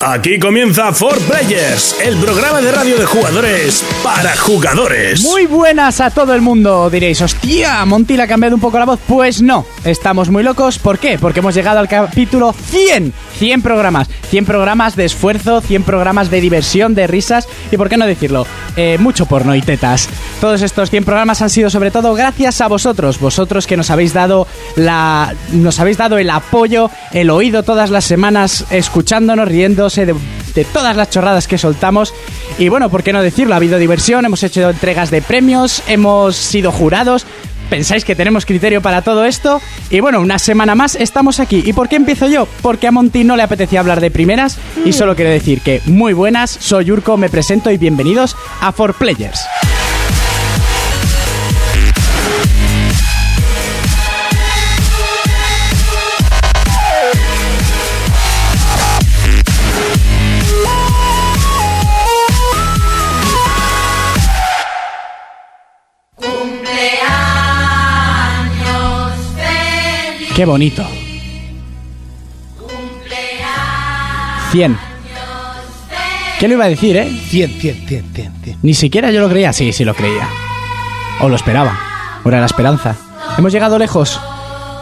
Aquí comienza For Players, el programa de radio de jugadores para jugadores. Muy buenas a todo el mundo, diréis. Hostia, Monty le ha cambiado un poco la voz. Pues no, estamos muy locos. ¿Por qué? Porque hemos llegado al capítulo 100. 100 programas. 100 programas de esfuerzo, 100 programas de diversión, de risas y, ¿por qué no decirlo? Eh, mucho porno y tetas. Todos estos 100 programas han sido sobre todo gracias a vosotros, vosotros que nos habéis dado la nos habéis dado el apoyo, el oído todas las semanas escuchándonos, riéndose de, de todas las chorradas que soltamos y bueno, ¿por qué no decirlo? Ha habido diversión, hemos hecho entregas de premios, hemos sido jurados, pensáis que tenemos criterio para todo esto. Y bueno, una semana más estamos aquí. ¿Y por qué empiezo yo? Porque a Monty no le apetecía hablar de primeras y solo quiero decir que muy buenas, soy Urco, me presento y bienvenidos a For Players. Cumpleaños feliz. Qué bonito. 100. ¿Qué le iba a decir, eh? 100, 100, 100, 100, 100. Ni siquiera yo lo creía. Sí, sí lo creía. O lo esperaba. O era la esperanza. Hemos llegado lejos.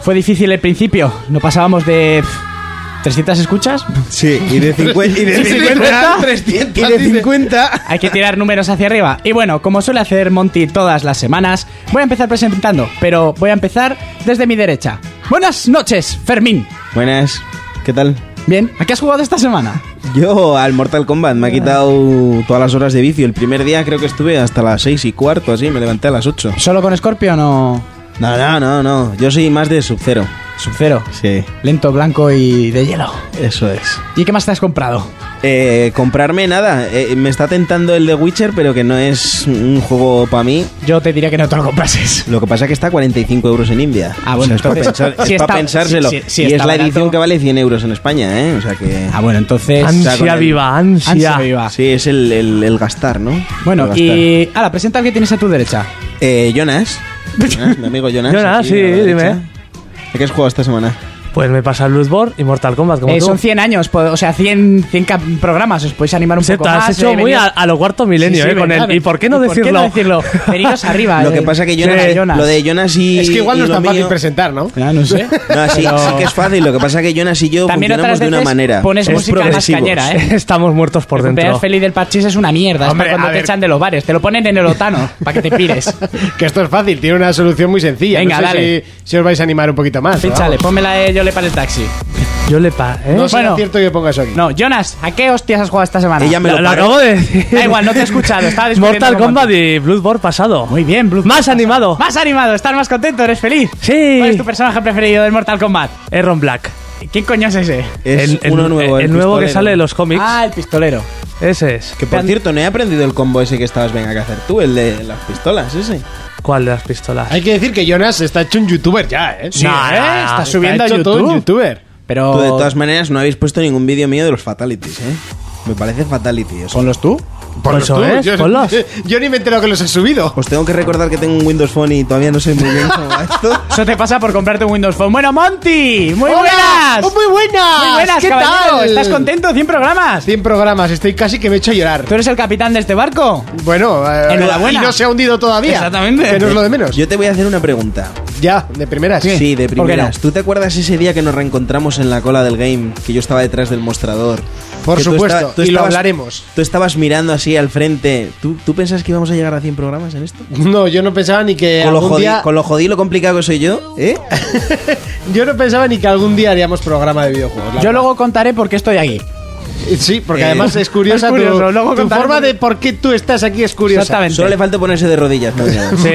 Fue difícil el principio. No pasábamos de... pff, ¿300 escuchas? Sí, y de 50. Y de 50. 300, y de 50. Hay que tirar números hacia arriba. Y bueno, como suele hacer Monty todas las semanas, voy a empezar presentando, pero voy a empezar desde mi derecha. Buenas noches, Fermín. Buenas, ¿qué tal? Bien, ¿a qué has jugado esta semana? Yo al Mortal Kombat me ha quitado todas las horas de vicio. El primer día creo que estuve hasta las 6 y cuarto, así, me levanté a las 8. ¿Solo con Scorpion o No, no, no, no, yo soy más de Sub-Zero. Sub-Zero? Sí, Lento, blanco y de hielo. eso es. ¿Y qué más te has comprado? Eh, comprarme nada, eh, me está tentando el de Witcher, pero que no es un juego para mí. Yo te diría que no te lo comprases. Lo que pasa es que está a 45 euros en India. Ah, bueno, O sea, es entonces- para, pensar- si es pa' está- pensárselo. si- si- si y es está la barato. edición que vale 100 euros en España, ¿eh? O sea que... Ah, bueno, entonces... Ansia con el- viva, ansia viva. Sí, es el, el- el gastar, ¿no? El Bueno, gastar. y... Ahora, presenta al que tienes a tu derecha. Eh, Jonas. Jonas, mi amigo Jonas. Jonas, aquí, sí, a la dime. derecha. ¿De qué has jugado esta semana? Pues me pasa el Bloodborne y Mortal Kombat como Eh, tú. son 100 años, po- o sea, 100, 100 cap- programas. Os podéis animar un Se poco te has más. hecho eh, muy venid- a, a lo cuarto milenio, Sí, sí, eh, con venid, él. ¿Y por qué no ¿Por decirlo? qué no decirlo? Veniros arriba. Lo eh. que pasa que Jonas, Sí. lo de Jonas y. Es que igual no y es lo tan fácil mío- presentar, ¿no? Ya, no sé. No, sí, Pero- sí que es fácil. Lo que pasa que Jonas y yo También otras funcionamos de veces una manera. pones Es música más progresivos. cañera, ¿eh? Estamos muertos por el cumpleaños dentro. feliz del parchís es una mierda. Hombre, es para a cuando te ver. echan de los bares. Te lo ponen en el otano para que te pires. Que esto es fácil, tiene una solución muy sencilla. Venga, no sé dale. Si, si os vais a animar un poquito más. pero Pinchale, pónmela de Yole para el taxi. Yo le pa, ¿eh? vamos. No será Bueno. cierto que ponga eso aquí. No, Jonas, ¿a qué hostias has jugado esta semana? Ella me lo, lo, lo paró. acabo de decir. Da igual, no te he escuchado. Estaba discutiendo Mortal con Kombat Monty. y Bloodborne pasado. Muy bien, Blue. Más animado. Más animado, estás más contento, eres feliz. Sí. ¿Cuál es tu personaje preferido del Mortal Kombat? Erron Black. ¿Quién coño es ese? Es el, el- uno nuevo. eh, el nuevo que pistolero. sale de los cómics. Ah, el pistolero. Ese es. Que por cierto, no he aprendido el combo ese que estabas venga que hacer tú, el de las pistolas, ese. ¿Cuál de las pistolas? Hay que decir que Jonas está hecho un youtuber ya, ¿eh? Sí, ¿eh? Está subiendo hecho a todo un YouTube. youtuber. Pero. Tú, de todas maneras, no habéis puesto ningún vídeo mío de los fatalities, ¿eh? Me parece fatality eso. ¿Ponlos tú? Ponlos eso tú, es, Yo, ponlos. yo ni me he enterado que los has subido. Pues Os Pues tengo que recordar que tengo un Windows Phone y todavía no sé muy bien cómo va esto. Eso te pasa por comprarte un Windows Phone. Bueno, Monty, muy ¡Hola! buenas. ¡Oh, muy buenas! Muy buenas, ¿Qué caballero. tal? ¿Estás contento? 100 programas. 100 programas, estoy casi que me he hecho llorar. Tú eres el capitán de este barco. Bueno, eh, Enhorabuena. y no se ha hundido todavía. Exactamente. Que no es lo de menos. Yo te voy a hacer una pregunta. Ya, de primeras. Sí, de ¿Por qué primeras. ¿Tú te acuerdas ese día que nos reencontramos en la cola del game? Que yo estaba detrás del mostrador. Por Que tú supuesto, estaba- tú y lo estabas- hablaremos. Tú estabas mirando así al frente. ¿Tú, tú pensás que íbamos a llegar a 100 programas en esto? No, yo no pensaba ni que con, lo Eh, algún jodi- día... con lo jodido y lo complicado que soy yo, ¿eh? Yo no pensaba ni que algún día haríamos programa de videojuegos. la Yo luego contaré por qué estoy aquí. verdad. Sí, porque Eh, además es curiosa es curioso, tu, luego tu contaremos. forma de por qué tú estás aquí es curiosa. Exactamente. Solo le falta ponerse de rodillas. no digo. Sí.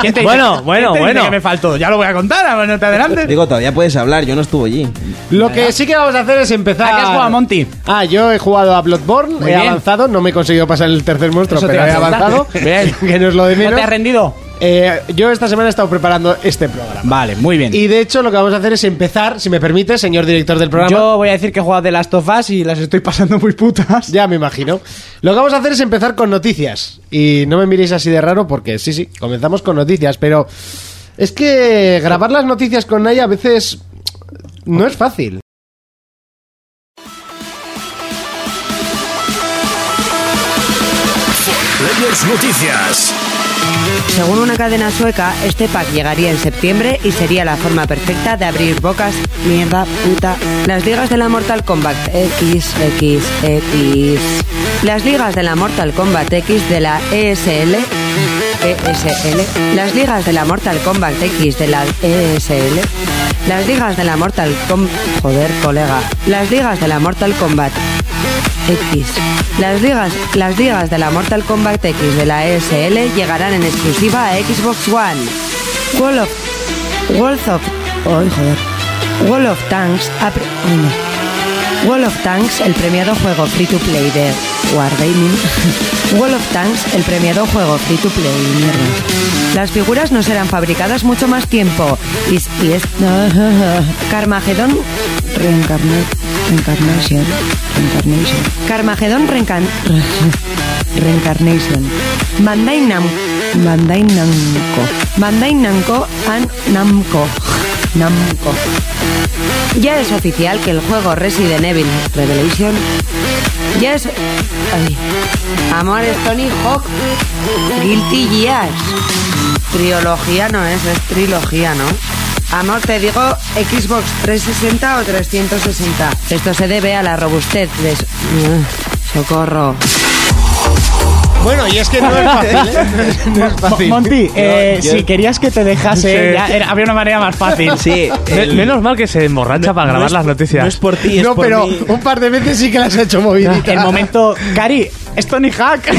¿Quién te dice- bueno, quién bueno, te dice bueno. que me faltó. Ya lo voy a contar, no te adelantes. Digo, todavía puedes hablar, yo no estuve allí. Lo que sí que vamos a hacer es empezar... ¿A qué has jugado, Monty? Ah, yo he jugado a Bloodborne, Muy he bien. avanzado, no me he conseguido pasar el tercer monstruo, Eso te pero he iba a avanzado, preguntar. Bien. que no es lo de ¿No menos. te has rendido? Eh, yo esta semana he estado preparando este programa. Vale, muy bien. Y de hecho lo que vamos a hacer es empezar, si me permite, señor director del programa. Yo voy a decir que he jugado de las tofas y las estoy pasando muy putas. Ya me imagino. Lo que vamos a hacer es empezar con noticias. Y no me miréis así de raro porque sí, sí, comenzamos con noticias, pero es que grabar las noticias con Naya a veces no es fácil. Más noticias. Según una cadena sueca, este pack llegaría en septiembre y sería la forma perfecta de abrir bocas, mierda, puta. Las ligas de la Mortal Kombat X, X, X. Las ligas de la Mortal Kombat X de la E ESL. ESL. E Las ligas de la Mortal Kombat X de la ESL. Las ligas de la Mortal Kombat... Joder, colega. Las ligas de la Mortal Kombat X. Las ligas, las ligas de la Mortal Kombat X de la ESL llegarán en exclusiva a Xbox One. Wall of... Wolf of... ay, joder. Wall of Tanks... ha pre- ay, no. Wall of Tanks, el premiado juego free to play de Wargaming. Wall of Tanks, el premiado juego free to play, mierda. Las figuras no serán fabricadas mucho más tiempo. Y, s- y es... Carmageddon... Reincarnation. Reincarnation. Carmageddon Reincan... Reincarnation. Bandai Namco. Bandai Namco. Bandai Namco and Namco. Namco. Ya es oficial que el juego Resident Evil Revelation. Ya es. Ay. Amores Tony Hawk. Guilty Gears. Trilogía no es, es trilogía, ¿no? Amor, te digo Xbox 360 o 360. Esto se debe a la robustez de. su- Socorro. Bueno, y es que no es fácil, ¿eh? No es fácil. Monty, eh, yo- si querías que te dejase, Sí. ya era- había una manera más fácil. Sí, Me- el- Menos mal que se emborracha para no grabar es- las noticias. No es por ti, es No, por pero mí. un par de veces sí que las he hecho moviditas. El momento, Cari, es Tony Hack.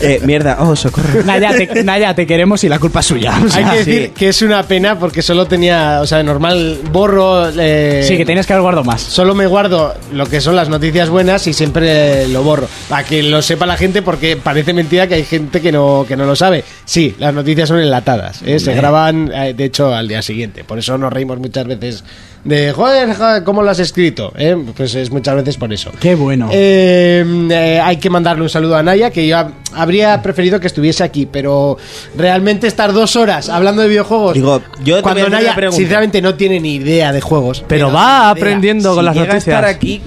Eh, mierda, oh, socorro. Naya te, Naya, te queremos y la culpa es suya. O Hay sea, que sí. decir que es una pena porque solo tenía, o sea, de normal borro. eh, sí, que tienes que haber guardado más. Solo me guardo lo que son las noticias buenas y siempre lo borro. Para que lo sepa la gente, porque parece mentira que hay gente que no, que no lo sabe. Sí, las noticias son enlatadas. ¿eh? Se graban, eh, de hecho, al día siguiente. Por eso nos reímos muchas veces de, joder, ja, ¿cómo lo has escrito? ¿Eh? Pues es muchas veces por eso. Qué bueno. Eh, eh, hay que mandarle un saludo a Naya, que yo hab- habría preferido que estuviese aquí, pero realmente estar dos horas hablando de videojuegos. Digo, yo te voy a cuando hacer una Naya, pregunta. sinceramente, no tiene ni idea de juegos. Pero no va Ah, tiene idea. aprendiendo con Si las llega a noticias. estar aquí.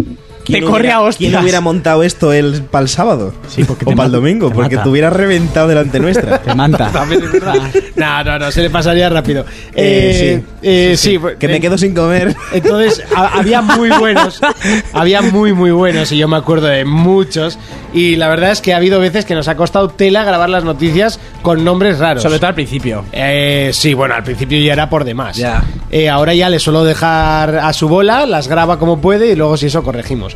¿quién Te corre hubiera- a hostias. ¿Quién hubiera montado esto el, para el sábado? Sí, porque te o para el mata- domingo, te porque mata. te hubiera reventado delante nuestra. Te manta. No, no, no, se le pasaría rápido. Eh, Eh, eh, sí, pues, que me eh, quedo sin comer. Entonces, ha- había muy buenos. había muy, muy buenos. Y yo me acuerdo de muchos. Y la verdad es que ha habido veces que nos ha costado tela grabar las noticias con nombres raros. Sobre todo al principio. Eh, sí, bueno, al principio ya era por demás. Ya. Eh, ahora ya le suelo dejar a su bola, las graba como puede y luego si eso corregimos.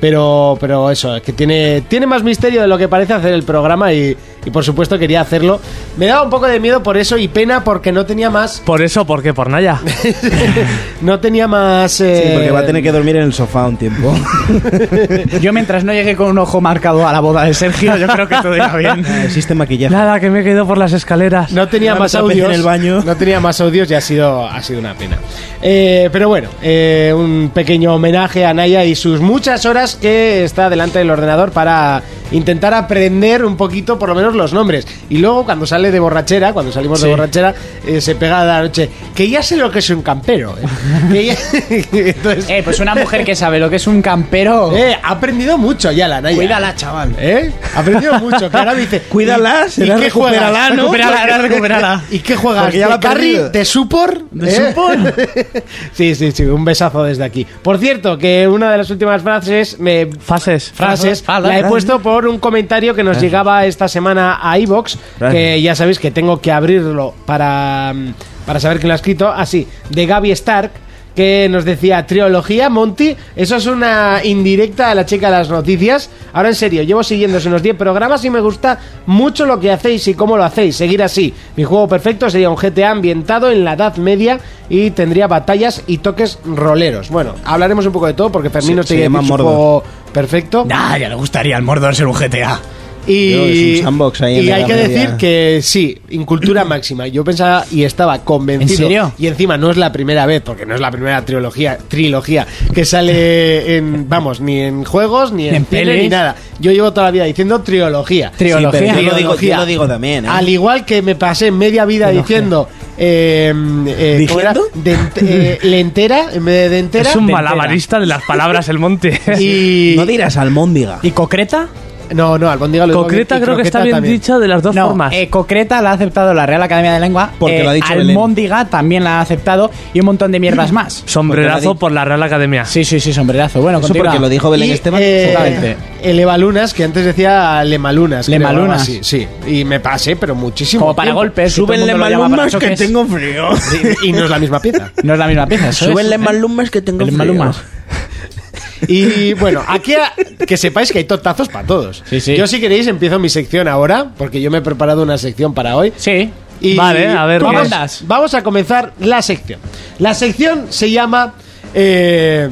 Pero, pero eso, es que tiene, tiene más misterio de lo que parece hacer el programa y, y por supuesto quería hacerlo. Me daba un poco de miedo por eso y pena porque no tenía más... Por eso, ¿por qué? Por Naya. no tenía más... eh, Sí, porque va a tener que dormir en el sofá un tiempo. Yo mientras no llegué con un ojo marcado a la boda de Sergio, yo creo que todo irá bien. Ah, Existe maquillaje. Nada, que me quedo por las escaleras. No tenía Me más tapé audios. en el baño. No tenía más audios y ha sido, ha sido una pena. Eh, pero bueno, eh, un pequeño homenaje a Naya y sus muchas horas que está delante del ordenador para intentar aprender un poquito, por lo menos, los nombres. Y luego, cuando sale de borrachera, cuando salimos de borrachera, eh, se pega a la noche. Que ya sé lo que es un campero. eh. Que ya- Entonces, Eh, pues una mujer que sabe lo que es un campero. eh, ha aprendido mucho ya la Naya. Cuídala, chaval. ¿Eh? Ha aprendido mucho. Que ahora me dice. Cuídala, ¿y- será ¿Y qué juegas? recuperarla, ¿no? Recupérala, era recupérala. ¿Y qué juegas? Porque ya ¿De la ha carry? perdido. ¿De supor? ¿Eh? ¿De supor? sí, sí, sí. Un besazo desde aquí. Por cierto, que una de las últimas frases me. Fases. Frases, la he puesto por un comentario que nos llegaba esta semana a iBox, Frases. que ya sabéis que tengo que abrirlo para, mm, para saber quién lo ha escrito. Así, de Gaby Stark, que nos decía trilogía, Monty. Eso es una indirecta a la chica de las noticias. Ahora en serio, llevo siguiéndose unos 10 programas y me gusta mucho lo que hacéis y cómo lo hacéis. Seguir así. Mi juego perfecto sería un GTA ambientado en la Edad Media y tendría batallas y toques roleros. Bueno, hablaremos un poco de todo porque Fermín Se- nos se tiene que llama decir su Mordor. juego perfecto. Nah, Ah, ya le gustaría al Mordor ser un GTA. Yo, Y, es un sandbox ahí en y la hay que Edad Media. decir que sí, incultura máxima. Yo pensaba y estaba convencido. ¿En serio? Y encima no es la primera vez, porque no es la primera trilogía, trilogía que sale en, vamos, ni en juegos, ni en, En cine, pelis. ni nada. Yo llevo toda la vida diciendo trilogía. Trilogía. Sí, pero yo, lo digo, Trilogía. yo lo digo también. ¿eh? Al igual que me pasé media vida diciendo. eh, eh, ¿cómo era? De- eh, lentera en vez de dentera. Es un Dentera. malabarista de las palabras el monte. Y, No dirás almóndiga. ¿Y Cocreta? No, no, albóndiga lo digo Concreta bien, y creo que está croqueta bien también. dicho de las dos No, formas. eh, Cocreta la ha aceptado la Real Academia de Lengua. Porque eh, lo ha dicho Belén. Almóndiga también la ha aceptado y un montón de mierdas más. porque la Sombrerazo di- por la Real Academia. Sí, sí, sí, sombrerazo. Bueno, Eso continúa. porque lo dijo Belén Y, este Esteban. eh, seguramente. el Evalunas, que antes decía Lemalunas. creo, Lemalunas. algo así, sí. Y me pasé, pero muchísimo. Como para tiempo. golpes. que todo el Súbenle mundo lo llama malumas que parachoques. tengo frío. Y, y no es la misma pieza. No es la misma pieza. eso es. Eh, Súbenle malumas que tengo El frío. malumas. Y bueno, aquí a- que sepáis que hay tortazos para todos. Sí, sí. Yo, si queréis, empiezo mi sección ahora, porque yo me he preparado una sección para hoy. Sí. Y Vale, a ver, tú vamos. mandas. Vamos a comenzar la sección. La sección se llama. Eh,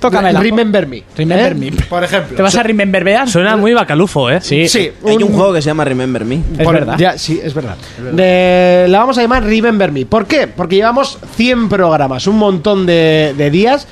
Tócamela. Remember Me. Remember ¿eh? me. Por ejemplo. ¿Te vas a rememberbear? Suena muy bacalufo, ¿eh? Sí. Sí, Hay un juego que se llama Remember Me. Es verdad. ya, sí, es verdad. Eh, la vamos a llamar Remember Me. ¿Por qué? Porque llevamos 100 programas, un montón de, de días.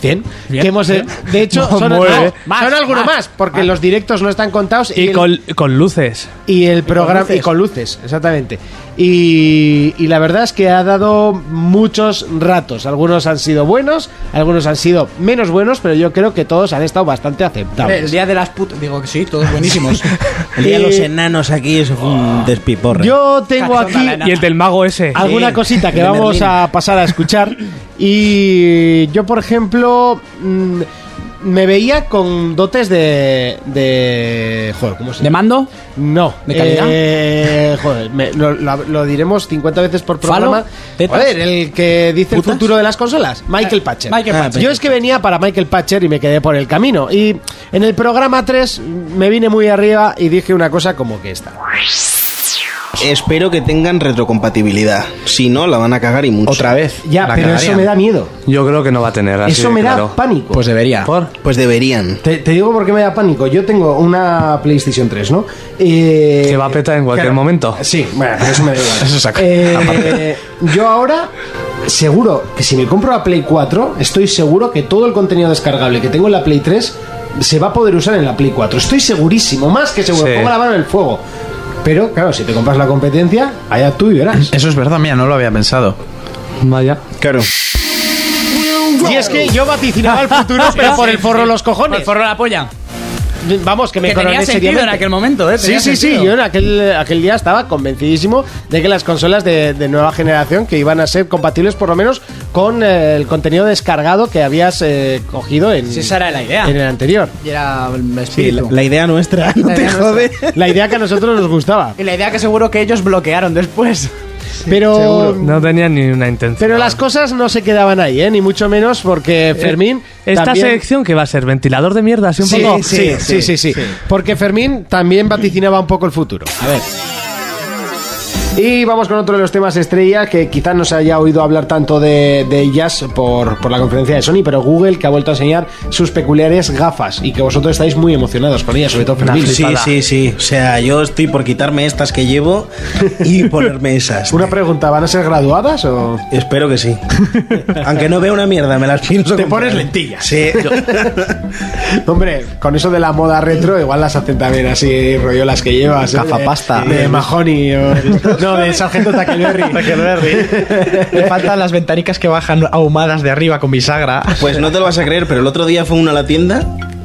100. Bien, que hemos, eh, bien. De hecho, son, Muy no, bien. son Más, algunos más, más, porque los directos no están contados. Y el- con, con luces. y el programa luces. y con luces, exactamente. Y, y la verdad es que ha dado muchos ratos. Algunos han sido buenos, algunos han sido menos buenos, pero yo creo que todos han estado bastante aceptables. El día de las putas. Digo que sí, todos buenísimos. El día de los Eh, enanos aquí, eso fue un despiporre. Yo tengo Cachonda aquí la nena. Y el del mago ese. alguna Sí, cosita que el de vamos Merlín. a pasar a escuchar. Y yo, por ejemplo, mm, me veía con dotes de. de. Joder, ¿cómo se ¿De llama? mando? No. ¿De calidad? Eh, joder, me- lo, lo- lo diremos 50 veces por ¿Falo? programa. ¿Tetas? Eh, Joder, el que dice ¿Putas? el futuro de las consolas. Michael Patcher. Michael Ah, Patch. Yo es que venía para Michael Patcher y me quedé por el camino. Y en el programa 3 me vine muy arriba y dije una cosa como que esta. Espero que tengan retrocompatibilidad. Si no, la van a cagar y mucho. Otra vez. Ya, La pero cagarían. Ah, eso me da miedo. Yo creo que no va a tener así eso de me claro. da pánico. Pues debería. Pues deberían. Te, te digo por qué me da pánico. Yo tengo una PlayStation 3, ¿no? Eh, Se va a petar en cualquier momento. Sí, bueno, pero eso me da igual. Eso saca. Eh, yo ahora, seguro que si me compro la Play 4, estoy seguro que todo el contenido descargable que tengo en la Play 3 se va a poder usar en la Play 4. Estoy segurísimo, más que seguro. Sí. Pongo la mano en el fuego. Pero claro, si te compras la competencia, allá tú y verás. Eso es verdad, mira, no lo había pensado. Vaya. Claro. Y es que yo vaticinaba el futuro, pero por el forro los cojones. Por la polla. Vamos, que me Que tenía coroné sentido en seriamente. aquel momento, ¿eh? Sí, Tenía sí, sí. sentido. Yo en aquel, aquel día estaba convencidísimo de que las consolas de, de nueva generación que iban a ser compatibles por lo menos con eh, el contenido descargado que habías eh, cogido en, Sí, esa era la idea. en el anterior. Y era el Sí, la, espíritu. la idea nuestra, no La te idea nuestra. jode. La idea que a nosotros nos gustaba. Y la idea que seguro que ellos bloquearon después. Pero, No tenía ni una intención. pero las cosas no se quedaban ahí, ¿eh? ni mucho menos Eh, porque Fermín... Esta también- selección que va a ser ventilador de mierda, así un Sí, poco. sí, sí, sí, sí. Porque Fermín también vaticinaba un poco el futuro. A ver. Y vamos con otro de los temas estrella que quizás no se haya oído hablar tanto de, de ellas por, por la conferencia de Sony, pero Google que ha vuelto a enseñar sus peculiares gafas y que vosotros estáis muy emocionados con ellas, sobre todo Fermín. Sí, sí, sí. O sea, yo estoy por quitarme estas que llevo y ponerme esas. Una pregunta, ¿van a ser graduadas o...? Espero que sí. Aunque no veo una mierda, me las pienso. Te comprar. pones lentillas. Sí. Hombre, con eso de la moda retro, igual las hacen también así, rollo las que llevas. ¿eh? Gafapasta. De, de Mahoney o... No, de Sargento Tackleberry. Le faltan las ventanicas que bajan ahumadas de arriba con bisagra. Pues no te lo vas a creer, pero el otro día fue uno a la tienda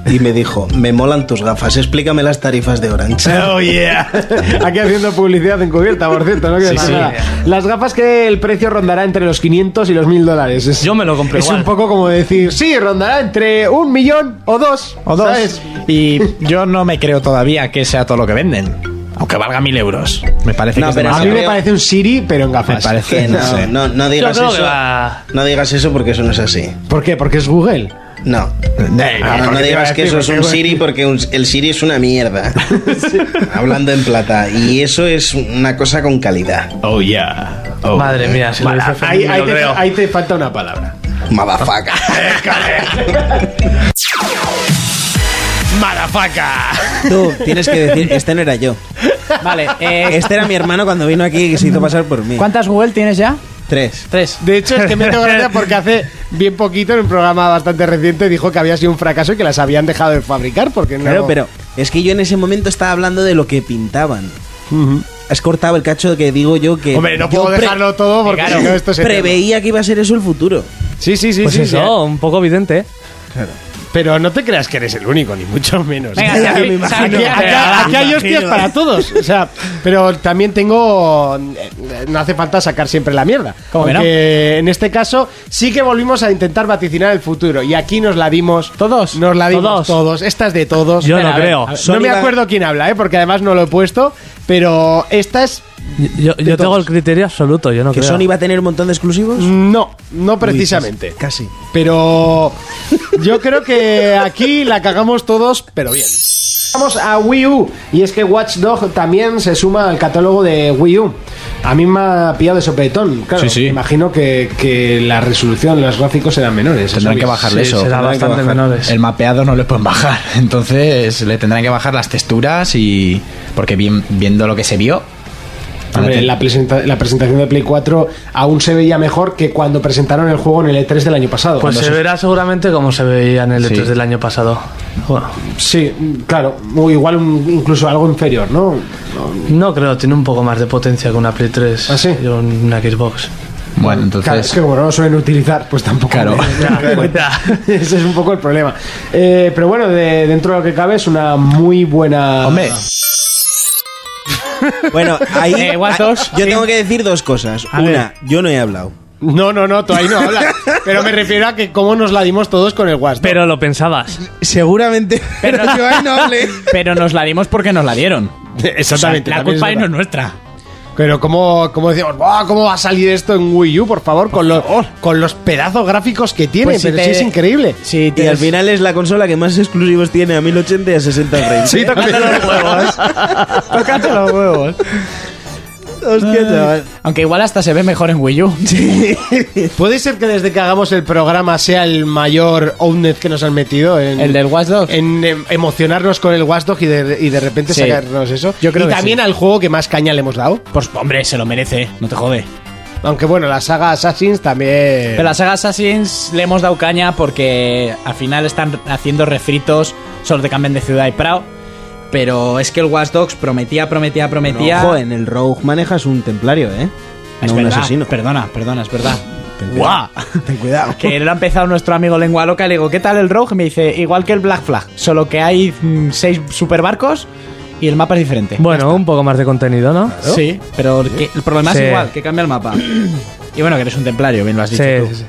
y me dijo, me molan tus gafas, explícame las tarifas de Orange. Oh yeah. Aquí haciendo publicidad encubierta, por cierto, no quiero sí. decir nada. Las gafas que el precio rondará entre los 500 y los 1000 dólares. Es- Yo me lo compré Es igual. un poco como decir, sí, rondará entre un millón o dos. O dos. ¿sabes? Y yo no me creo todavía que sea todo lo que venden. Aunque valga mil euros. Me parece No, que es pero A mí demasiado. me parece un Siri, pero en Me gafas. parece. Que no, no sé. no, no digas creo que eso. va- No digas eso porque eso no es así. ¿Por qué? Porque es Google. No. Eh, No, no, ¿por qué te iba digas a que eso decir? es un Porque- Siri porque un- el Siri es una mierda. Hablando en plata. Y eso es una cosa con calidad. Oh, yeah. Oh. Madre mía, si lo dice Ahí, Fermín, ahí lo te, creo. ahí te falta una palabra. Madafaca. Marafaca. Tú tienes que decir, este no era yo. Vale, eh, Este era mi hermano cuando vino aquí y se hizo pasar por mí. ¿cuántas Google tienes ya? Tres. Tres. De hecho, es que me tengo gracia porque hace bien poquito, en un programa bastante reciente, dijo que había sido un fracaso y que las habían dejado de fabricar porque no... Claro, pero es que yo en ese momento estaba hablando de lo que pintaban. Has cortado el cacho que digo yo que. Hombre, no yo puedo pre- dejarlo todo porque Claro. si no esto se... Preveía que iba a ser eso el futuro. Sí, sí, sí, Pues sí, sí. eso, un poco evidente. Pero no te creas que eres el único, ni mucho menos. Venga, Aquí- ya me aquí- imagino. aquí- Ya, acá- me aquí hay hostias imagino. para todos. O sea, pero también tengo. eh, No hace falta sacar siempre la mierda. ¿Cómo que no? Aunque En este caso, sí que volvimos a intentar vaticinar el futuro. Y aquí nos la dimos. ¿Todos? Nos la dimos todos. Todos. Esta es de todos. Yo Espera, no a ver, creo. a ver, Solo no me la- acuerdo quién habla, ¿eh? porque además no lo he puesto. Pero esta es Yo, yo De tengo todos. el criterio absoluto, yo no ¿Que creo. Sony va a tener un montón de exclusivos? No, no precisamente. Uy, casi. Pero yo creo que aquí la cagamos todos, pero bien. Vamos a Wii U. Y es que Watch Dog también se suma al catálogo de Wii U. A mí me ha pillado de sopetón, claro. Sí, sí. Imagino que, que la resolución, los gráficos eran menores. Tendrán que eso es- bajarle Sí, eso. será Tendrán que bastante bajar. menores. El mapeado no le pueden bajar. Entonces le tendrán que bajar las texturas y. Porque bien, viendo lo que se vio. Hombre, la, presenta- la presentación de Play 4 aún se veía mejor que cuando presentaron el juego en el E3 del año pasado. Pues Cuando se se- verá seguramente como se veía en el Sí. E3 del año pasado. Bueno, Sí, claro. O igual un- incluso algo inferior, ¿no? no creo, tiene un poco más de potencia que una Play 3 ¿Ah, sí? y una Xbox. Bueno, Claro, es entonces. que como no lo suelen utilizar, pues tampoco. Claro. Ese es un poco el problema. Eh, pero bueno, de- dentro de lo que cabe es una muy buena. Hombre, Bueno, ahí. Eh, Watch Dogs, yo tengo que decir dos cosas. A Una, yo no he hablado. No, no, no, todavía no habla. pero me refiero a que cómo nos la dimos todos con el WhatsApp. Pero lo pensabas. Seguramente. Pero yo ahí no hablé. Pero nos la dimos porque nos la dieron. Exactamente. O sea, la también es culpa ahí no verdad. es nuestra. Pero cómo, cómo decíamos, "Buah, ¿cómo va a salir esto en Wii U, por favor? Con, los- con los pedazos gráficos que tiene, Pues si pero te- sí es increíble. Sí, Y al final es la consola que más exclusivos tiene a 1080 y a 60 frames. Sí, también. Tócate los huevos. Hostia, chaval. Aunque igual hasta se ve mejor en Wii U. Puede ser que desde que hagamos el programa sea el mayor owned que nos han metido en El del Watch Dogs. en em, emocionarnos con el Watch Dog y de, y de repente Sí. sacarnos eso. Yo creo y que también sí. al juego que más caña le hemos dado. Pues hombre, se lo merece, no te jode. Aunque bueno, la saga Assassins también. Pero a la saga Assassins le hemos dado caña porque al final están haciendo refritos, solo te cambian de ciudad y prao. Pero es que el Watch Dogs prometía, prometía, prometía. Ojo, en el Rogue manejas un templario, ¿eh? es no un verdad, asesino. Perdona, perdona, es verdad. ¡Guau! Ten cuidado. Que lo ha empezado nuestro amigo Lengua Loca. Le digo, ¿qué tal el Rogue? Y me dice, igual que el Black Flag, solo que hay mm, seis superbarcos y el mapa es diferente. Bueno, un poco más de contenido, ¿no? Sí, pero que- el problema Sí. es igual, que cambia el mapa. Y bueno, que eres un templario, bien lo has dicho Sí, tú. sí, sí.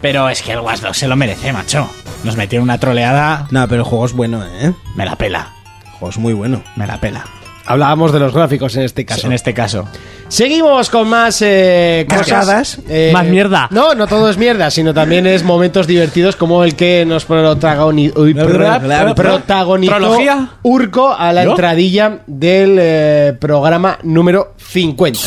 Pero es que el Watch Dogs se lo merece, macho. Nos metieron una troleada, No, pero el juego es bueno, ¿eh? me la pela, El juego es muy bueno. me la pela. Hablábamos de los gráficos en este caso. En este caso. Seguimos con más eh, cosas. Casadas. Eh, Más mierda. No, no todo es mierda, sino también es momentos divertidos como el que nos protagoni- uy, Bla, bla, bla, bla. pro- protagonizó ¿Prología? Urco a la ¿Yo? entradilla del eh, programa número 50.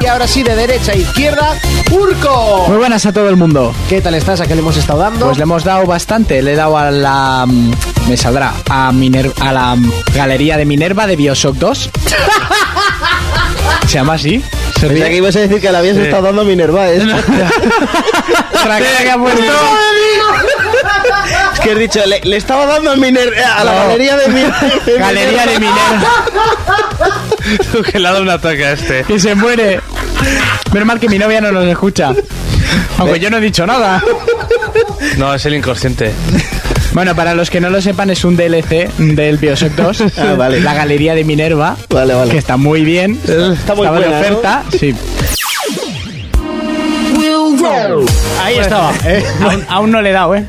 Y ahora sí, de derecha a izquierda, Urco. Muy buenas a todo el mundo. ¿Qué tal estás? ¿A qué le hemos estado dando? Pues le hemos dado bastante, le he dado a la... mm, Me saldrá, a, Miner- a la mm, galería de Minerva de Bioshock 2. ¿Se llama así? Se Pensaba que ibas a decir que la habías estado dando a Minerva, ¿eh? es que has dicho, le, le estaba dando a, Miner a la galería de Minerva. Galería de Minerva. que le ha dado un ataque a este. Y se muere. Menos mal que mi novia no nos escucha. Aunque yo no he dicho nada. No, es el inconsciente. Bueno, para los que no lo sepan, es un DLC del Bioshock 2. Ah, vale. La galería de Minerva. Vale, vale. Que está muy bien. está Estaba muy de buena, ¿no? oferta. Sí. Ahí estaba. eh. Aún, aún no le he dado, ¿eh?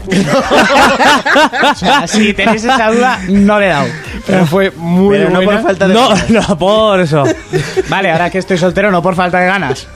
o sea, si tenéis esa duda, no le he dado. Pero Pues, eh, fue muy Pero no buena. por falta de... No, no, por eso. Vale, ahora que estoy soltero, no por falta de ganas.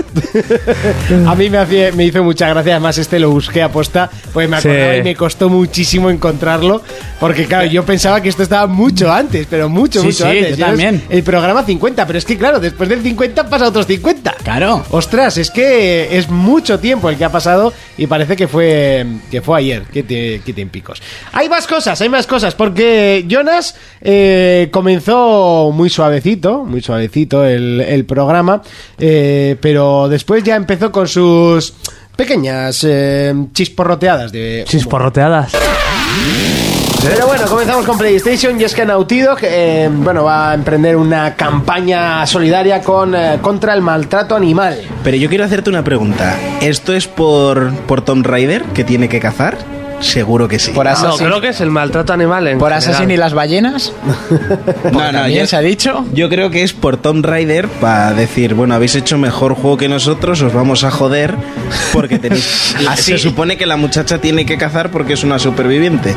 A mí me, hacía- me hizo mucha gracia, además este lo busqué aposta, pues me Sí. acordaba y me costó muchísimo encontrarlo, porque claro, yo pensaba que esto estaba mucho antes, pero mucho, Sí, mucho sí, antes. yo Ya es también. El programa 50, pero es que claro, después del 50 han pasado otros 50. Claro. Ostras, es que es mucho tiempo el que ha pasado y parece que fue que fue ayer, que te, que te en picos. Hay más cosas, hay más cosas, porque Jonas eh, comenzó muy suavecito, muy suavecito el, el programa, eh, pero después ya empezó con sus pequeñas eh, chisporroteadas de... Chisporroteadas. Pero bueno, comenzamos con PlayStation y es que Naughty Dog, eh, bueno, va a emprender una campaña solidaria con, eh, contra el maltrato animal. Pero yo quiero hacerte una pregunta. ¿Esto es por, por Tom Raider, que tiene que cazar? Seguro que sí. Por No, Assassin, creo que es el maltrato animal en por general. Assassin y las ballenas. No, no, También yo, se ha dicho. yo creo que es por Tomb Raider para decir, bueno, habéis hecho mejor juego que nosotros, os vamos a joder porque tenéis... Ah, Así. Se supone que la muchacha tiene que cazar porque es una superviviente.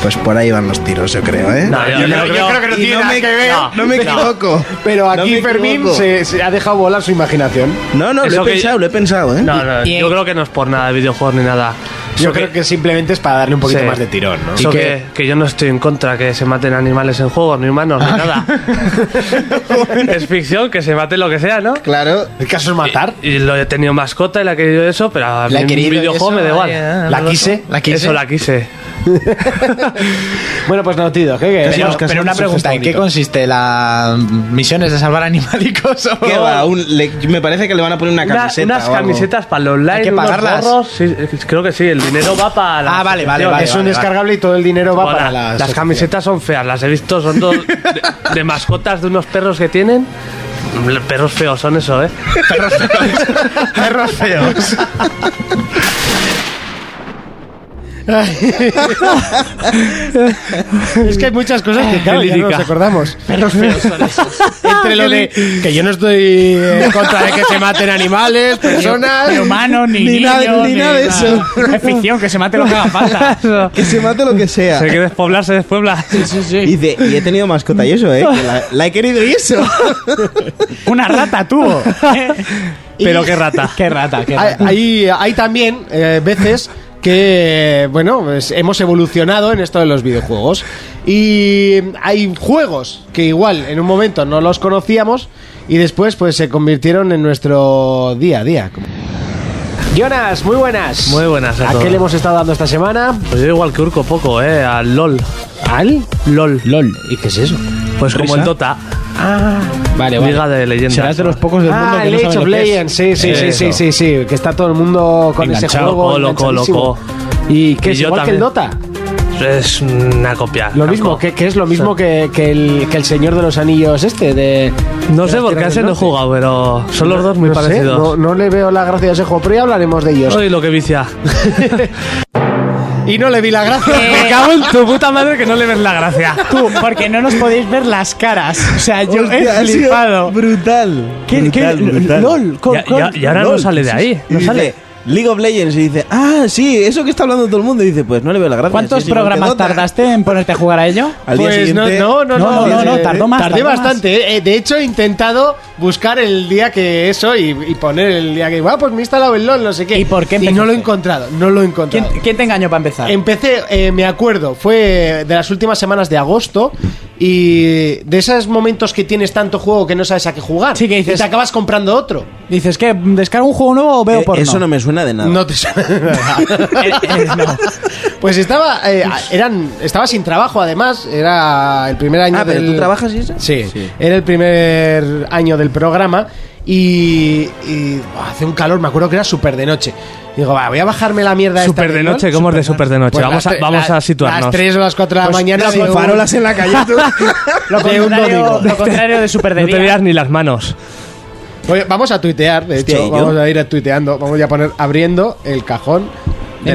Pues por ahí van los tiros, yo creo, ¿eh? No, yo- yo- yo creo que no Y tiene nada me, que ver. no, no me No. equivoco. Pero No aquí me Fermín equivoco. se, se ha dejado volar su imaginación. No, no, Eso lo he que- pensado, lo he pensado, ¿eh? No, no, Y- yo creo que no es por nada de videojuegos ni nada. Yo Eso creo que simplemente es para darle un poquito Sí. más de tirón, ¿no? eso ¿Y qué? que, que yo no estoy en contra que se maten animales en juegos, ni humanos, Ah. ni nada. es ficción, que se mate lo que sea, ¿no? Claro. El caso es matar. Y lo he tenido mascota y la he querido eso, pero a mí La he un querido y videojuego eso, me da igual. ay, ah, La no lo quise, sé. La quise. Eso la quise. Bueno, pues no, tío, ¿qué, qué? Pero, Somos pero casados, una somos pregunta, ¿en qué favoritos. consiste las misiones de salvar animalicos? o- ¿Qué va? Un- le- me parece que le van a poner una Una- camiseta. unas o algo. camisetas para el online, Hay que unos pagarlas. gorros, sí, creo que sí, el dinero va para la Ah, vale, vale, asociación. vale. Es un descargable y todo el dinero va Hola, para la las asociación. camisetas son feas, las he visto, son dos de, de mascotas de unos perros que tienen. Perros feos son eso, ¿eh? Perros feos. Es que hay muchas cosas que claro, Qué ya no lírica. nos acordamos. Perros feos son esos. Entre lo de que yo no estoy en contra de que se maten animales, personas. Ni humano, ni, Ni niño, nada- ni nada de eso. Es ficción, que se mate lo que haga falta. Que se mate lo que sea. Se que despoblar, se despobla. Sí, sí. Dice, y he tenido mascota y eso, ¿eh? que la, la he querido y eso. Una rata tuvo. Pero qué rata. Qué rata, qué Hay, rata. hay- hay también eh, veces que, bueno, pues, hemos evolucionado en esto de los videojuegos. Y hay juegos que igual en un momento no los conocíamos y después pues se convirtieron en nuestro día a día. Jonas, muy buenas. Muy buenas a ¿A todos. qué le hemos estado dando esta semana? Pues yo igual que Urco poco, ¿eh? Al LOL. ¿Al? LOL. LOL. ¿Y qué es eso? Pues como Risa. el Dota. Vale, Liga de leyendas. Serás de los pocos Pues del mundo Ah, que el no Age sabe of lo que es. Legends, sí, sí, sí, sí, Eso. sí, sí, que está todo el mundo con ese Enganchado. juego. Loco, loco, enganchadísimo. loco. Y que Y es yo igual que el Dota. también. Es una copia. Lo Franco. mismo, que, que es lo mismo que, que el, que el Señor de los Anillos este, de... No de sé las por qué a Tierras ese del no he Norte. jugado, pero son los dos muy No sé, parecidos. no, no le veo la gracia a ese juego, pero ya hablaremos de ellos. Soy lo que vicia. Y no le vi la gracia. Eh, Me cago en tu puta madre que no le ves la gracia. Tú, porque no nos podéis ver las caras. O sea, yo Hostia, he ha sido flipado. Brutal. ¿Qué- qué- Brutal, brutal. LOL, con- Y, a- y a- con- y ahora no LOL, sale de sí, ahí. sí. Y No dice, sale. League of Legends y dice, ah, sí, eso que está hablando todo el mundo. Y dice, pues no le veo la gracia. ¿Cuántos sí, sí, programas porque Dota. tardaste en ponerte a jugar a ello? Al día Pues no, siguiente- no, no, No, no, no, eh, no, tardó más, Tardé tardó más. bastante. eh. De hecho, he intentado buscar el día que eso y, y poner el día que, ah, pues me he instalado el LOL, no sé qué. ¿Y por qué Y no lo he empezaste? encontrado, no lo he ¿Quién, encontrado. quién te engañó para empezar? Empecé, eh, me acuerdo, fue de las últimas semanas de agosto y de esos momentos que tienes tanto juego que no sabes a qué jugar. Sí, que dices- y te acabas comprando otro. Dices que descargo un juego nuevo o veo Eh, porno. eso no me suena de nada. No te Pues estaba, eh, eran, estaba sin trabajo además, era el primer año Ah, pero del- tú trabajas y eso. Sí, Sí. era el primer año del programa y, y, buah, hace un calor, me acuerdo que era súper de noche. Digo, va, voy a bajarme la mierda esta Súper de LOL. noche, ¿cómo es de súper de noche? Pues Vamos las a- tre- vamos la- a situarnos. Las 3 o las 4 de la mañana. Sin de un- farolas en la calle. tú. Lo Lo de un contrario, domingo. lo contrario de Super de No te Día. veas ni las manos. Oye, vamos a tuitear, de Hostia, hecho, ¿y yo? vamos a ir a tuiteando. Vamos ya a poner abriendo el cajón de,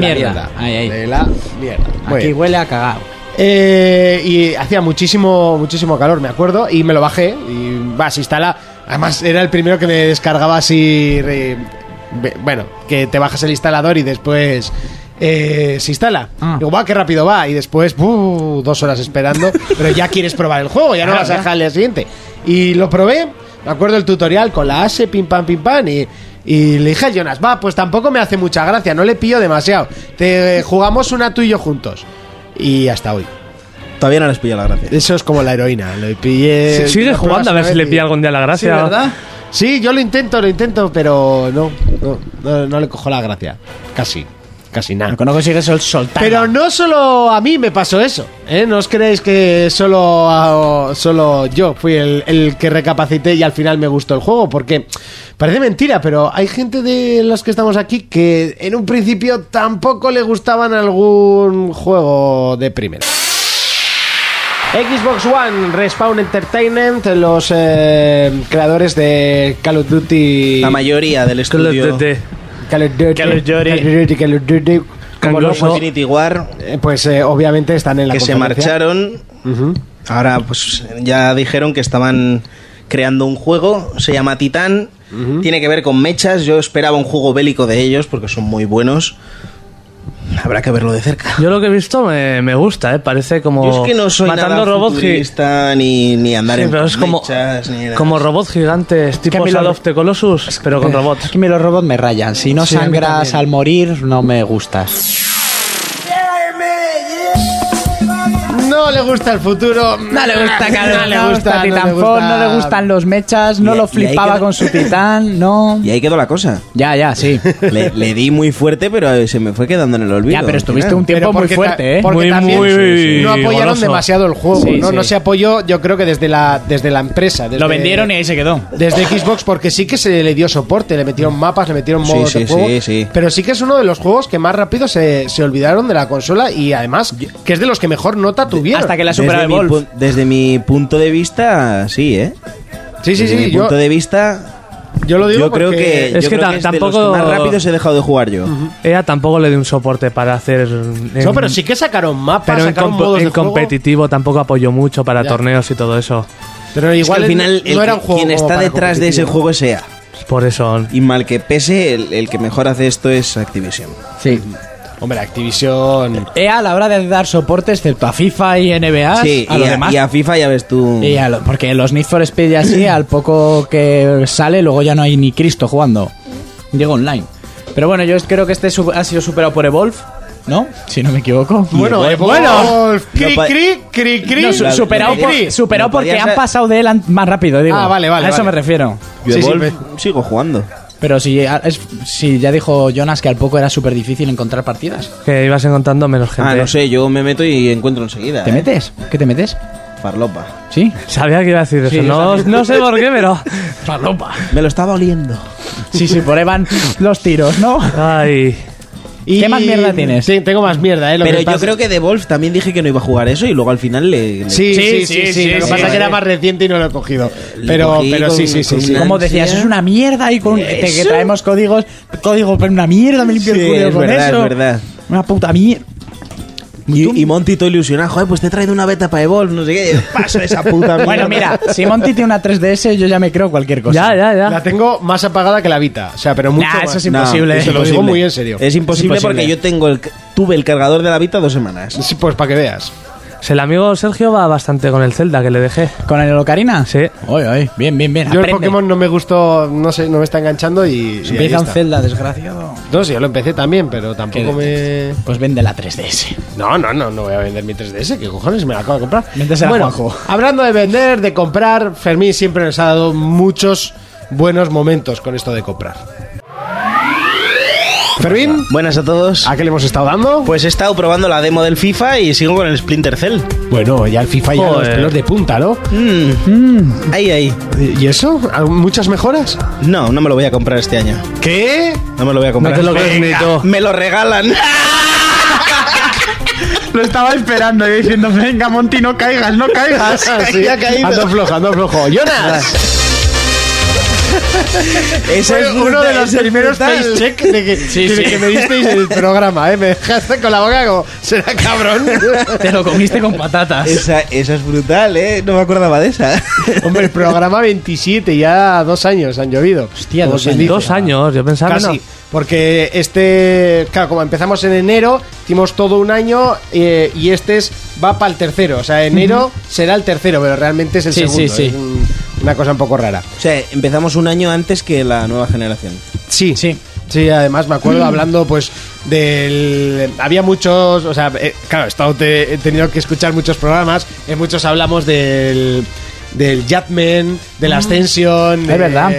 De la mierda. mierda. Ahí, ahí. De la mierda. Muy Aquí bien. huele a cagao. Eh, y hacía muchísimo, muchísimo calor, me acuerdo, y me lo bajé. Y vas, instala. Además, era el primero que me descargaba así. re- ve- bueno, que te bajas el instalador y después. eh, se instala. Ah. Digo, va, qué rápido va. Y después, buh, dos horas esperando. pero ya quieres probar el juego, ya no vas a dejar al día siguiente. Y lo probé. Me acuerdo el tutorial con la ASE, pim pam, pim pam. Y, y le dije a Jonas, va, pues tampoco me hace mucha gracia, no le pillo demasiado. Te jugamos una tú y yo juntos. Y hasta hoy. Todavía no les pillo la gracia. Eso es como la heroína. Lo pillé. Si- Sigue lo pruebas jugando a ver una si vez le y- pilla algún día la gracia. Eh, Sí, ¿verdad? Sí, yo lo intento, lo intento, pero no. No, no, no le cojo la gracia. Casi. Casi nada. Lo que no consigues es soltar. Pero no solo a mí me pasó eso. ¿eh? No os creéis que solo, a- solo yo fui el, el que recapacité y al final me gustó el juego. Porque parece mentira, pero hay gente de los que estamos aquí que en un principio tampoco le gustaban algún juego de primera. Xbox One, Respawn Entertainment, los eh, creadores de Call of Duty. La mayoría del Call of estudio. Duty. Call of Duty. Call of Duty. Call of Duty, Call of Duty, Los Cangloso. Infinity War, Eh, Pues eh, obviamente están en la que se conferencia. marcharon. Ahora, pues ya dijeron que estaban creando un juego, se llama Titán, tiene que ver con mechas. Yo esperaba un juego bélico de ellos porque son muy buenos. Habrá que verlo de cerca. Yo lo que he visto me, me gusta, ¿eh? Parece como. Yo es que no soy matando nada robots gi- futurista, ni, ni andar Sí, en pero es como, mechas, ni nada. como robots gigantes, tipo a mí lo- Shadow of the Colossus, pero con robots. Aquí me los robots me rayan. Si no Sí, a mí sangras también. al morir, no me gustas. No le gusta el futuro. No le gusta No le gusta, no le Titanfall, gusta. no le gustan los mechas, no Y- lo y ahí flipaba queda- con su titán, no. Y ahí quedó la cosa. Ya, ya, sí. Le, le di muy fuerte, pero eh, se me fue quedando en el olvido. Ya, pero estuviste Al un final. tiempo Pero muy porque ta- fuerte, ¿eh? porque Muy, también muy no apoyaron goloso. demasiado el juego, Sí, ¿no? sí. No se apoyó, yo creo que desde la, desde la empresa. desde- Lo vendieron y ahí se quedó. Desde Xbox, porque sí que se le dio soporte, le metieron mapas, le metieron Sí, modos sí, de juego. sí, sí. Pero sí que es uno de los juegos que más rápido se, se olvidaron de la consola y además que es de los que mejor nota tuvieron. Hasta que la supera desde, el mi Wolf. pu- desde mi punto de vista, sí, ¿eh? sí, sí, desde mi sí. Yo, punto de vista, yo lo digo yo creo que, porque Es yo que creo ta- es de los tampoco- que más rápido se he dejado de jugar yo. EA tampoco le dio un soporte para hacer. en- No, pero sí que sacaron mapas, pero en, sacaron comp- modos en de juego. competitivo tampoco apoyó mucho para Ya. torneos y todo eso. Pero Es que igual al final, no el era que- un juego quien como está para detrás de ese competitivo. juego sea. Por eso. Y mal que pese, el, el que mejor hace esto es Activision. Sí. Hombre, Activision. EA a la hora de dar soporte, excepto a FIFA y NBA, sí, Ah, a y, los a, demás. y a FIFA ya ves tú. Y a lo- porque los Need for Speed y así, al poco que sale, luego ya no hay ni Cristo jugando. Llega online. Pero bueno, yo creo que este su- ha sido superado por Evolve, ¿no? Si no me equivoco. Bueno, Evolve- bueno. Cri, No pa- cri, cri, cri. No, su- la- superado la- por- la- superado la- porque podías- han pasado de él an- más rápido, digo. Ah, vale, vale, A eso vale. me refiero. Yo Sí, sí, Evolve sigo jugando. Pero si, a- es- si ya dijo Jonas que al poco era súper difícil encontrar partidas. Que ibas encontrando menos gente. Ah, no sé, yo me meto y encuentro enseguida. ¿Te ¿eh? metes? ¿Qué te metes? Farlopa. ¿Sí? Sabía que iba a decir eso. yo no, no sé por qué, pero. Me lo estaba oliendo. Sí, sí, por ahí van los tiros, ¿no? Ay. Y- ¿Qué más mierda tienes? Sí, tengo más mierda, eh. lo Pero que yo pasa- creo que de Wolf también dije que no iba a jugar eso y luego al final le. le- Sí, Sí, sí, sí, sí, sí. sí, lo que sí, pasa es sí. que era más reciente y no lo he cogido. Lo Pero, cogí pero con- sí, sí, sí. con sí. una- Como decías, es una mierda y con, te- que traemos códigos, código pero una mierda, me limpio Sí, el culo es con verdad, eso. es verdad. Una puta mierda. Y, y Monty todo ilusionado, joder, pues te he traído una beta para Evolve, no sé qué. Paso de esa puta mierda. Bueno, mira, si Monty tiene una 3DS, yo ya me creo cualquier Pues cosa. Ya, ya, ya. La tengo más apagada que la Vita. O sea, pero mucho Nah, más. eso es No, imposible. eh. es Te lo digo imposible. muy en serio. Es imposible, Es imposible. porque yo tengo el, tuve el cargador de la Vita dos semanas. Sí, pues para que veas. Pues El amigo Sergio va bastante con el Zelda que le dejé. ¿Con el Ocarina? Sí. Oye, oye, bien, bien, bien. Yo el aprende. Pokémon no me gustó, no sé, no me está enganchando y. y ahí Empieza un está. Zelda, desgraciado. No, sí, yo lo empecé también, pero tampoco me. Pues vende la 3DS. No, no, no, no voy a vender mi 3DS, que cojones me la acabo de comprar. Véndesela a bueno, Juanjo. hablando de vender, de comprar, Fermín siempre nos ha dado muchos buenos momentos con esto de comprar. Fermín, Buenas a todos. ¿a qué le hemos estado dando? Pues he estado probando la demo del FIFA y sigo con el Splinter Cell. bueno, ya el FIFA ya los Joder. pelos de punta, ¿no? Ahí, ahí. ¿Y eso? ¿Al- ¿Muchas mejoras? No, no me lo voy a comprar este año. ¿Qué? No me lo voy a comprar. No te lo crees ni Venga, tú. Me lo regalan. Lo estaba esperando, yo diciendo, venga, Monty, no caigas, no caigas. Sí, ha caído. Ando flojo, ando flojo. ¡Jonas! Ese Fue es uno brutal, de los ese es primeros brutal. face check de que, de que me disteis en el programa, ¿eh? Me dejaste con la boca como, será cabrón. Te lo comiste con patatas. Esa, esa es brutal, ¿eh? No me acordaba de esa. Hombre, el programa 27, ya dos años han llovido. Hostia, Como dos quien años. dice. Dos años, yo pensaba que Casi. no. Porque este, claro, como empezamos en enero, hicimos todo un año eh, y este es, va para el tercero. O sea, enero será el tercero, pero realmente es el Sí, sí, segundo. sí. Es un- una cosa un poco rara. O sea, empezamos un año antes que la nueva generación. Sí. Sí. Sí, además me acuerdo hablando pues del... Había muchos, o sea, eh, claro, he, estado te- he tenido que escuchar muchos programas, en muchos hablamos del, del Jetman, del Ascension, de- verdad.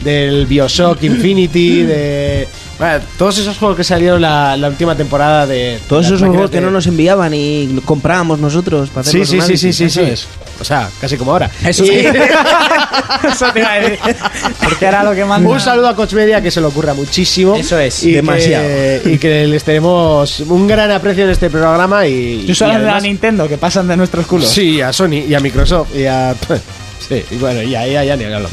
del Bioshock Infinity, de... bueno, todos esos juegos que salieron la, la última temporada de... Todos las esos máquinas juegos que de- no nos enviaban y comprábamos nosotros para hacer Sí, los sí, sí, sí, análisis. sí, sí. eso es. O sea, casi como ahora. Eso Y- sí. Eso te iba a decir. Porque ahora lo que manda. Un saludo a Coach Media que se le ocurra muchísimo. Eso es. Y Demasiado. Que, y que les tenemos un gran aprecio en este programa y. Tú y sabes de la además- Nintendo que pasan de nuestros culos. Sí, a Sony y a Microsoft y a. Sí, y bueno, ya, ya, ya ni hablamos.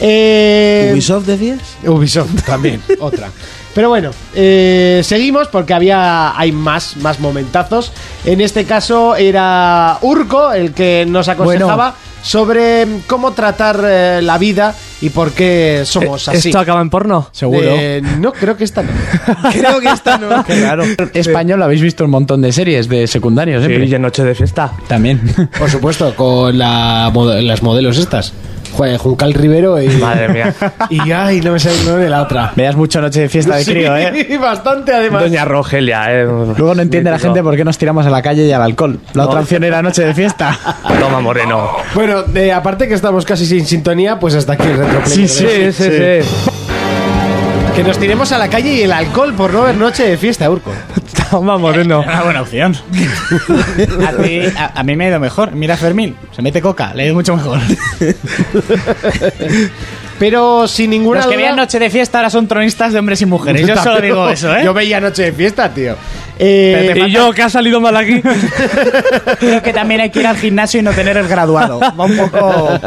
Eh, ¿Ubisoft decías? Ubisoft también, otra. Pero bueno, eh, seguimos porque había hay más, más momentazos. En este caso era Urco el que nos aconsejaba Bueno. sobre cómo tratar eh, la vida y por qué Eh, somos así. ¿Esto acaba en porno? Eh, no, creo que esta no. Creo que esta no. Claro. Español habéis visto un montón de series de secundarios, ¿eh? Sí, y en noche de fiesta. También. Por supuesto, con la, mod- las modelos estas. Jue- Juncal Rivero y... Madre mía. Y ay, no me sale el nombre de la otra. Veas mucho noche de fiesta de crío, ¿eh? Sí, bastante además. Doña Rogelia, eh. Luego no entiende la Mítico. gente por qué nos tiramos a la calle y al alcohol. La otra opción era noche de fiesta. Toma, Moreno. Bueno, eh, aparte que estamos casi sin sintonía, pues hasta aquí el sí, retroplay. sí, sí. Que nos tiremos a la calle y el alcohol por no ver noche de fiesta, Urco. Toma, Moreno. Una Ah, buena opción. A, ti- a- a mí me ha ido mejor. Mira Fermín, se mete coca, le ha ido mucho mejor. Pero sin ninguna Los que duda- vean noche de fiesta ahora son tronistas de hombres y mujeres. Yo solo digo eso, ¿eh? Yo veía noche de fiesta, tío. Eh, y yo, que ha salido mal aquí. creo que también hay que ir al gimnasio y no tener el graduado. Va un poco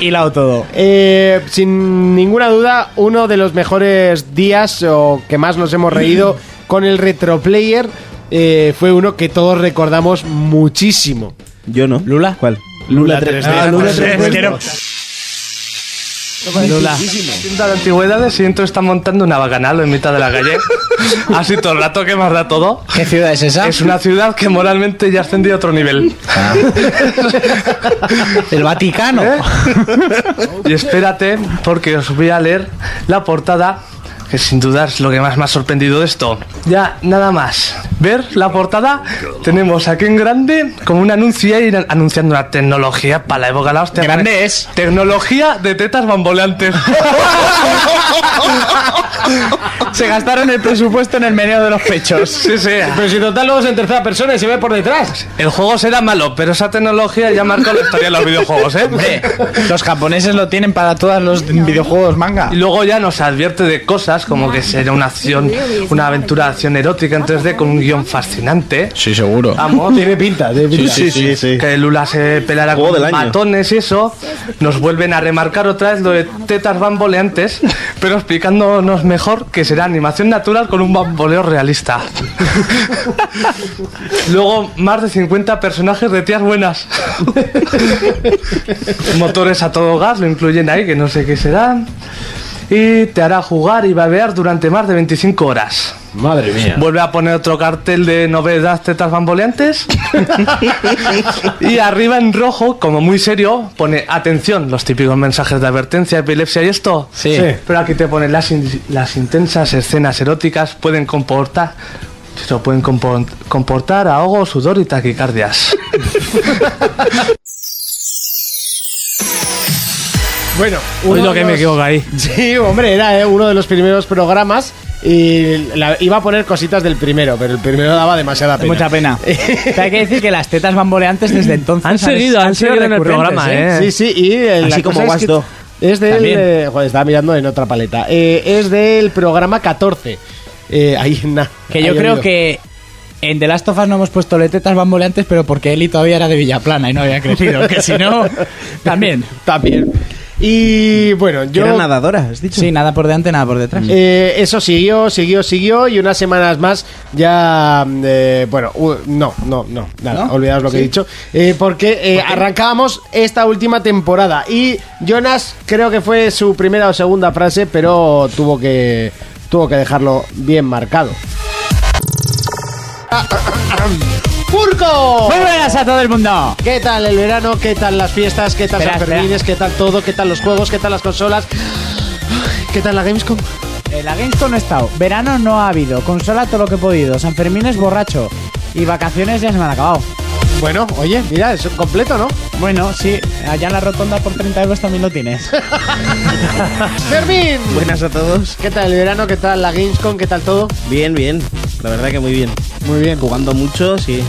hilado todo. Eh, sin ninguna duda, uno de los mejores días o que más nos hemos reído con el retroplayer eh, fue uno que todos recordamos muchísimo. Yo no. ¿Lula? ¿Cuál? Lula 3D. Ah, Lula Sí, 3D. quiero- Lula. Tienda de antigüedades y dentro está montando una bacanal en mitad de la calle. Así todo el rato que más da todo. ¿Qué ciudad es esa? Es una ciudad que moralmente ya ascendido a otro nivel. El Vaticano. Y espérate, porque os voy a leer la portada, que sin duda es lo que más me ha sorprendido de esto. Ya, nada más. Ver la portada, tenemos aquí en grande como un anuncio ahí anunciando una tecnología para la época de la hostia. Grande es. Tecnología de tetas bamboleantes. Se gastaron el presupuesto en el meneo de los pechos. Sí, sí. Pero si total luego es en tercera persona y se ve por detrás. El juego será malo, pero esa tecnología ya marcó la historia de los videojuegos, ¿eh? Los japoneses lo tienen para todos los videojuegos manga. Y luego ya nos advierte de cosas como que será una acción, una aventura de acción erótica en 3D con un guión fascinante. Sí, seguro. Vamos. Tiene pinta, tiene pinta. Sí, sí, sí. Que Lula se pelara Juego con del año. matones y eso. Nos vuelven a remarcar otra vez lo de tetas bamboleantes, pero explicándonos mejor que será animación natural con un bamboleo realista. Luego, más de 50 personajes de tías buenas. Motores a todo gas, lo incluyen ahí, que no sé qué será. Y te hará jugar y babear durante más de 25 horas. Madre mía. Vuelve a poner otro cartel de novedad tetas bamboleantes. y arriba en rojo, como muy serio, pone atención, los típicos mensajes de advertencia, epilepsia y esto. Sí. Pero aquí te pone las, in- las intensas escenas eróticas pueden comportar. Pero pueden compon- comportar ahogo, sudor y taquicardias. Bueno, Uy, uno lo de que me los- equivoco ahí. Sí, hombre, era eh, uno de los primeros programas y la- iba a poner cositas del primero, pero el primero daba demasiada pena. Mucha pena. Te hay que decir que las tetas bamboleantes desde entonces Han seguido, han sido seguido en el recurrentes, programa, ¿eh? Sí, sí, y eh, Así la como cosa es vas que tú. Es del. También. eh, joder, estaba mirando en otra paleta. Eh, es del programa 14. Eh, ahí na- Que yo ahí creo oído. que en The Last of Us no hemos puesto letetas bamboleantes, pero porque Eli todavía era de Villaplana y no había crecido. Que si no, también. También. Y bueno, yo. Era nadadora, has dicho. Sí, nada por delante, nada por detrás. Mm. Eh, eso siguió, siguió, siguió y unas semanas más ya... eh, bueno, u- no, no, no, nada, ¿No? olvidaos lo que he dicho. Eh, porque eh, arrancábamos esta última temporada y Jonas creo que fue su primera o segunda frase, pero tuvo que, tuvo que dejarlo bien marcado. ¡Furco! Muy buenas a todo el mundo. ¿Qué tal el verano? ¿Qué tal las fiestas? ¿Qué tal Espera, San Fermines? ¿Qué tal todo? ¿Qué tal los juegos? ¿Qué tal las consolas? ¿Qué tal la Gamescom? Eh, La Gamescom no ha estado. Verano no ha habido. Consola todo lo que he podido. San Fermín es borracho. Y vacaciones ya se me han acabado. Bueno, oye, mira, es un completo, ¿no? Bueno, sí, allá en la rotonda por 30 euros también lo tienes. Fermín. Buenas a todos. ¿Qué tal el verano? ¿Qué tal la Gamescom? ¿Qué tal todo? Bien, bien. La verdad que muy bien. Muy bien. Jugando mucho, sí.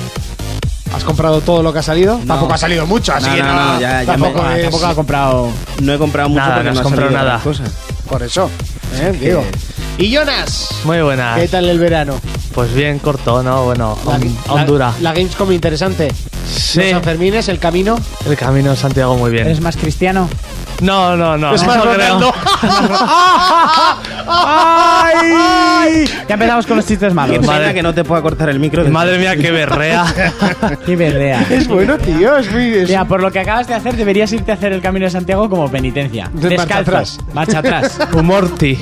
¿Has comprado todo lo que ha salido? Tampoco ha salido mucho, así No, que no, no. no, ya- ya tampoco me- es- Tampoco ha comprado. No he comprado mucho Nada, porque no has no ha comprado salido nada. gran cosa. Por eso. ¿eh? Digo. Y Jonas. Muy buena. ¿Qué tal el verano? Pues bien corto, ¿no? Bueno, La- a la- Honduras. La, Gamescom interesante. Sí, Los San Fermines, el camino. el camino de Santiago muy bien. ¿Eres más cristiano? No, no, no. Es más no Ronaldo. ¡Ay! Ya empezamos con los chistes malos. Qué pena Madre- que no te pueda cortar el micro. Madre mía, qué berrea. Qué berrea. Es bueno, tío, es muy... es- Mira, por lo que acabas de hacer, deberías irte a hacer el Camino de Santiago como penitencia. De marcha Descalzo. atrás. Marcha atrás. Humorti.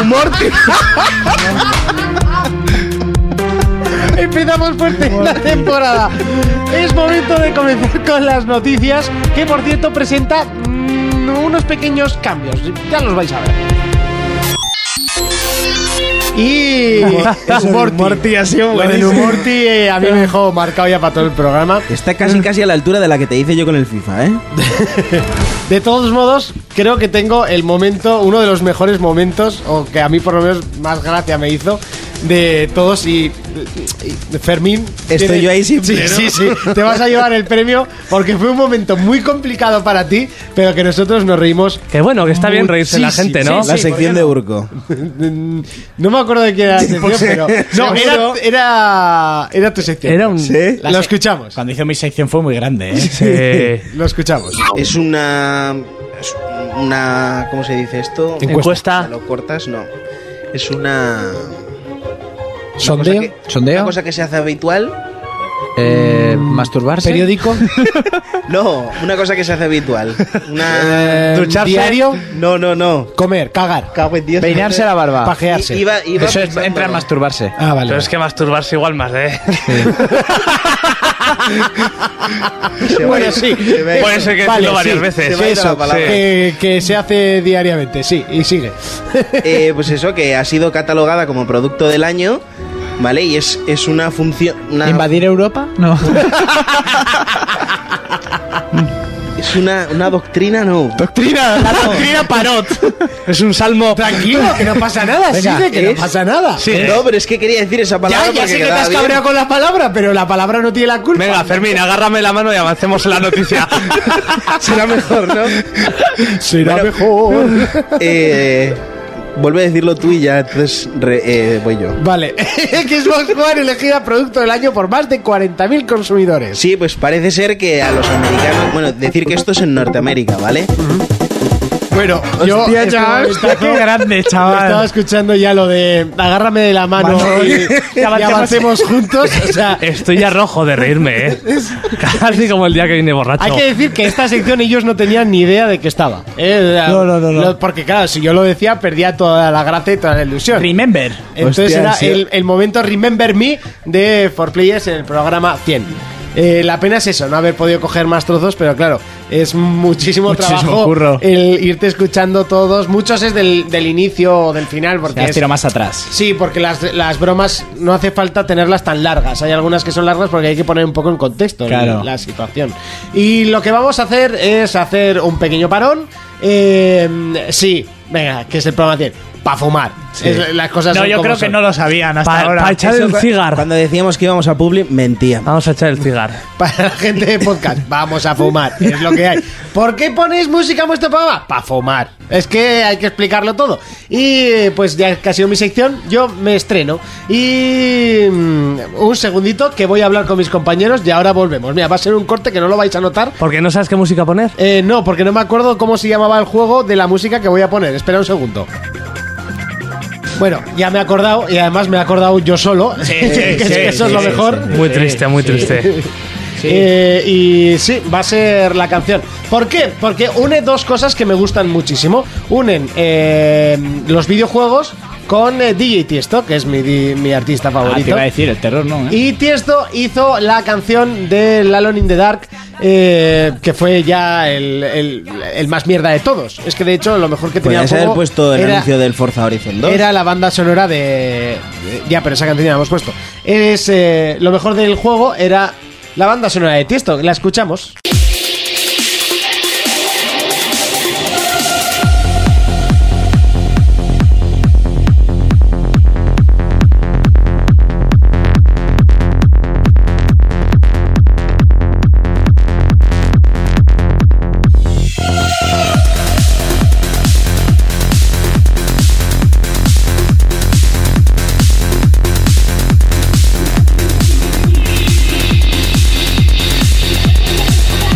¡Humor, tío! Empezamos fuerte la temporada. Es momento de comenzar con las noticias, que por cierto presenta mm, unos pequeños cambios. Ya los vais a ver. Y es humor, tío. Morty ha sido Lo del buenísimo. humor, tío, eh, a mí me dejó marcado ya para todo el programa. Está casi casi a la altura de la que te hice yo con el FIFA, ¿eh? De todos modos, creo que tengo el momento, uno de los mejores momentos, o que a mí por lo menos más gracia me hizo, de todos y, y Fermín. Estoy tiene- yo ahí siempre, Sí, ¿no? sí, sí. Te vas a llevar el premio porque fue un momento muy complicado para ti, pero que nosotros nos reímos. Que bueno, que está bien reírse la Muchísimo. gente, ¿no? Sí, la sí, sección de Urco. Mm, No me acuerdo de quién era la sección, pero. No, era, era, era tu sección. Era un- ¿Sí? Lo escuchamos. Cuando hizo mi sección fue muy grande, ¿eh? Sí. Lo escuchamos. Es una. Es una. ¿Cómo se dice esto? Encuesta. ¿Lo cortas? No. Es una. una Sondeo. cosa que- Sondeo. Una cosa que se hace habitual. Eh, masturbarse. Periódico. No, una cosa que se hace habitual. Una. eh, Ducharse. Diario. No, no, no. Comer, cagar. Cago en Dios. Peinarse la barba. Pajearse. I- iba- iba Eso es- pensando. entra en masturbarse. Ah, vale. Pero es que masturbarse igual más, ¿eh? Se va Bueno, a ir- sí. se va a ir- Puede ser que Vale, decirlo varias sí, veces. se va a ir a la Sí. palabra. que, que se hace diariamente, sí, y sigue. Eh, pues eso, que ha sido catalogada como producto del año, ¿vale? Y es, es una función. Una, ¿Invadir Europa? No. es una, una doctrina, no. Doctrina. La doctrina Parot. Es un salmo. Ah, Tranquilo, que no pasa nada, Venga, sigue, que no es- pasa nada. Sí, eh. No, pero es que quería decir esa palabra. ya, ya porque sé que te quedaba has bien. cabreado con la palabra, pero la palabra no tiene la culpa. Venga, Fermín, agárrame la mano y avancemos en la noticia. Será mejor, ¿no? será Bueno. mejor. Eh, vuelve a decirlo tú y ya, entonces re- eh, voy yo. Vale, Xbox One elegida producto del año por más de 40.000 consumidores. Sí, pues parece ser que a los americanos. Bueno, decir que esto es en Norteamérica, ¿vale? Bueno, yo Hostia, este chaval, momentazo qué grande, chaval. lo Estaba escuchando ya lo de agárrame de la mano Mano, y, y avancemos. avancemos juntos. O sea, Estoy ya rojo de reírme, ¿eh? Casi como el día que vine borracho. Hay que decir que esta sección ellos no tenían ni idea de que estaba. ¿eh? La- No, no, no, no. lo- porque claro, si yo lo decía, perdía toda la gracia y toda la ilusión. Remember. Entonces Hostia, era sí. el, el momento Remember Me de For Players en el programa 100. Eh, la pena es eso, no haber podido coger más trozos, pero claro, es muchísimo, Muchísimo trabajo curro. el irte escuchando todos. Muchos es del, del inicio o del final, porque Te has es- tirado más atrás. Sí, porque las, las bromas no hace falta tenerlas tan largas. Hay algunas que son largas porque hay que poner un poco en contexto Claro. la situación. Y lo que vamos a hacer es hacer un pequeño parón. Eh, sí, venga, que es el programa 100. Para fumar. Es- las cosas No, son yo como creo que son. no lo sabían hasta Pa- ahora. pa' echar el cigar. Cuando decíamos que íbamos a Publi, mentíamos. Vamos a echar el cigar. Para la gente de podcast, vamos a fumar. Es lo que hay. ¿Por qué ponéis música en vuestro programa? Para fumar. Es que hay que explicarlo todo. Y eh, pues ya que ha sido mi sección, yo me estreno. Y mm, un segundito que voy a hablar con mis compañeros y ahora volvemos. Mira, va a ser un corte que no lo vais a notar. Porque no sabes qué música poner. Eh, no, porque no me acuerdo cómo se llamaba el juego de la música que voy a poner. Espera un segundo. Bueno, ya me he acordado y además me he acordado yo solo. que es que eso es lo mejor. Muy triste, muy triste. Eh, y sí, va a ser la canción. ¿Por qué? Porque une dos cosas que me gustan muchísimo. Unen eh, los videojuegos con eh, DJ Tiesto, que es mi, di- mi artista Ah, te favorito. iba a decir, el terror no, ¿eh? y Tiesto hizo la canción de Lalon in the Dark, eh, que fue ya el, el- el más mierda de todos. Es que de hecho lo mejor que tenía el Podrías haber juego puesto pues, el era- anuncio del Forza Horizon 2. era la banda sonora de. de- Ya, pero esa canción ya la hemos puesto. Es, eh, lo mejor del juego era la banda sonora de Tiesto. La escuchamos. Thank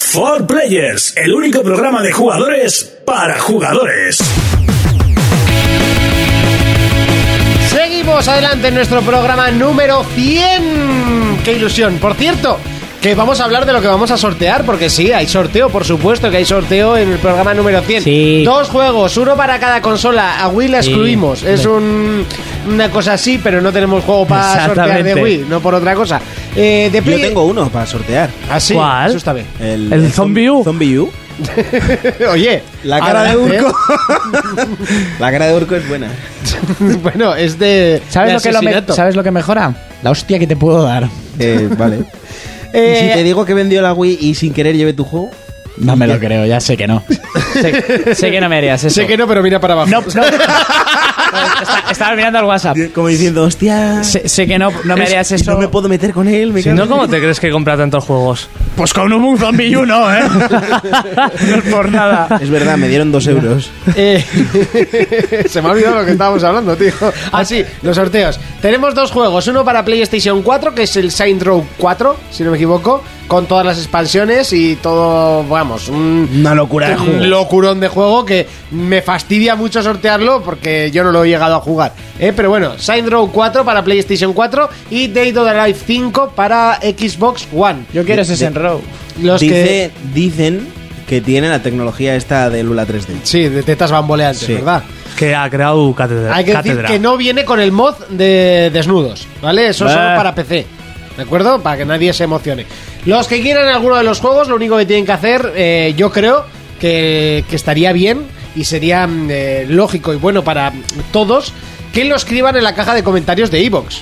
For Players, el único programa de jugadores para jugadores. Seguimos adelante en nuestro programa número 100. ¡Qué ilusión! Por cierto, que vamos a hablar de lo que vamos a sortear, porque sí, hay sorteo, por supuesto que hay sorteo en el programa número 100. Sí. Dos juegos, uno para cada consola. A Wii la Sí. excluimos. Es un- una cosa así, pero no tenemos juego para sortear de Exactamente. Wii, no por otra cosa. Eh, de Yo Play- tengo uno para sortear. Ah, sí, ¿Cuál? eso está bien. El, ¿El Zombie U? Zombie U. Oye, La cara de adelante, Urco. la cara de Urco es buena. ¿eh? bueno, es de. ¿Sabes de lo, que lo me- asesinato. ¿Sabes lo que mejora? La hostia que te puedo dar. Eh, vale. Eh, Y si te digo que vendió la Wii y sin querer llevé tu juego, No me lo creo, ya sé que no. sé, sé que no me harías eso. Sé que no, pero mira para abajo. No, no. Está- estaba mirando el WhatsApp. como diciendo, hostia, Sé, sé que no, no me harías eso. no me puedo meter con él. Me Si no, ¿cómo te crees que compra tantos juegos? Pues con un zombie y uno, ¿eh? no es por nada. Es verdad, me dieron dos euros. Eh, se me ha olvidado lo que estábamos hablando, tío. Ah, sí, los sorteos. Tenemos dos juegos. Uno para PlayStation 4, que es el Saint Row 4, si no me equivoco, con todas las expansiones y todo, vamos, un, Una locura de un juego. locurón de juego que me fastidia mucho sortearlo porque yo no lo he llegado a jugar. Eh, pero bueno, Saint Row 4 para PlayStation 4 y Day of the Life 5 para Xbox One. Yo quiero ese Senrow. Los que... Dice- Dicen que tiene la tecnología esta de Lula 3D. Sí, de tetas bamboleantes, Sí. ¿verdad? Que ha creado cátedra. Hay que decir cátedra. que no viene con el mod de desnudos, ¿vale? Eso Bah. solo para PC. ¿De acuerdo? Para que nadie se emocione. Los que quieran alguno de los juegos, lo único que tienen que hacer, eh, yo creo que, que estaría bien y sería mm, eh, lógico y bueno para todos que lo escriban en la caja de comentarios de Evox.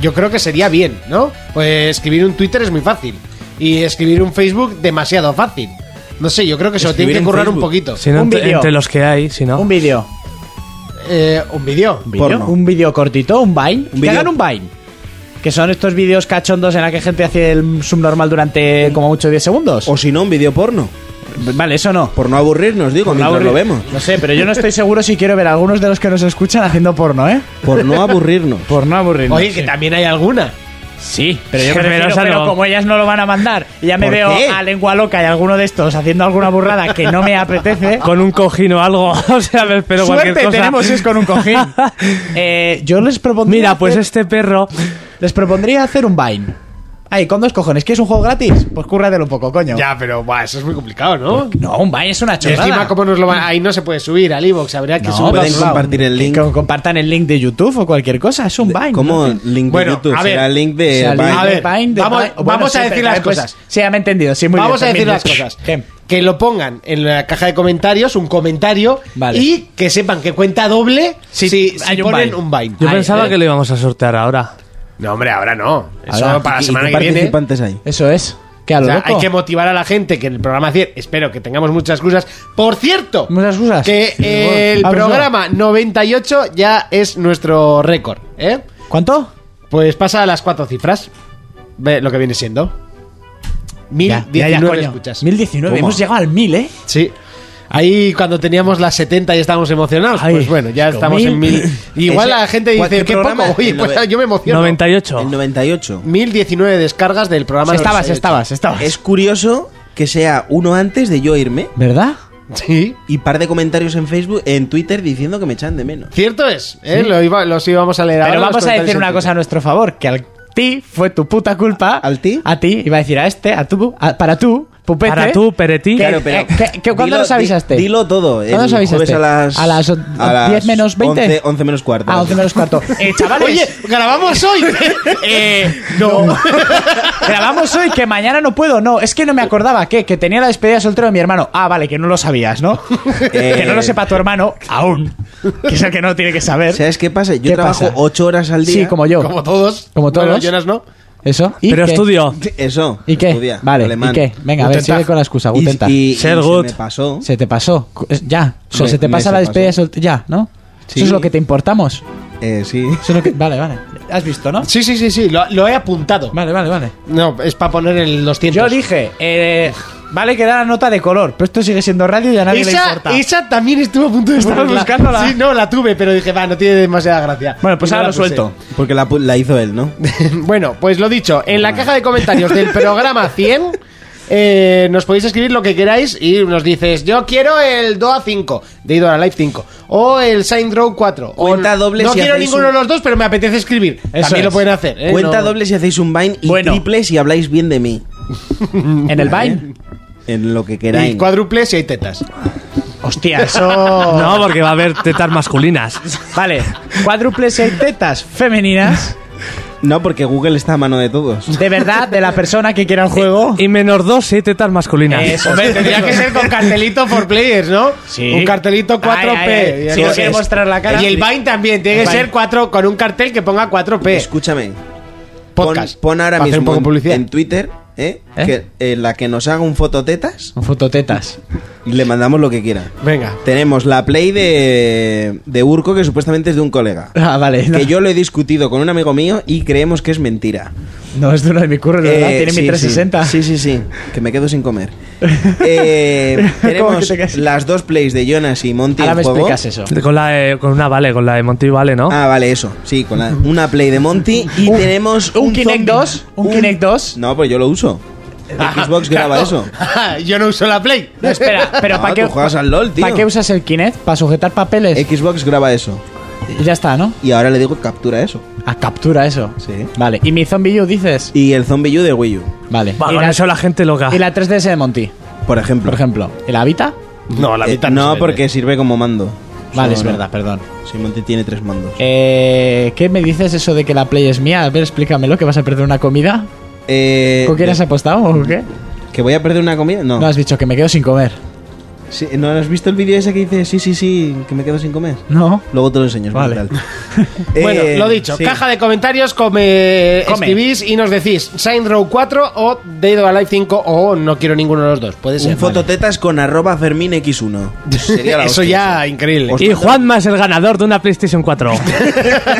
Yo creo que sería bien, ¿no? Pues escribir un Twitter es muy fácil y escribir un Facebook demasiado fácil. No sé, yo creo que se lo Escribir tienen que en currar un Facebook. poquito. Si no, Un entre, vídeo. entre los que hay, si no. Un vídeo. Eh, un vídeo. ¿Vídeo? Porno. Un vídeo cortito, un Vine. Un que vídeo. hagan un Vine. Que son estos vídeos cachondos en la que gente hace el subnormal durante como mucho 10 segundos. O si no, un video porno. Vale, eso no. Por no aburrirnos, digo, mientras Aburri- lo vemos. No sé, pero yo no estoy seguro si quiero ver a algunos de los que nos escuchan haciendo porno, ¿eh? Por no aburrirnos. Por no aburrirnos. Oye, que también hay alguna. Sí, pero yo Pero prefiero, esa pero no. como ellas no lo van a mandar, y ya me ¿Por veo qué? a lengua loca y alguno de estos haciendo alguna burrada que no me apetece. Con un cojín o algo. O sea, me espero cualquier Suerte cosa. tenemos si es con un cojín. Eh, yo les propondría Mira, pues hacer- este perro. les propondría hacer un Vine. Ahí, con dos cojones. ¿Quieres un juego gratis? Pues cúrratelo un poco, coño. Ya, pero buah, eso es muy complicado, ¿no? No, un Vine es una Y chorrada. encima, como nos lo va- ahí no se puede subir al iBox, habría que No, subirlo a pueden otro lado. compartir el link. Que compartan el link de YouTube o cualquier cosa. Es un Vine. ¿Cómo? ¿no? Link de Bueno, YouTube. a ver. Será el link O de. sea, el Vine. link a de ver, Vine, de vamos- Vine- vamos sí, a decir pero- las pues, cosas. Sí, ya me he entendido. Sí, muy Vamos bien, a decir permíteme. las cosas. ¿Qué? Que lo pongan en la caja de comentarios, un comentario, Vale. y que sepan que cuenta doble si, Si si hay un ponen Vine. un Vine. Yo Ay, pensaba eh. que lo íbamos a sortear ahora. No, hombre, ahora no. Eso Ahora, para la ¿Y- y semana qué que viene. participantes hay? Eso es. Que a O lo sea, loco. hay que motivar a la gente que en el programa 100, espero que tengamos muchas excusas. Por cierto, ¿Muchas excusas? que eh, el Vamos, no. programa 98 ya es nuestro récord, ¿eh? ¿Cuánto? Pues pasa a las cuatro cifras. Ve lo que viene siendo. Mil escuchas. 1019. Toma. Hemos llegado al 1000, ¿eh? Sí. Ahí cuando teníamos las 70 y estábamos emocionados, Ay, pues bueno, ya con estamos en mil. mil. Igual Ese- la gente ¿cuál- dice, qué qué programa? poco, oye, El pues nove- yo me emociono. 98. El 98. 1019 descargas del programa. estabas, 98. estabas, estabas. Es curioso que sea uno antes de yo irme ¿Verdad? Sí. y par de comentarios en Facebook, en Twitter diciendo que me echan de menos. Cierto es, ¿eh? Lo iba- los íbamos a leer ahora Pero los vamos a comentarios decir una en cosa a nuestro favor, que al ti fue tu puta culpa. ¿Al ti? A ti, iba a decir a este, a tu, a- para tú, pupete. Para tú, Peretí. ¿Qué? eh, qué- qué- cuándo nos avisaste? di- Dilo todo. el ¿Cuándo nos avisaste? jueves A las, A las o- a las 10 menos 20. 11, 11 menos cuarto. Ah, 11 menos cuarto. Eh, Twitter. chavales, Oye, grabamos hoy. eh, no. Grabamos hoy que mañana no puedo, no. Es que no me acordaba que, que tenía la despedida de soltero de mi hermano. Ah, vale, que no lo sabías, ¿no? Eh. Que no lo sepa tu hermano, aún. Que es el que no tiene que saber. ¿Sabes qué pasa? Yo ¿Qué trabajo pasa? 8 horas al día. Sí, como yo. Como todos. Como Bueno, todos. Jonas no. Eso. ¿Y Pero qué? estudio. Eso. ¿Y qué? estudia vale, alemán. ¿y qué? Venga, a ver, Guten Tag. sigue con la excusa. Y- Guten Tag. y- y Ser se good. me pasó. Se te pasó. Cu- es- Ya. O sea, Me- se te me pasa la se despedida pasó. sol- Ya, ¿no? Sí. Eso es lo que te importamos. Eh, sí. Eso es lo que... Vale, vale. ¿Has visto, no? Sí, sí, sí, sí, lo, lo he apuntado. Vale, vale, vale. No, es para poner el 200. Yo dije, eh, vale que da la nota de color, pero esto sigue siendo radio y a nadie le Esa, importa. esa también estuvo a punto de estar Estabas buscándola. Sí, no, la tuve, pero dije, va, no tiene demasiada gracia. Bueno, pues Y no ahora la lo puse. suelto. Porque la, pu- la hizo él, ¿no? bueno, pues lo dicho, en la caja de comentarios del programa 100 eh, nos podéis escribir lo que queráis y nos dices, yo quiero el Doa 5, de Idora Live 5, o el Saint Row 4. o Cuenta el- doble No si quiero hacéis ninguno un- de los dos, pero me apetece escribir. También es. lo pueden hacer. ¿eh? Cuenta No- doble si hacéis un Vine y Bueno. triple si habláis bien de mí. En el Vine. En lo que Y queráis. cuádruple si hay tetas. Hostia, eso. No, porque va a haber tetas masculinas. Vale. Cuádruples en tetas femeninas. No, porque Google está a mano de todos. De verdad, de la persona que quiera el juego. Y menos dos si hay tetas masculinas. Eso. Hombre, tendría que ser con cartelito for players, ¿no? Sí. Un cartelito 4P. Ay, ay, ay. Y Si el- no quiere mostrar la cara. Y el Vine también, tiene El que Vine. ser 4 con un cartel que ponga 4P. Escúchame. Pon, Podcast. pon ahora Para mismo hacer un poco en- publicidad. en Twitter ¿eh? ¿Eh? Que, eh, la que nos haga un fototetas Fototetas. y le mandamos lo que quiera. Venga. Tenemos la play de, de Urco, que supuestamente es de un colega. Ah, vale. Que yo lo he discutido con un amigo mío y creemos que es mentira. No, es de uno de mi curro, la verdad. Eh, Tiene mi sí, 360. Sí, sí, sí, sí, que me quedo sin comer. Eh, ¿Cómo que tenemos te quedas sin- las dos plays de Jonas y Monty Ahora en me juego. explicas eso. Con, la de- con una vale, con la de Monty vale, ¿no? Ah, vale, eso. Sí, con la- una play de Monty y tenemos un un Kinect zombi- 2, un Kinect Ah, 2, No, pues yo lo uso. El Xbox graba eso. Yo no uso la Play. No, espera, pero No, ¿para qué, Ah, tú juegas al LOL, tío. ¿pa' qué usas el Kinect? ¿Para sujetar papeles? Xbox graba eso. Y ya está, ¿no? Y ahora le digo captura eso. A captura eso. Sí. Vale, ¿y mi Zombie U dices? Y el Zombie U de Wii U, Vale. Va, ¿Y, con la, eso la gente loca. y la 3DS de Monty, por ejemplo. por ejemplo? ¿Y la Vita? No, Eh, no, porque sirve como mando. Vale, Solo es no. verdad, perdón. Sí, Monty tiene tres mandos. Eh, ¿Qué me dices eso de que la Play es mía? A ver, explícamelo, que vas a perder una comida. Eh, ¿Con quién has eh, apostado o qué? ¿Que voy a perder una comida? No. No has dicho que me quedo sin comer. Sí, ¿No has visto el vídeo ese que dice sí, sí, sí, que me quedo sin comer? No. Luego te lo enseño. es Vale. brutal. Bueno, Eh, lo dicho, sí. caja de comentarios, come, Come. escribís y nos decís Saint Row 4 o Dead or Alive 5 o no quiero ninguno de los dos. Puede ser. Un fototetas con arroba ferminx1. Pues Sería la Eso hostia, ya, increíble. Os Y mando- Juanma es el ganador de una PlayStation 4.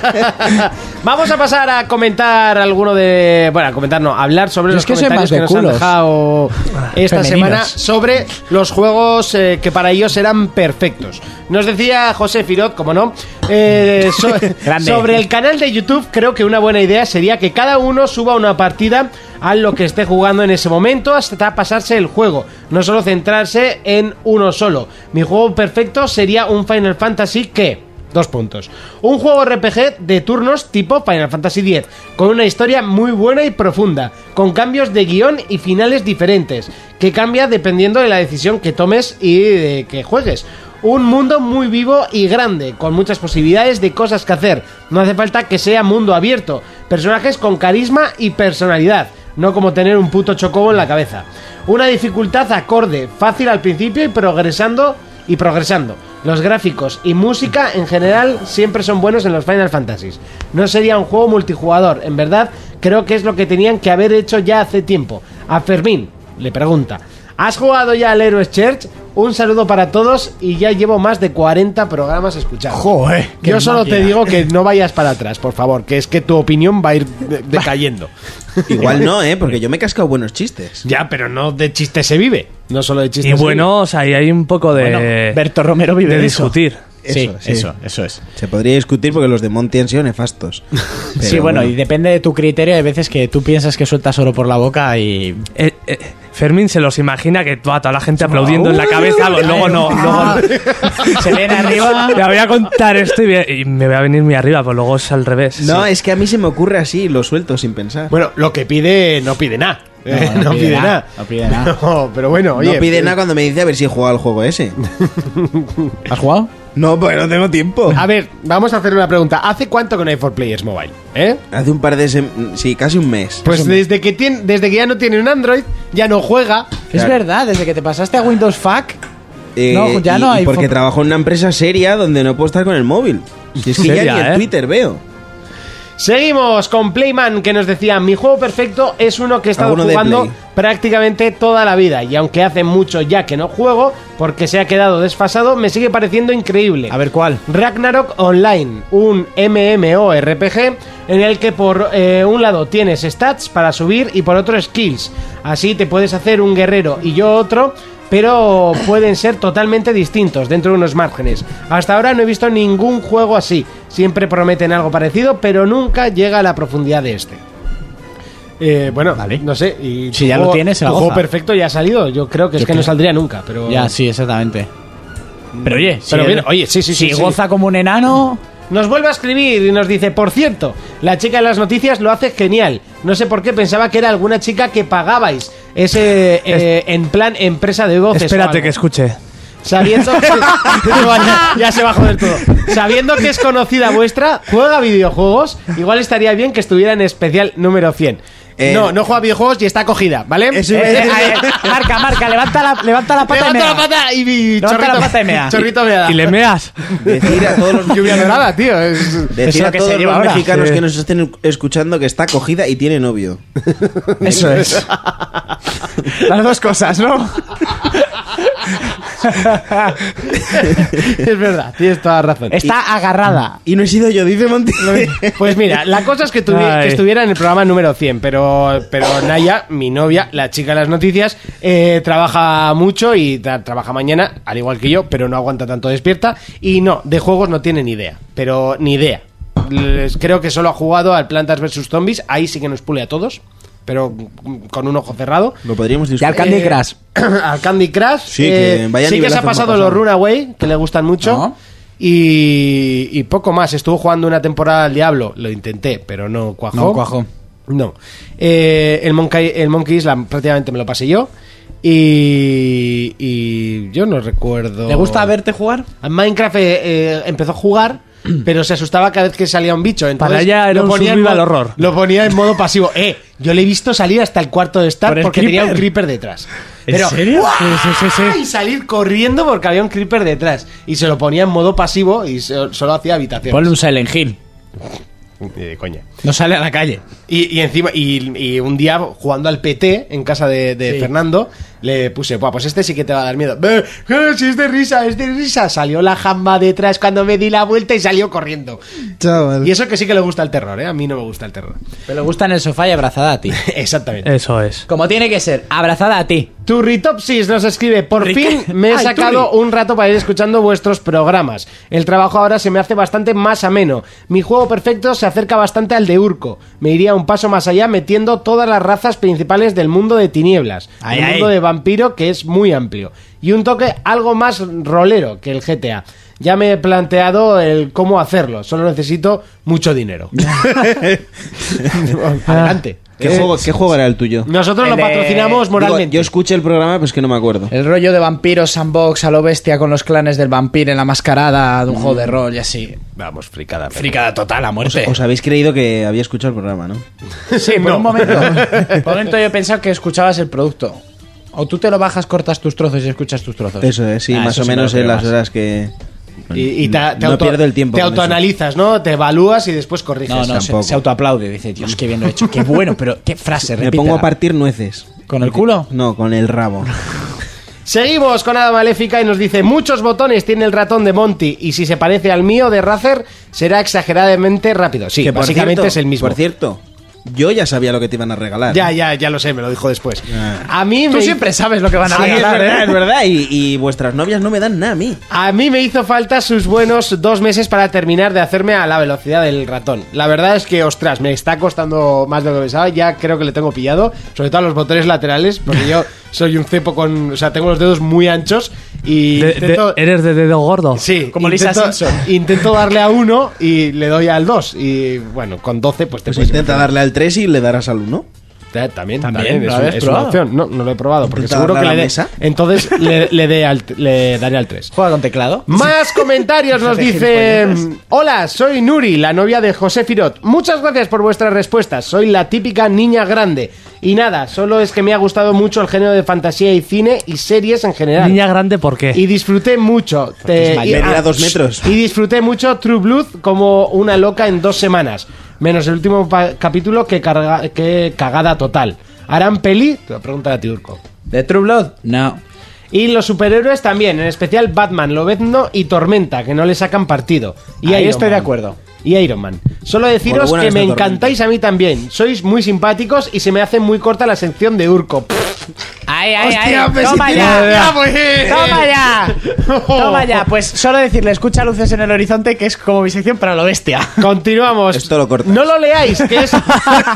Vamos a pasar a comentar alguno de. Bueno, a comentar, no, a hablar sobre Yo los es que soy comentarios más de que culos. nos han Ah, dejado esta Femeninos. semana sobre los juegos eh, que para ellos eran perfectos. Nos decía José Firot, como no, eh, so- Grande. sobre el canal de YouTube, creo que una buena idea sería que cada uno suba una partida a lo que esté jugando en ese momento hasta pasarse el juego, no solo centrarse en uno solo. Mi juego perfecto sería un Final Fantasy que... Dos puntos. Un juego RPG de turnos tipo Final Fantasy X, con una historia muy buena y profunda, con cambios de guión y finales diferentes, que cambia dependiendo de la decisión que tomes y de que juegues. Un mundo muy vivo y grande, con muchas posibilidades de cosas que hacer. No hace falta que sea mundo abierto. Personajes con carisma y personalidad, no como tener un puto chocobo en la cabeza. Una dificultad acorde, fácil al principio y progresando y progresando. Los gráficos y música en general siempre son buenos en los Final Fantasies. No sería un juego multijugador, en verdad creo que es lo que tenían que haber hecho ya hace tiempo. A Fermín le pregunta, ¿has jugado ya al Heroes Church? Un saludo para todos y ya llevo más de 40 programas escuchados. Joder, qué Yo solo te máquina. digo que no vayas para atrás, por favor, que es que tu opinión va a ir de- decayendo. Igual no, ¿eh? Porque yo me he cascado buenos chistes. ya, pero no de chiste se vive, no solo de chiste y se bueno, o sea, ahí hay un poco de, Bueno, Berto Romero vive Eh, de de eso. discutir. Sí, Eso, sí. eso, eso es. Se podría discutir porque los de Monty han sido nefastos. Pero sí, bueno, y depende de tu criterio. Hay veces que tú piensas que sueltas oro por la boca y. Eh, eh, Fermín se los imagina que toda, toda la gente aplaudiendo en la cabeza, luego no, luego no. Se ven arriba. Te voy a contar esto y, voy a- y me voy a venir mi arriba, pues luego es al revés. No, es que a mí se me ocurre así, lo suelto sin pensar. Bueno, lo que pide no pide nada. Eh, No, pide, nada. No pide nada. No, pero bueno, oye. eh. no pide nada cuando me dice a ver si he jugado al juego ese. ¿Has jugado? no, pues no tengo tiempo. A ver, vamos a hacer una pregunta. ¿Hace cuánto que no hay 4Players Mobile? ¿Eh? Hace un par de... sem- Sí, casi un mes. Pues desde que, tiene, desde que ya no tiene un Android, ya no juega. Es Claro. verdad, desde que te pasaste a Windows Fuck. Eh, No, ya y- no y hay porque fo- trabajo en una empresa seria donde no puedo estar con el móvil. Si es que ya Seria, ni en ¿eh? Twitter veo. Seguimos con Playman que nos decía, mi juego perfecto es uno que he estado Alguno de jugando Play. prácticamente toda la vida y aunque hace mucho ya que no juego, porque se ha quedado desfasado, me sigue pareciendo increíble. A ver cuál. Ragnarok Online, un MMORPG en el que por eh, un lado tienes stats para subir y por otro skills. Así te puedes hacer un guerrero y yo otro, pero pueden ser totalmente distintos dentro de unos márgenes. Hasta ahora no he visto ningún juego así. Siempre prometen algo parecido, pero nunca llega a la profundidad de este. Eh, bueno, Vale. no sé. Y Si tu ya lo juego- tienes, se la tu juego goza. perfecto ya ha salido. Yo creo que Yo es que creo- no saldría nunca, pero. Ya, sí, exactamente. Pero oye, si Pero el- bien, oye, sí, sí, sí, si sí. goza como un enano, Nos vuelve a escribir y nos dice, por cierto, la chica de las noticias lo hace genial. No sé por qué pensaba que era alguna chica que pagabais. Ese eh, en plan empresa de voces. o Espérate algo. que escuche. Sabiendo que... ya, ya se va a joder todo. Sabiendo que es conocida vuestra, juega videojuegos, igual estaría bien que estuviera en especial número 100. Eh, no, no juega videojuegos y está cogida, ¿vale? Eso Eh, iba a decir. eh, eh, marca, marca, levanta la, levanta la pata y Levanta la mea. pata y, y Levanta la chorrito, pata y mea. chorrito meada. ¿Y le meas? Decir a todos los Lluvia dorada, tío. es- Decir lo a que se todos lleva los ahora. mexicanos Sí. que nos estén escuchando que está cogida y tiene novio. Eso es. Las dos cosas, ¿no? es verdad, tienes toda la razón. Está agarrada. Y no he sido yo, dice Monti. Pues mira, la cosa es que, tuvi- Ay. que estuviera en el programa número 100, pero, pero Naya, mi novia, la chica de las noticias, eh, trabaja mucho y tra- trabaja mañana, al igual que yo, pero no aguanta tanto despierta. Y no, de juegos no tiene ni idea, pero ni idea. Les- creo que solo ha jugado al Plantas vs. Zombies, ahí sí que nos pule a todos, pero mm, con un ojo cerrado. Lo podríamos Y al discutir. Candy Crush. Eh, al Candy Crush. Sí, eh, que vaya sí que se nivelazo ha pasado hemos los pasado. Runaway, que le gustan mucho. No. Y, y poco más. Estuvo jugando una temporada al Diablo. Lo intenté, pero no cuajó. No cuajó. No. Eh, el, Monkey, el Monkey Island prácticamente me lo pasé yo. Y, y yo no recuerdo. ¿Le gusta verte jugar? A Minecraft eh, eh, empezó a jugar, pero se asustaba cada vez que salía un bicho. Entonces, Para ella era lo un ponía en survival modo- horror. Lo ponía en modo pasivo. Eh, yo le he visto salir hasta el cuarto de ¿Por estar el porque tenía un creeper? creeper detrás. ¿En Pero, serio? ¡guau! Sí, sí, sí, sí. Y salir corriendo porque había un creeper detrás. Y se lo ponía en modo pasivo y se- solo Ponle hacía habitaciones. un Silent Hill. Eh, coña. No sale a la calle. Y, y encima, y, y un día jugando al PT en casa de, de Fernando, le puse, Buah, pues este sí que te va a dar miedo. "Beh, eh, Si es de risa, es de risa. Salió la jamba detrás cuando me di la vuelta y salió corriendo. Y eso que sí que le gusta el terror, ¿eh? A mí no me gusta el terror. Pero le gusta en el sofá y abrazada a ti. Exactamente. Eso es. Como tiene que ser, abrazada a ti. Turritopsis nos escribe, por Rick- fin me he Ay, sacado Turri. un rato para ir escuchando vuestros programas. El trabajo ahora se me hace bastante más ameno. Mi juego perfecto se acerca bastante al de Urco. Me iría un paso más allá metiendo todas las razas principales del mundo de tinieblas. Ay, el ay. mundo de vampiro que es muy amplio. Y un toque algo más rolero que el GTA. Ya me he planteado el cómo hacerlo. Solo necesito mucho dinero. Adelante. Eh, ¿Qué, juego, ¿Qué juego era el tuyo? Nosotros lo El de- patrocinamos Digo, moralmente. yo escuché el programa, pero es que no me acuerdo. El rollo de vampiros, sandbox, a lo bestia con los clanes del vampiro en la mascarada de un juego de rol y así. Vamos, fricada. Mm. Fricada Pues, total a muerte. Os habéis creído que había escuchado el programa, ¿no? sí, por un momento. Por un momento yo he pensado que escuchabas el producto. O tú te lo bajas, cortas tus trozos y escuchas tus trozos. Eso es, sí, Ah, más eso o sí me menos lo en creo las más. horas que. Y, y te, te no auto- pierdo el tiempo. Te con eso. autoanalizas, ¿no? Te evalúas y después corriges. No, no, se, Tampoco. se autoaplaude. Dice, Dios, qué bien lo he hecho. Qué bueno, pero qué frase, Me repítela. pongo a partir nueces. ¿Con el culo? No, con el rabo. Seguimos con Ada Maléfica y nos dice: Muchos botones tiene el ratón de Monty y si se parece al mío de Razer, será exageradamente rápido. Sí, por básicamente cierto- es el mismo. Por cierto, yo ya sabía lo que te iban a regalar. ya, ya, ya lo sé, me lo dijo después. Ah. A mí Tú me. siempre sabes lo que van a Sí, es regalar, verdad, ¿eh? es verdad. Y, y vuestras novias no me dan nada a mí. A mí me hizo falta sus buenos dos meses para terminar de hacerme a la velocidad del ratón. La verdad es que, ostras, me está costando más de lo que pensaba. Ya creo que le tengo pillado, sobre todo a los botones laterales, porque yo soy un cepo con. O sea, tengo los dedos muy anchos y. De- de- intento- ¿Eres de dedo gordo? Sí, Como Lisa intento, Simpson. Intento darle a uno y le doy al dos. Y bueno, con 12, pues te Pues puedes intenta imaginar. darle al 3 y le darás al 1. Ta- También, también, ¿lo es, habías un- es una probado? opción. No, no lo he probado porque Intenta seguro que darle a le la dé. mesa. Entonces le, le dé al, le daré al 3. ¿Juega con teclado? Más comentarios nos dicen. Hola, soy Nuri, la novia de José Firot. Muchas gracias por vuestras respuestas. Soy la típica niña grande. Y nada, solo es que me ha gustado mucho el género de fantasía y cine y series en general. Niña grande, ¿por qué? Y disfruté mucho. Te, es mayor. y- ah, Medía dos metros. Y disfruté mucho True Blood como una loca en dos semanas. Menos el último pa- capítulo que, carga- que cagada total. ¿Harán peli? Te lo pregunta a Turco. ¿De True Blood? No. Y los superhéroes también, en especial Batman, Lobezno y Tormenta, que no le sacan partido. Y Ahí Iron estoy Man. de acuerdo. Y Iron Man. Solo deciros Bueno, buena que esta me tormenta. encantáis a mí también. Sois muy simpáticos y se me hace muy corta la sección de Urco. ¡Ay, ay, Hostia, ay! pues ¡Toma si ya! tiene- ¡Toma pues, eh, ya! ¡Toma ya! Pues solo decirle, escucha luces en el horizonte, que es como mi sección para lo bestia. Continuamos. Esto lo cortas. No lo leáis, que es.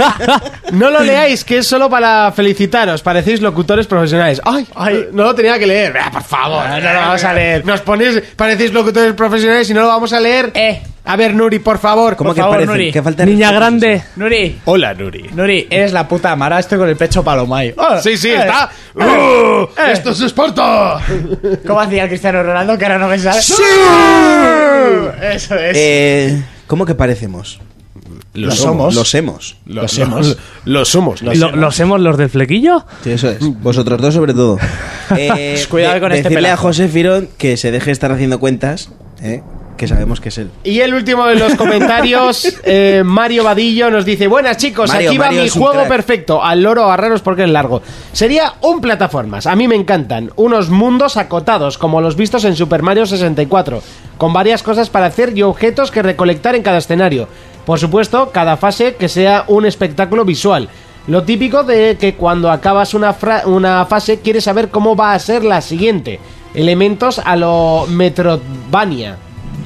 no lo leáis, que es solo para felicitaros. Parecéis locutores profesionales. ¡Ay! ay no lo tenía que leer. Ah, por favor. No, lo vamos a leer. Nos ponéis. Parecéis locutores profesionales y no lo vamos a leer. Eh. A ver, Nuri, por favor. ¿Cómo Por que favor, parece? Nuri. ¿Qué falta de Niña respeto es grande. esa? Nuri, Hola, Nuri. Nuri, eres la puta Mara. Estoy con el pecho palomay. Sí, sí, Eh, está. ¡Uh! ¡Esto es Esparta! ¿Cómo hacía el Cristiano Ronaldo? Que ahora no me sale. ¡Sí! Eso es. Eh, ¿Cómo que parecemos? Lo somos. Los hemos. Lo somos. Lo somos. Lo- ¿Los hemos los del flequillo? Sí, eso es. Vosotros dos sobre todo. Eh, Mm. Cuidado con este Decirle a pelazo. José Firón que se deje estar haciendo cuentas, eh, que sabemos que es él. Y el último de los comentarios, eh, Mario Vadillo nos dice: Buenas chicos, Mario, aquí va Mario mi es un juego crack. perfecto. Al loro agarraros porque es largo. Sería un plataformas. A mí me encantan. Unos mundos acotados, como los vistos en Super Mario 64, con varias cosas para hacer y objetos que recolectar en cada escenario. Por supuesto, cada fase que sea un espectáculo visual. Lo típico de que cuando acabas una, fra- una fase quieres saber cómo va a ser la siguiente. Elementos a lo Metroidvania.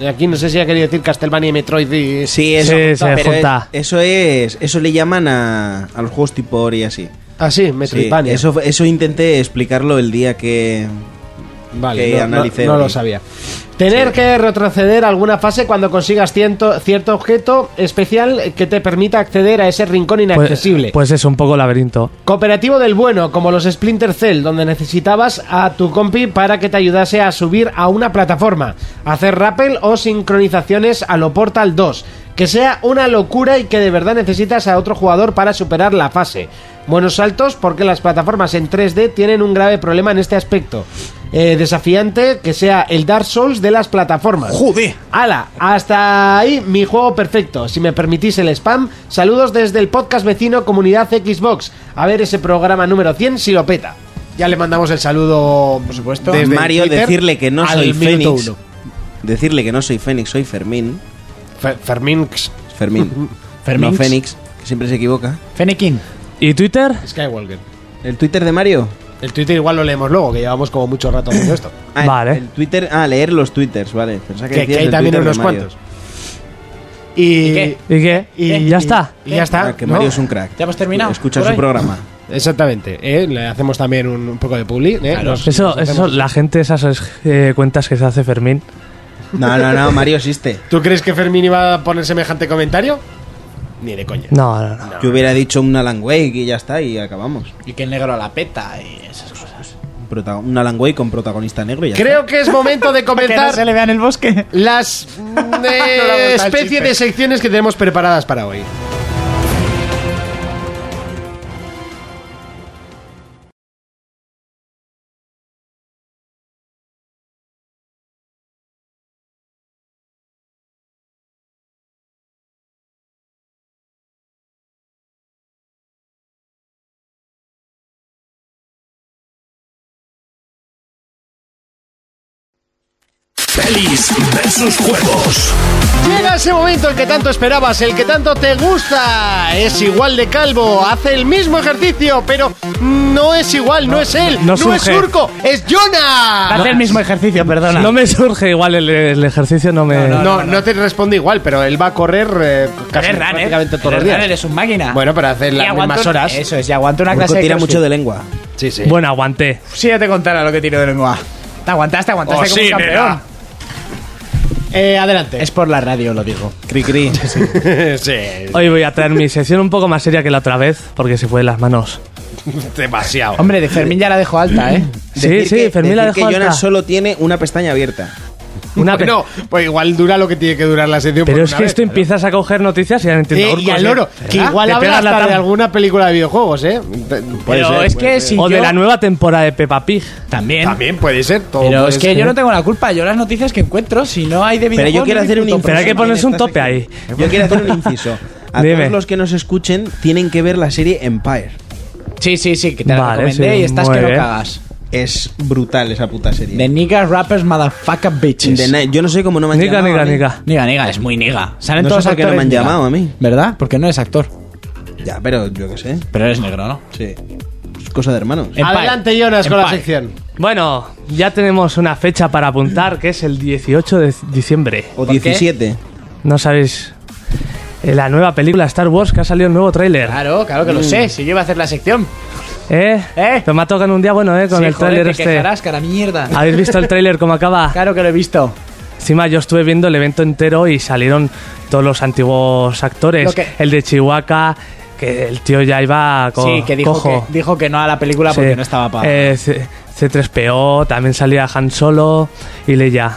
Aquí no sé si ha querido decir Castlevania y Metroid y... Sí, eso, Sí, se pero junta. es- eso es, eso le llaman a, a los juegos tipo Ori así. Ah, sí, Sí, Metroidvania. eso, eso intenté explicarlo el día que vale, que no- no, analicé no hoy. lo sabía. Tener que retroceder a alguna fase cuando consigas ciento- cierto objeto especial que te permita acceder a ese rincón Pues, inaccesible. pues es un poco laberinto. Cooperativo del bueno, como los Splinter Cell, donde necesitabas a tu compi para que te ayudase a subir a una plataforma, hacer rappel o sincronizaciones a lo Portal 2. Que sea una locura y que de verdad necesitas a otro jugador para superar la fase. Buenos saltos porque las plataformas en 3D tienen un grave problema en este aspecto. Eh, desafiante que sea el Dark Souls de las plataformas. Joder. Ala, hasta ahí mi juego perfecto. Si me permitís el spam, saludos desde el podcast vecino Comunidad Xbox. A ver ese programa número 100 si lo peta. Ya le mandamos el saludo, por supuesto. Desde Mario, Twitter decirle que no al soy minuto Fénix. uno. Decirle que no soy Fénix, soy Fermín. Fe- Fermín. X. Fermín. Fermín. No Fénix, que siempre se equivoca. Fenekin. ¿Y Twitter? Skywalker. ¿El Twitter de Mario? El Twitter igual lo leemos luego, que llevamos como mucho rato haciendo esto. Ah, Vale. El Twitter, ah, leer los Twitters, vale. Pensaba que, que, que decías hay el también Twitter de unos Mario. cuantos. Y, ¿Y qué? ¿Y qué? ¿Eh? y- ya está. Y ya está. Ah, que ¿no? Mario es un crack. ¿Ya hemos terminado? Escucha ¿Por su hoy? programa. Exactamente. ¿eh? Le hacemos también un, un poco de publi. ¿eh? Nos- Eso, nos eso, hacemos- la gente, esas eh, cuentas que se hace Fermín. No, no, no, Mario existe. ¿Tú crees que Fermín iba a poner semejante comentario? Ni de coña. No, no, no. Yo hubiera dicho un Alan Wake y ya está, y acabamos. Y que el negro la peta y esas cosas. Un, prota- un Alan Wake con protagonista negro y ya Creo que es momento de Que no comenzar se le vea en el bosque. las mm, eh, No le gusta el especie chiste. de secciones que tenemos preparadas para hoy. Pelis versus juegos. Llega ese momento el que tanto esperabas, el que tanto te gusta. Es igual de calvo, hace el mismo ejercicio, pero no es igual, no, es él, no, no es surge. Urco, es Jonah. Hace el mismo ejercicio, perdona. No me surge igual el, el ejercicio, no me. No, no, te responde igual, pero él va a correr eh, casi Eres runner. prácticamente todos los Eres runner, días. eres un máquina. Bueno, pero hace Y las aguanta mismas un- horas. Eso es, y aguanta una está. clase Urco tira de mucho de lengua. Sí, sí. Bueno, aguanté. Si ya te contara lo que tiro de lengua. Te aguantaste, aguantaste como un campeón. Eh, adelante. Es por la radio, lo digo. Cri cri. sí, Hoy voy a traer mi sección un poco más seria que la otra vez, porque se fue de las manos. demasiado. Hombre, de Fermín ya la dejo alta, ¿eh? Sí, Decir sí, que- Fermín la decir dejó que Jonas alta. solo tiene una pestaña abierta. Una pe- No, pues igual dura lo que tiene que durar la sección. Pero por es una que vez. esto empiezas a coger noticias y ya no entiendo. Eh, Urco, y al sí. loro, que ¿Verdad? igual Te habla pegas la hasta de tam- alguna película de videojuegos, ¿eh? Puede Pero ser, es puede que ser. si O de yo- la nueva temporada de Peppa Pig. También. También puede ser. todo Pero puede es que ser. yo no tengo la culpa. Yo las noticias que encuentro, si no hay de Pero videojuegos, yo quiero no hacer un disfruto. inciso. Pero hay que en ponerse un esta tope ahí. sección. Yo quiero hacer un inciso. A Dime. todos los que nos escuchen tienen que ver la serie Empire. Sí, sí, sí, que te la Vale, recomendé sí, y estás muy que no bien. cagas. Es brutal esa puta serie. The nigga rappers motherfucker bitches. The Night- Yo no sé cómo no me han Niga, llamado. niga, a mí. niga. Niga, niga, es muy niga. Salen No sé todos por qué no actores me han niga. llamado a mí. ¿Verdad? Porque no eres actor. Ya, pero yo qué sé. Pero eres negro, ¿no? Sí. Es cosa de hermanos. Empire. Adelante, Jonas, con la Empire. sección. Bueno, ya tenemos una fecha para apuntar, que es el 18 de diciembre. O ¿Por qué? 17. No sabéis. eh, La nueva película Star Wars que ha salido el nuevo tráiler. Claro, claro Mm. que lo sé. Si yo iba a hacer la sección. ¿Eh? ¿Eh? Pero me ha tocado en un día bueno, ¿eh? Con Sí, el joder, tráiler te este. quejarás, cara mierda. ¿Habéis visto el tráiler cómo acaba? Claro que lo he visto. Encima yo estuve viendo el evento entero y salieron todos los antiguos Lo actores. que- El de Chihuahua, que el tío ya iba co- sí, que dijo, cojo. que dijo que no a la película Sí. porque no estaba para. Eh, C- C3PO, también salía Han Solo y Leia.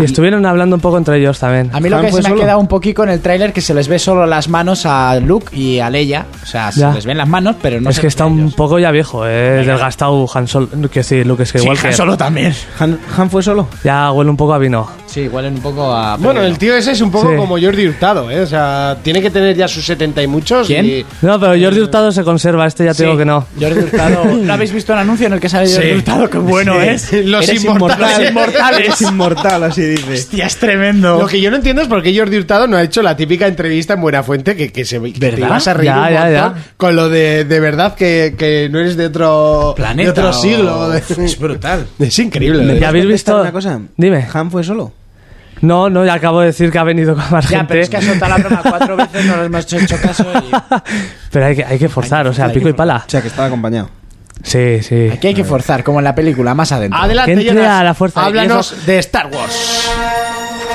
Y estuvieron hablando un poco entre ellos también. A mí lo ¿Han que se fue me ha solo? quedado un poquito en el tráiler que se les ve solo las manos a Luke y a Leia. O sea, se Ya. les ven las manos, pero no es se que ven está un ellos. poco ya viejo, eh, desgastado Han Solo. Que sí, Luke es que igual que solo también. Han, Han fue solo. ya huele un poco a vino. Sí, huelen un poco a. Bueno, el tío ese es un poco Sí. como Jordi Hurtado, ¿eh? O sea, tiene que tener ya sus 70 y muchos. ¿Quién? y- No, pero Eh, Jordi Hurtado se conserva, este ya te digo que no. Jordi Hurtado. ¿No habéis visto el anuncio en el que sale Jordi Hurtado? ¡Qué bueno es! Los Eres inmortales. inmortal. Eres inmortal, así dice. ¡Hostia, es tremendo! Lo que yo no entiendo es por qué Jordi Hurtado no ha hecho la típica entrevista en Buenafuente que, que se que te ¿Verdad? ibas a reír Ya, un ya, montón ya. con lo de de verdad que, que no eres de otro Planeta de otro o- siglo. Es brutal. Es increíble. ¿eh? ¿Ya habéis visto? una cosa? Dime. ¿Han fue solo? No, no, ya acabo de decir que ha venido con más Ya, gente. pero es que ha soltado la broma cuatro veces, no nos hemos hecho caso y. Pero hay que, hay que forzar, o sea, pico y pala. O sea, que estaba acompañado. Sí, sí. Aquí hay que forzar, como en la película, más adentro. Adelante, Que entre Jonas. a la fuerza. Háblanos Y de Star Wars.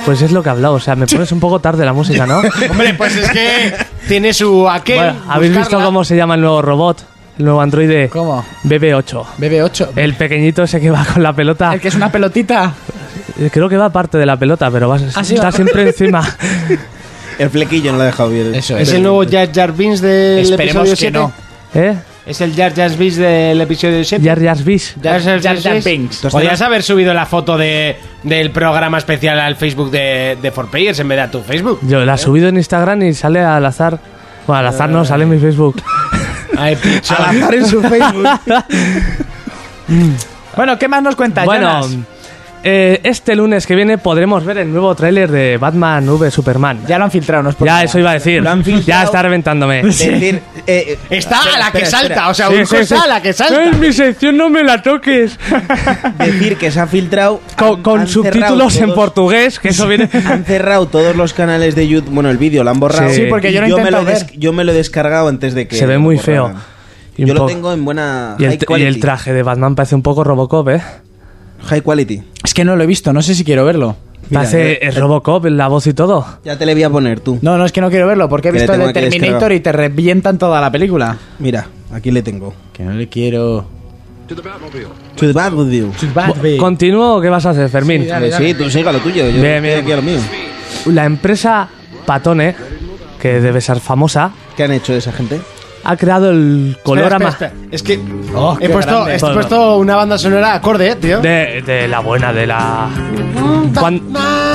Pues es lo que he hablado, o sea, me pones un poco tarde la música, ¿no? Hombre, pues es que tiene su aquel. Bueno, ¿habéis visto buscarla. cómo se llama el nuevo robot? El nuevo androide. ¿Cómo? BB8. BB8. El pequeñito ese que va con la pelota. El que es una pelotita. Eh, Creo que va parte de la pelota, pero va, Ah, sí, está va. siempre encima. El flequillo no lo ha dejado bien. Eso Es el nuevo Jar Jar Binks del Esperemos episodio que 7. no. ¿Eh? Es el Jar Jar Binks del episodio 7. Jar Jar Pues Binks. Jar Jar Jar Binks. Binks. Podrías haber subido la foto de, del programa especial al Facebook de, de 4Players en vez de a tu Facebook. Yo la he subido en Instagram y sale al azar. Bueno, al azar no, sale en mi Facebook. Ay, picho. en su Facebook. Bueno, ¿qué más nos cuentas, Bueno, Jonas? eh, este lunes que viene podremos ver el nuevo tráiler de Batman V Superman. Ya, Ya lo han filtrado, nos eso iba a decir. Lo han filtrado. Ya está reventándome. Decir, eh, eh, Está a la espera, que espera, salta, espera. o sea, Sí, un sí, cosa sí. a la que salta. ¡Es mi sección, no me la toques! decir que se ha filtrado Con, han- con han cerrado subtítulos en todos- portugués, que eso viene... Han cerrado todos los canales de YouTube. Bueno, el vídeo lo han borrado. Sí, porque yo lo he Y me intentado lo des- ver. Yo me lo he descargado antes de que. Se ve lo muy borraran. feo. Yo Y un lo poco- tengo en buena. Y el, high tra- y el quality. traje de Batman parece un poco Robocop, ¿eh? High quality. Es que no lo he visto, no sé si quiero verlo. Parece es Robocop, la voz y todo. Ya te le voy a poner tú. No, no es que no quiero verlo, porque he Que le visto el tengo de que descargar. Terminator y te revientan toda la película. Mira, aquí le tengo. Que no le quiero. To the bad with you. ¿Continúo o qué vas a hacer, Fermín? Sí, tú siga lo tuyo. Yo Bien, estoy bien. aquí a lo mío. La empresa Patone, que debe ser famosa, ¿Qué han hecho esa gente? ha creado el color Espera, ama- espera, espera. Es que Oh, he, qué puesto, grande. he puesto una banda sonora acorde, eh, tío. De, de la buena, de la... Mm, Cuan-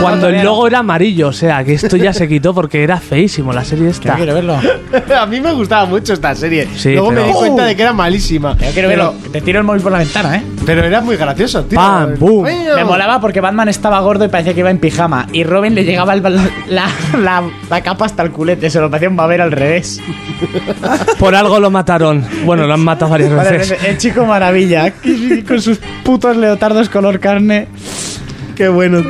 Cuando, el logo era amarillo, o sea, que esto ya se quitó porque era feísimo la serie Que no esta. quiero verlo. Que A mí me gustaba mucho esta serie. Sí, Luego pero- Oh. me di cuenta de que era malísima. no quiero pero, verlo. Te tiro el móvil por la ventana, ¿eh? pero era muy gracioso, tío. Pam, boom. Bueno. Me molaba porque Batman estaba gordo y parecía que iba en pijama. Y Robin le llegaba el bal- la, la- la capa hasta el culete. Se lo parecía un babero al revés. Por algo lo mataron. Bueno, lo han matado varias veces. El chico maravilla. Con sus putos leotardos color carne. Qué bueno.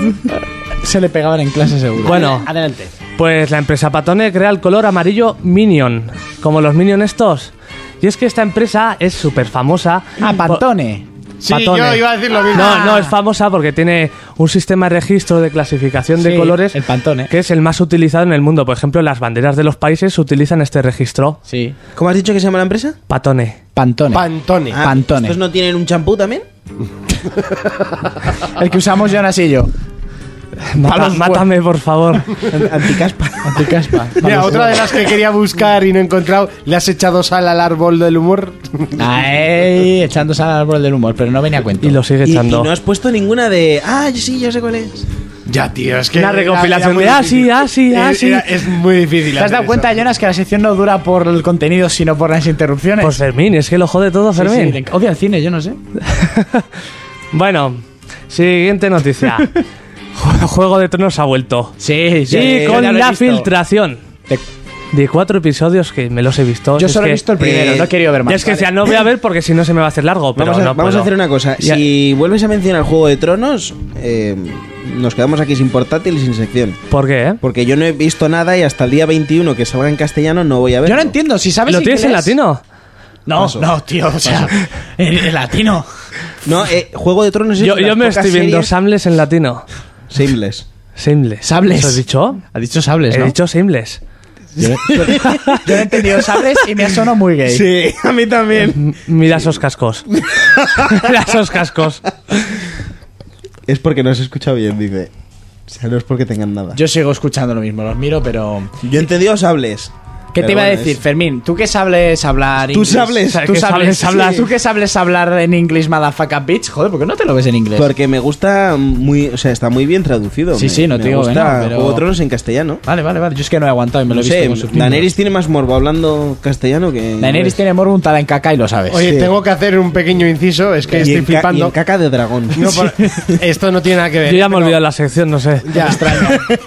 Se le pegaban en clase seguro. Bueno, adelante. Pues la empresa Patone crea el color amarillo Minion, como los Minion estos. Y es que esta empresa es súper famosa. Ah, Pantone. Sí, yo iba a decir lo mismo. Ah. No, no, es famosa porque tiene un sistema de registro de clasificación de Sí, colores el Pantone. que es el más utilizado en el mundo. Por ejemplo, las banderas de los países utilizan este registro, Sí. ¿Cómo has dicho que se llama la empresa? Patone. Pantone. Pantone. Ah. Pantone. ¿Estos no tienen un champú también? El que usamos Jonas y yo. Mata- los hue- mátame, por favor. Anticaspa. Anticaspa. Mira, otra de las que quería buscar y no he encontrado, le has echado sal al árbol del humor. Ay, echando sal al árbol del humor, pero no venía a cuento. Y lo sigue Y, y echando. no has puesto ninguna de. Ah, sí, yo sé cuál es. Ya, tío, es que. Una era- recopilación muy de, ah, sí, difícil. ah, sí, ah, Era- sí. era- Es muy difícil. ¿Te has hacer dado eso. cuenta, Jonas, que la sección no dura por el contenido, sino por las interrupciones? Pues Fermín, es que lo jode todo Sí, sí, Fermín. le- odia el cine, yo no sé. Bueno, siguiente noticia. Ju- Juego de Tronos ha vuelto. Sí, y con la filtración de, cuatro episodios que me los he visto. Yo Pues Es solo he que- visto el primero, eh, no he querido ver más. Y es que ya no voy a ver porque si no se me va a hacer largo. Pero vamos a, no vamos a puedo. hacer una cosa. Ya- Si vuelves a mencionar Juego de Tronos, eh, nos quedamos aquí sin portátil y sin sección. ¿Por qué? eh? Porque yo no he visto nada y hasta el día 21 que salga en castellano no voy a ver. Yo no entiendo, si sabes ¿Lo tienes en inglés- latino? No, no, tío, o sea, en, en latino. No, eh, Juego de Tronos es Yo, de las yo me pocas estoy viendo series- Samles en latino. Simples. Simles. Sables. ¿Eso has dicho? Ha dicho sables, He dicho Simles. Yo he entendido sables y me ha sonado muy gay. Sí, a mí también. M- Mira esos cascos. Mira esos cascos. Es porque no se escucha bien, dice. O sea, no es porque tengan nada. Yo sigo escuchando lo mismo, los miro, pero... Yo he entendido sables. ¿Qué te Pero iba a bueno, decir, es- Fermín? ¿Tú qué sables hablar Tú inglés? sables, ¿Tú que sables, sables hablar- ¿Tú qué sables hablar en inglés, motherfucker bitch? Joder, ¿por qué no te lo ves en inglés? Porque me gusta muy. O sea, está muy bien traducido. Sí, Me- sí, no me te digo que gusta no, pero- Juego de Tronos en castellano. Vale, vale, vale. Yo es que no he aguantado y me lo No he visto sé, con subtítulos. Daenerys tiene más morbo hablando castellano que. Daenerys tiene morbo untada en caca y lo sabes. Oye, Sí. tengo que hacer un pequeño inciso, es que Y estoy en ca- y en flipando. caca de dragón. No, por- Esto no tiene nada que ver. Yo ya me he pero- olvidado la sección, no sé. Ya.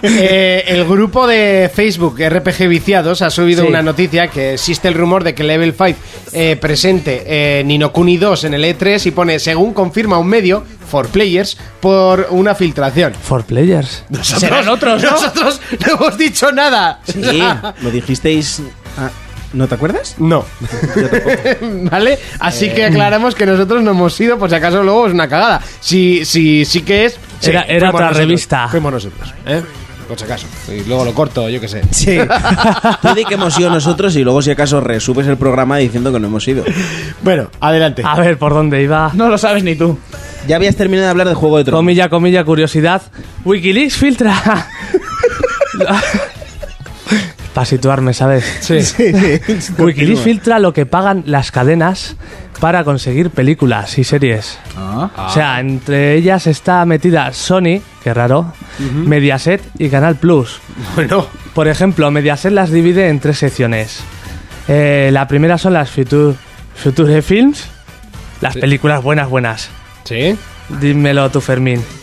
Eh, el grupo de Facebook RPG Viciados ha subido Sí. una noticia que existe el rumor de que Level 5 eh, presente eh, Nino Kuni 2 en el E3 y pone, según confirma un medio, for players, por una filtración. For players. Serán otros, Nosotros no hemos dicho nada. Sí, lo dijisteis. ah, ¿No te acuerdas? No. ¿Vale? Así que aclaramos que nosotros no hemos sido, por si acaso luego es una cagada. Si sí, sí que es. sí, Era- era fuimos otra nosotros, revista. Fuimos nosotros, ¿eh? Por si acaso. Y luego lo corto, yo qué sé. Sí. Tú di que hemos ido nosotros y luego, si acaso, resubes el programa diciendo que no hemos ido. Bueno, adelante. A ver, ¿por dónde iba? No lo sabes ni tú. Ya habías terminado de hablar de Juego de Tronos. Comilla, comilla, curiosidad. Wikileaks filtra. Para situarme, ¿sabes? Sí. Wikileaks filtra lo que pagan las cadenas para conseguir películas y series. O sea, entre ellas está metida Sony, que raro, Mediaset y Canal Plus. Bueno. Por ejemplo, Mediaset las divide en tres secciones. Eh, la primera son las Future, future Films, las películas buenas, buenas. Sí. Dímelo tú, Fermín. Sí, sí.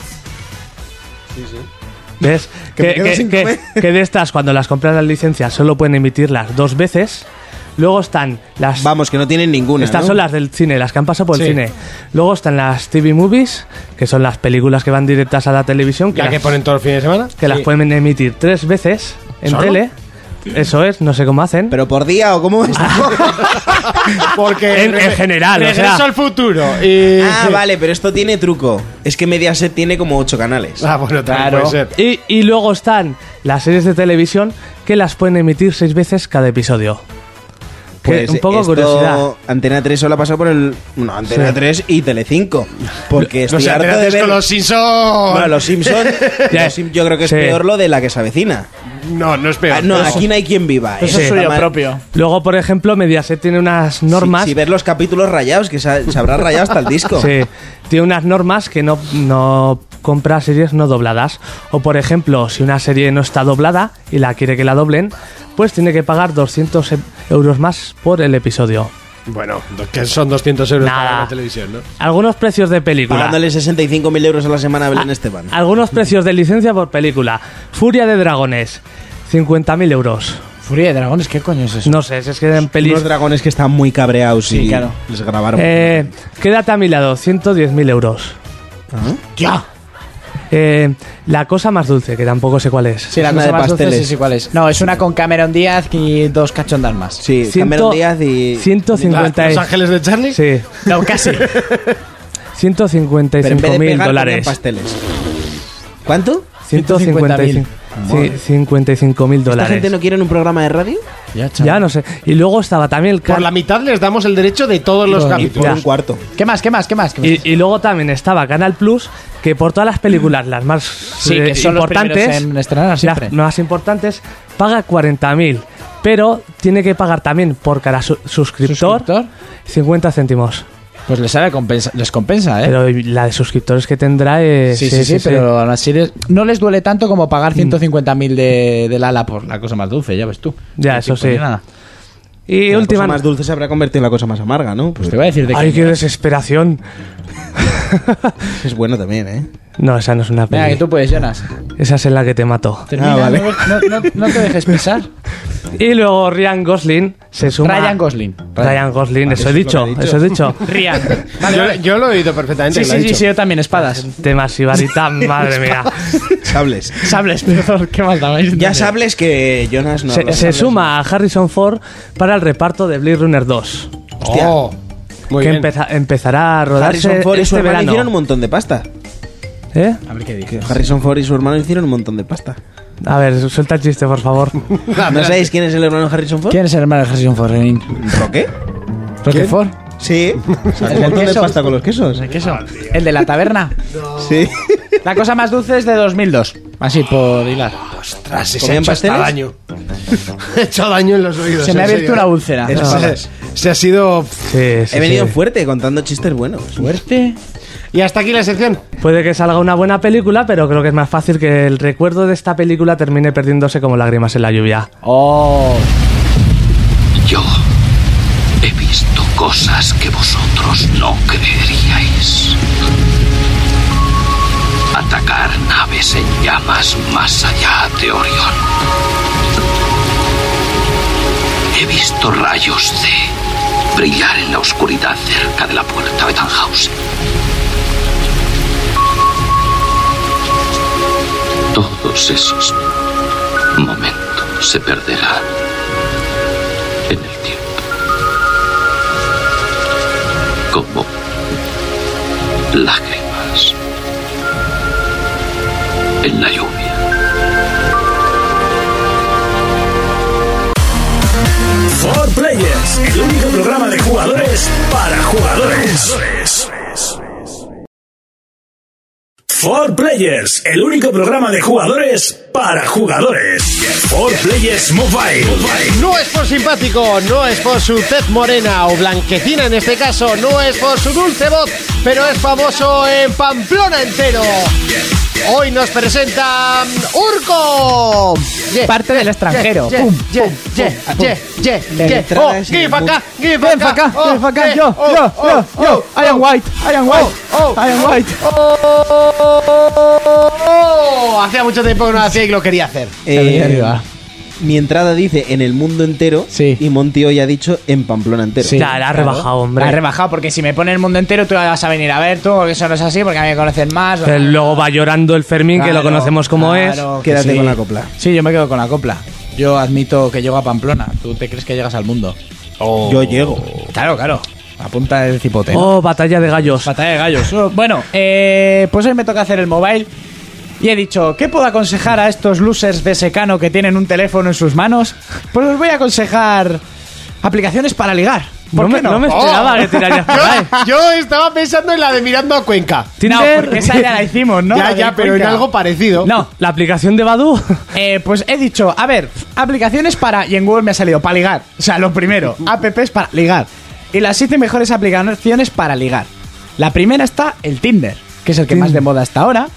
¿Ves? Que, que- que- que de estas, cuando las compras las licencias, solo pueden emitirlas dos veces. Luego están las... Vamos, que no tienen ninguna. Estas ¿no? son las del cine, las que han pasado por Sí. el cine. Luego están las TV movies, que son las películas que van directas a la televisión, que, ¿La las, que ponen todos los fines de semana? que las pueden emitir tres veces en ¿Solo? tele. Eso es, no sé cómo hacen. ¿Pero por día o cómo es? Porque En- en general, o Regreso sea. al futuro. y- ah, vale, pero esto tiene truco. Es que Mediaset tiene como ocho canales. Ah, bueno, claro. Claro. Puede ser. Y, y luego están las series de televisión que las pueden emitir seis veces cada episodio. Que Pues un poco esto, curiosidad. Antena 3 solo ha pasado por el. No, Antena Sí. 3 y Telecinco. Porque No estoy sé, harto de antes ver. con los Simpsons. Bueno, los Simpsons. Ya. yo creo que es Sí. peor lo de la que se avecina. No, no es peor. Pues, Ah, no, aquí no hay quien viva. Eso es Está suyo mal. propio. Luego, por ejemplo, Mediaset tiene unas Si- normas. Si, ves los capítulos rayados, que se, se habrá rayado hasta el disco. Sí, tiene unas normas que no, no compra series no dobladas. O, por ejemplo, si una serie no está doblada y la quiere que la doblen, pues tiene que pagar 200 e- euros más por el episodio. Bueno, do- que son 200 euros Nada. para la televisión, ¿no? Algunos precios de película. Ah, Pagándole 65.000 euros a la semana a Belén Esteban. Algunos precios de licencia por película. Furia de Dragones, 50.000 euros. Furia de dragones, ¿qué coño es eso? No sé, si es que en pelis... Unos dragones que están muy cabreados y claro. les grabaron. Eh, quédate a mi lado, 110.000 euros. ¿Ah? ¡Ya! Eh, la cosa más dulce, que tampoco sé cuál es. Sí, la Es una cosa de más dulce, pasteles. sí, sí, ¿cuál es? No, es una con Cameron Díaz y dos cachondas más. sí, ciento- Cameron Díaz y. 150 ¿Los es- Ángeles de Charlie? Sí, No, casi. Pero en vez de 155.000 pegar, ponían dólares. pasteles. ¿Cuánto? 155.000 sí, 55.000 ¿La dólares. gente no quiere un programa de radio? ya, Ya no sé. Y luego estaba también el Por can- la mitad les damos el derecho de todos los Y por capítulos. un cuarto. ¿Qué más, qué más, qué más? ¿Qué más? y, y luego también estaba Canal Plus, que por todas las películas, las más Sí, eh, que son los primeros importantes, en estrenar siempre. las más importantes, paga 40.000. Pero tiene que pagar también por cada su- suscriptor, ¿Suscriptor? 50 céntimos. Pues les sale compensa, les compensa, ¿eh? Pero la de suscriptores que tendrá es. sí, sí, sí, pero aún así les- no les duele tanto como pagar 150.000 de, del ala por la cosa más dulce, ya ves tú. Ya, No eso te impone sí. nada. Y La última. cosa pues más dulce se habrá convertido en la cosa más amarga, ¿no? Pues Te voy a decir de Ay, qué. qué desesperación. es bueno también, ¿eh? No, esa no es una Venga, peli. que tú puedes, Jonas. Esa es en la que te mató. Termina, Ah, vale. no, no- no- no te dejes pisar. Y luego Ryan Gosling se suma. Ryan Gosling. Ryan Gosling, eso he dicho, eso he dicho. Rian. yo, yo lo he oído perfectamente. Sí, lo ha sí, sí, dicho. sí, yo también, espadas. Temas y varita, madre mía. Sables. Sables, perdón, qué mal dabais. Ya sables que Jonas no. Se, habla. se suma a Harrison Ford para el reparto de Blade Runner 2, Hostia. Oh, muy que bien. empeza- empezará a rodarse Harrison Ford y su este hermano verano. hicieron un montón de pasta. ¿Eh? A ver qué dices. Harrison Ford y su hermano hicieron un montón de pasta. A ver, suelta el chiste, por favor. ¿No sabéis quién es el hermano de Harrison Ford? ¿Quién es el hermano de Harrison Ford? Renin? ¿Roque? ¿Roquefort? Sí. Sacó un montón de pasta con los quesos. El de la taberna. Sí. La cosa más dulce es de 2002. Así por hilar. Ostras, se, ¿Comían ha hecho hasta pasteles? daño. He hecho daño en los oídos. Se me ha en abierto serio. una úlcera. Ah, Es- Se, se ha sido. Sí, sí, He venido sí. fuerte contando chistes buenos. Fuerte. Y hasta aquí la sección. Puede que salga una buena película, pero creo que es más fácil que el recuerdo de esta película termine perdiéndose como lágrimas en la lluvia. Oh. Yo he visto cosas que vosotros no creeríais. Atacar naves en llamas más allá de Orión. He visto rayos de brillar en la oscuridad cerca de la puerta de Tannhausen. Todos esos momentos se perderán en el tiempo. Como lágrimas en la lluvia. For Players, el único programa de jugadores para jugadores. For Players, el único programa de jugadores para jugadores. For Players Mobile. No es por simpático, no es por su tez morena o blanquecina en este caso, no es por su dulce voz, pero es famoso en Pamplona entero. Hoy nos presenta um, Urco. Ye, Parte del extranjero. ye, Pum, ye, pum, ye, pum, ye, ye, La ye. entrada Oh, es give el acá, give Ven para acá, acá, oh, ven para acá. eh, Yo, oh, yo, oh, yo, yo. oh, I am white, I am white, oh, I am white. oh. Hacía mucho tiempo que no lo hacía y lo quería hacer. Eh, mi entrada dice en el mundo entero Sí. y Monty hoy ha dicho en Pamplona entero. Sí, Ya, la ha rebajado, hombre. La ha rebajado porque si me pone el mundo entero tú la vas a venir a ver tú, porque eso no es así, porque a mí me conocen más. Pero luego va llorando el Fermín, que lo Claro, conocemos como claro es. que Quédate sí. con la copla. Sí, yo me quedo con la copla. Yo admito que llego a Pamplona. ¿Tú te crees que llegas al mundo? Yo llego. Claro, claro. Apunta el cipote. Oh, batalla de gallos. Batalla de gallos. Oh, Bueno, eh, pues hoy me toca hacer el mobile. Y he dicho, ¿qué puedo aconsejar a estos losers de secano que tienen un teléfono en sus manos? Pues os voy a aconsejar aplicaciones para ligar. ¿Por no, qué me, no? Oh. no me esperaba que tirarías por ahí. Oh. Yo- Yo estaba pensando en la de mirando a Cuenca. No, Tinder. porque esa ya la hicimos, ¿no? La ya, de ya, pero en Cuenca. algo parecido. No, La aplicación de Badu. eh, pues he dicho, a ver, aplicaciones para. Y en Google me ha salido, para ligar. O sea, lo primero, apps para ligar. Y las siete mejores aplicaciones para ligar. La primera está el Tinder, que es el que más de moda hasta ahora.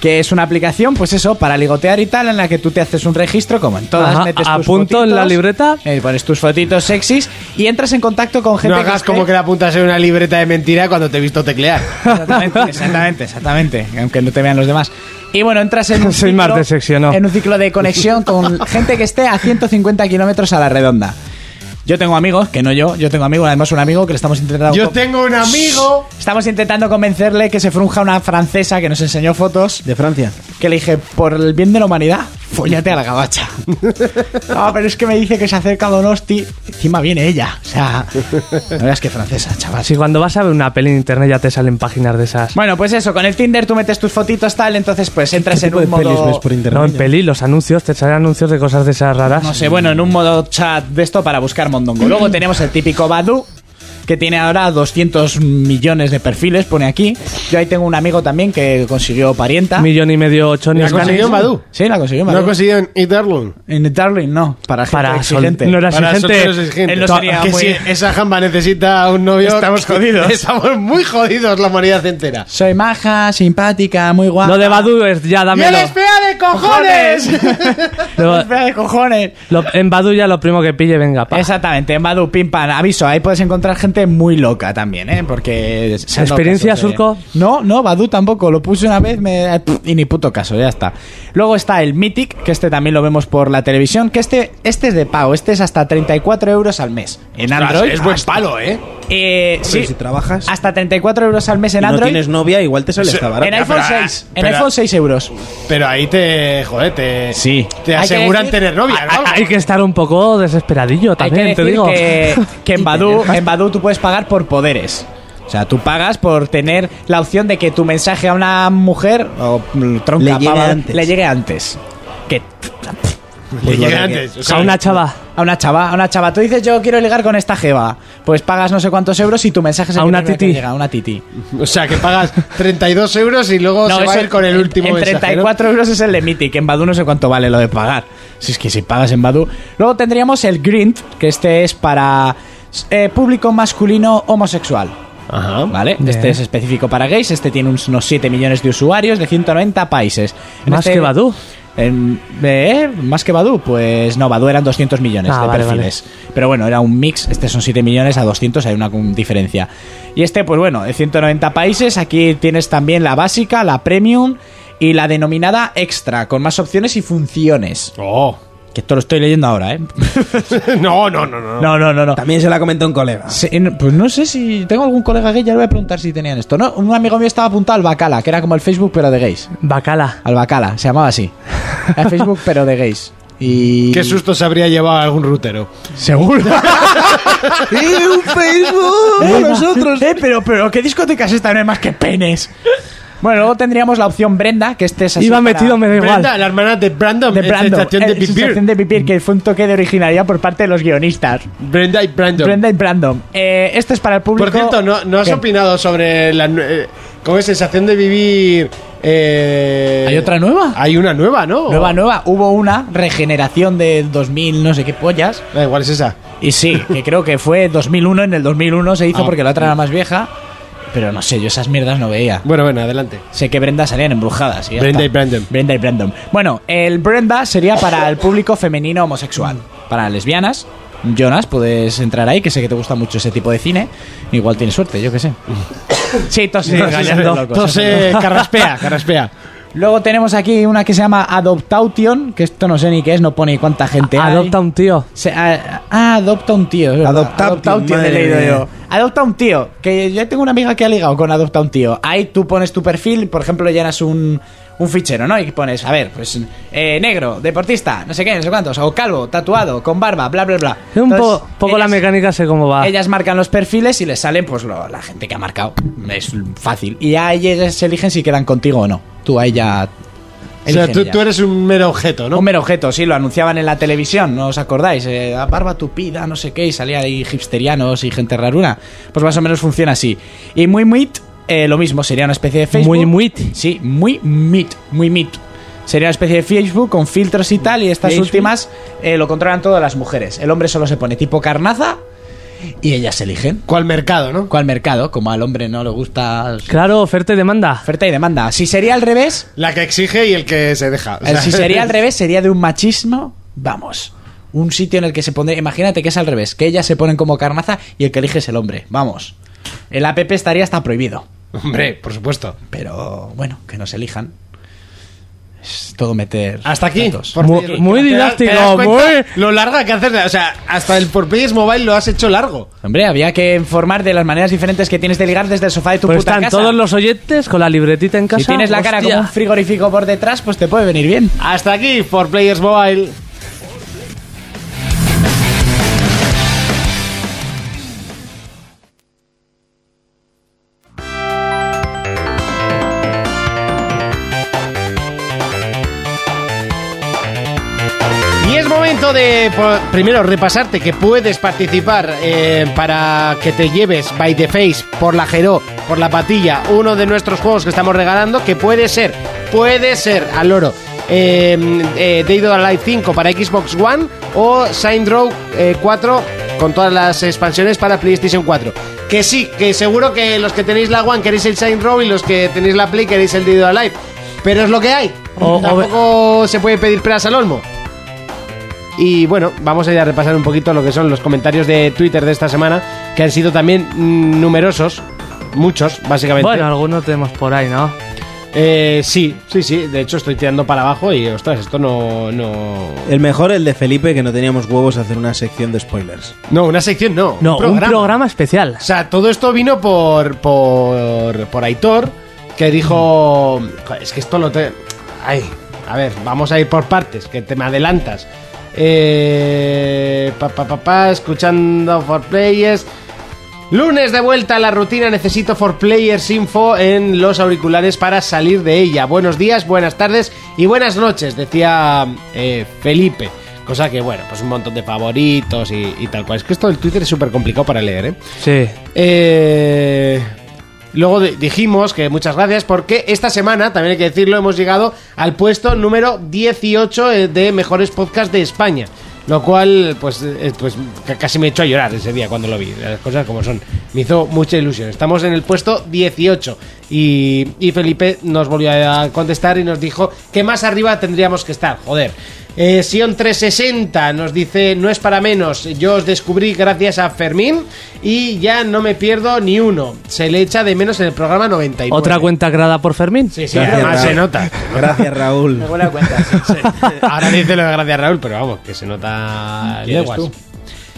Que es una aplicación, pues eso, para ligotear y tal, en la que tú te haces un registro, como en todas, Ajá, metes tus apunto en la fotitos, libreta. eh, pones tus fotitos sexys y entras en contacto con gente No hagas esté- como que la apuntas en una libreta de mentira cuando te he visto teclear. Exactamente, exactamente, exactamente. Aunque no te vean los demás. Y bueno, entras en un Soy ciclo, más de sexy, ¿o no? en un ciclo de conexión con gente que esté a 150 kilómetros a la redonda. Yo tengo amigos, que no yo, yo tengo amigos, además un amigo que le estamos intentando Yo tengo un amigo. estamos intentando convencerle que se frunja una francesa que nos enseñó fotos De Francia. que le dije, por el bien de la humanidad, follate a la gabacha. Ah, pero es que me dice que se acerca a Donosti, encima viene ella. O sea, no veas que francesa, chaval. Así cuando vas a ver una peli en internet ya te salen páginas de esas. Bueno, pues eso, con el Tinder tú metes tus fotitos tal, entonces pues entras en tipo un de pelis modo ves por internet? No, en peli, los anuncios, te salen anuncios de cosas de esas raras. no sé, bueno, en un modo chat de esto para buscar mondongo. Luego tenemos el típico Badu, que tiene ahora 200 millones de perfiles, pone aquí. Yo ahí tengo un amigo también que consiguió parienta. Millón y medio ocho ¿La consiguió en Badoo? Sí, la consiguió en No Badoo. he conseguido en Eaterloon. En Darling no, para gente Para sol- exigente. no era Para exigente. solteros exigentes. Él no To- sería que muy- si esa jamba necesita un novio. Estamos jodidos. Estamos muy jodidos la humanidad entera. Soy maja, simpática, muy guapa. Lo de Badu es ya ¡Y él dámelo. es fea de cojones! Lo- Espera de cojones. lo- en Badu ya lo primo que pille, venga, pa. Exactamente, en Badu, pim pam, aviso, ahí puedes encontrar gente muy loca también, ¿eh? Porque... se han dado ¿Experiencia, casos de- Surco? No, no, Badu tampoco, lo puse una vez me... y ni puto caso, ya está. Luego está el Mythic, que este también lo vemos por la televisión, que este, este es de pago, este es hasta 34 euros al mes. En Android... es buen hasta- palo, ¿eh? Eh, sí, si trabajas hasta 34 euros al mes y en no Android. tienes novia, igual te sale Eso- esta barata. en iPhone Pero, 6, en pero- iPhone 6 euros. Pero ahí te. Joder, te. Sí. Te Hay que aseguran decir- tener novia, Hay- ¿no? Ah, Hay que estar un poco desesperadillo también, Hay que te decir digo. que, que en Badu, en Badoo tú puedes pagar por poderes. O sea, tú pagas por tener la opción de que tu mensaje a una mujer o mm, tronca Le llegue pava, antes. le llegue antes. Que pues Le llega Pues antes. o sea, A una chava. a una chava, a una chava, tú dices yo quiero ligar con esta jeva, pues pagas no sé cuántos euros y tu mensaje es el A que una primero que titi. llega, a una titi. O sea, que pagas 32 euros y luego se va a eso ir con el en- último En mensaje, 34 euros es el de Mythic. En Badu no sé cuánto vale lo de pagar. Si es que si pagas en Badu. Luego tendríamos el Grint, que este es para eh, público masculino homosexual. Ajá. ¿Vale? Este es específico para gays. Este tiene uns- unos 7 millones de usuarios de 190 países. En Más este- que Badu. en- eh, más que Badu, pues no, Badu eran 200 millones Ah, de vale, perfiles. Pero bueno, era un mix, este son 7 millones a 200, hay una con- diferencia. Y este, pues bueno, de 190 países, aquí tienes también la básica, la premium y la denominada extra, con más opciones y funciones. Oh. Que esto lo estoy leyendo ahora, ¿eh? No, no, no, no. No, no, no, no. También se la comentó un colega. Sí, en- pues no sé si tengo algún colega gay, ya le voy a preguntar si tenían esto. No, un amigo mío estaba apuntado al Bacala, que era como el Facebook, pero de gays. Bacala. Al Bacala, se llamaba así. Era Facebook, pero de gays. Y... Qué susto se habría llevado algún rutero. Seguro. un Facebook! nosotros. Eh, pero, pero, ¿qué discotecas están? No hay más que penes. Bueno, luego tendríamos la opción Brenda, que este es así Iba para- metido, me da igual. Brenda, la hermana de Brandon. de en Brando. Sensación Eh, de Sensación vivir. de Pipir, que fue un toque de originalidad por parte de los guionistas. Brenda y Brandon. Brenda y Brandon. Eh, este es para el público. Por cierto, ¿no, no has ¿Qué? opinado sobre la. nue- eh, ¿Cómo es sensación de vivir? eh, ¿Hay otra nueva? Hay una nueva, ¿no? Nueva, nueva. Hubo una regeneración de 2000, no sé qué pollas. Da igual, es esa. Y sí, que creo que fue 2001. En el 2001 se hizo Ah. porque la otra era más vieja. Pero no sé, yo esas mierdas no veía. Bueno, bueno, adelante. Sé que Brenda salían embrujadas. ya Brenda está. y Brandon. Brenda y Brandon. Bueno, el Brenda sería para el público femenino homosexual. Para lesbianas. Jonas, puedes entrar ahí, que sé que te gusta mucho ese tipo de cine. Igual tienes suerte, yo qué sé. Sí, todos se engañando, locos, Entonces, ¿eh? carraspea, carraspea. Luego tenemos aquí una que se llama Adoptaution, que esto no sé ni qué es, no pone cuánta gente hay. Adopta un tío. Se- a- ah, adopta un tío. es verdad. Adopta un Adopta un tío, tío, he madre leído mía. yo. Adopta un tío. Que yo tengo una amiga que ha ligado con adopta un tío. Ahí tú pones tu perfil, por ejemplo, llenas un, un fichero, ¿no? Y pones, a ver, pues eh, negro, deportista, no sé qué, no sé cuántos, o calvo, tatuado, con barba, bla, bla, bla. Es un po- Entonces, poco la ellas- mecánica, sé cómo va. Ellas marcan los perfiles y les salen, pues, lo- la gente que ha marcado. Es fácil. Y a ellas se eligen si quedan contigo o no. Tú a ella. O sea, eligen tú, ellas. tú eres un mero objeto, ¿no? Un mero objeto, sí, lo anunciaban en la televisión, ¿no os acordáis? Eh, a barba tupida, no sé qué, y salía ahí hipsterianos y gente raruna. Pues más o menos funciona así. Y muy mit, eh, lo mismo, sería una especie de Facebook. Muy mit. Sí, muy mit, muy mit. Sería una especie de Facebook con filtros y tal, y estas Facebook. últimas eh, lo controlan todas las mujeres. El hombre solo se pone tipo carnaza y ellas eligen. ¿Cuál mercado, no? ¿Cuál mercado? Como al hombre no le gusta Claro, oferta y demanda. oferta y demanda. Si sería al revés, La que exige y el que se deja. O El- sea, si sería al revés, sería de un machismo, vamos. Un sitio en el que se pondría. Imagínate que es al revés, que ellas se ponen como carnaza y el que elige es el hombre. Vamos. El app estaría hasta prohibido. Hombre, por supuesto. Pero bueno, que nos elijan. Es todo meter. Hasta aquí. datos. por Mu- fin. muy ¿Te das- te das didáctico, cuenta muy- Lo larga que haces. O sea, hasta el por Players Mobile lo has hecho largo. Hombre, había que informar de las maneras diferentes que tienes de ligar desde el sofá de tu Pues puta están casa. todos los oyentes con la libretita en casa. si tienes la cara Hostia. como un frigorífico por detrás, pues te puede venir bien. Hasta aquí, por Players Mobile. Y es momento momento de po- primero repasarte que puedes participar eh, para que te lleves by the face por la Jero, por la patilla, uno de nuestros juegos que estamos regalando, que puede ser, puede ser al oro. Eh, eh, Dead or Alive 5 para Xbox One o Saint Row eh, 4 con todas las expansiones para PlayStation 4. Que sí, que seguro que los que tenéis la One queréis el Saint Row y los que tenéis la Play queréis el Dead or Alive. Pero es lo que hay. O- o- Tampoco se puede pedir peras al olmo. Y bueno, vamos a ir a repasar un poquito lo que son los comentarios de Twitter de esta semana, que han sido también mm, numerosos, muchos, básicamente. Bueno, algunos tenemos por ahí, ¿no? Eh, sí, sí, sí. De hecho, estoy tirando para abajo y, ostras, esto no. No, El mejor, el de Felipe, que no teníamos huevos a hacer una sección de spoilers. no una sección no. No, un programa especial. O sea, todo esto vino por. por. por Aitor, que dijo. "Joder, Es que esto lo te. Ay, a ver, vamos a ir por partes, que te me adelantas. Eh. Pa, pa, pa, pa, escuchando for players. Lunes de vuelta a la rutina, necesito for players info en los auriculares para salir de ella. Buenos días, buenas tardes y buenas noches, decía eh, Felipe. Cosa que, bueno, pues un montón de favoritos y, y tal cual. Es que esto del Twitter es súper complicado para leer, ¿eh? Sí. Eh, luego de- dijimos que muchas gracias porque esta semana, también hay que decirlo, hemos llegado al puesto número 18 eh, de mejores podcasts de España. Lo cual, pues, eh, pues ca- casi me echó a llorar ese día cuando lo vi. Las cosas como son. Me hizo mucha ilusión. Estamos en el puesto 18. Y, y Felipe nos volvió a contestar y nos dijo que más arriba tendríamos que estar. Joder. Eh, Sion 360 nos dice, no es para menos, yo os descubrí gracias a Fermín y ya no me pierdo ni uno. Se le echa de menos en el programa 99. Otra cuenta creada por Fermín. Sí, sí, Gracias, además Raúl. se nota. Gracias, Raúl. Ahora dice lo de gracias Raúl, pero vamos, que se nota leguas.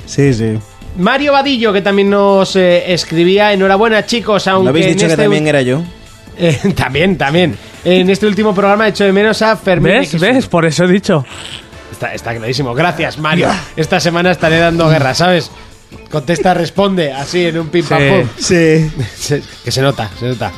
Sí, sí. Mario Vadillo, que también nos eh, escribía, enhorabuena chicos, aunque ¿No habéis en dicho que este también ul- era yo? Eh, también, también. En este último programa echo de menos a Fermín. ¿Ves? X1. ¿Ves? Por eso he dicho. Está, está clarísimo. Gracias, Mario. Esta semana estaré dando guerra, ¿sabes? Contesta, responde, así en un pim pam Sí. pum. Sí. Se- Que se nota, se nota.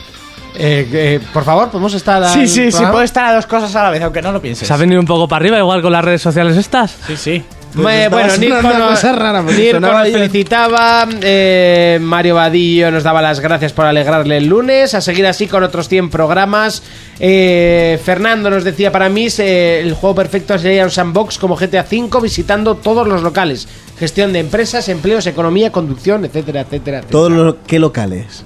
Eh, eh, por favor, podemos estar. al Sí, sí, sí, programa? puedo estar a dos cosas a la vez, aunque no lo pienses. ¿Se ha venido un poco para arriba, igual con las redes sociales estas? Sí, sí. Eh, estaba bueno, Nirko sonando una nos, cosa rara, porque Nirko sonaba nos ahí el- felicitaba, eh, Mario Vadillo nos daba las gracias por alegrarle el lunes, a seguir así con otros 100 programas. eh, Fernando nos decía, para mí eh, el juego perfecto sería un sandbox como GTA V, visitando todos los locales. Gestión de empresas, empleos, economía, conducción, etcétera, etcétera. etcétera. ¿Todo lo que locales?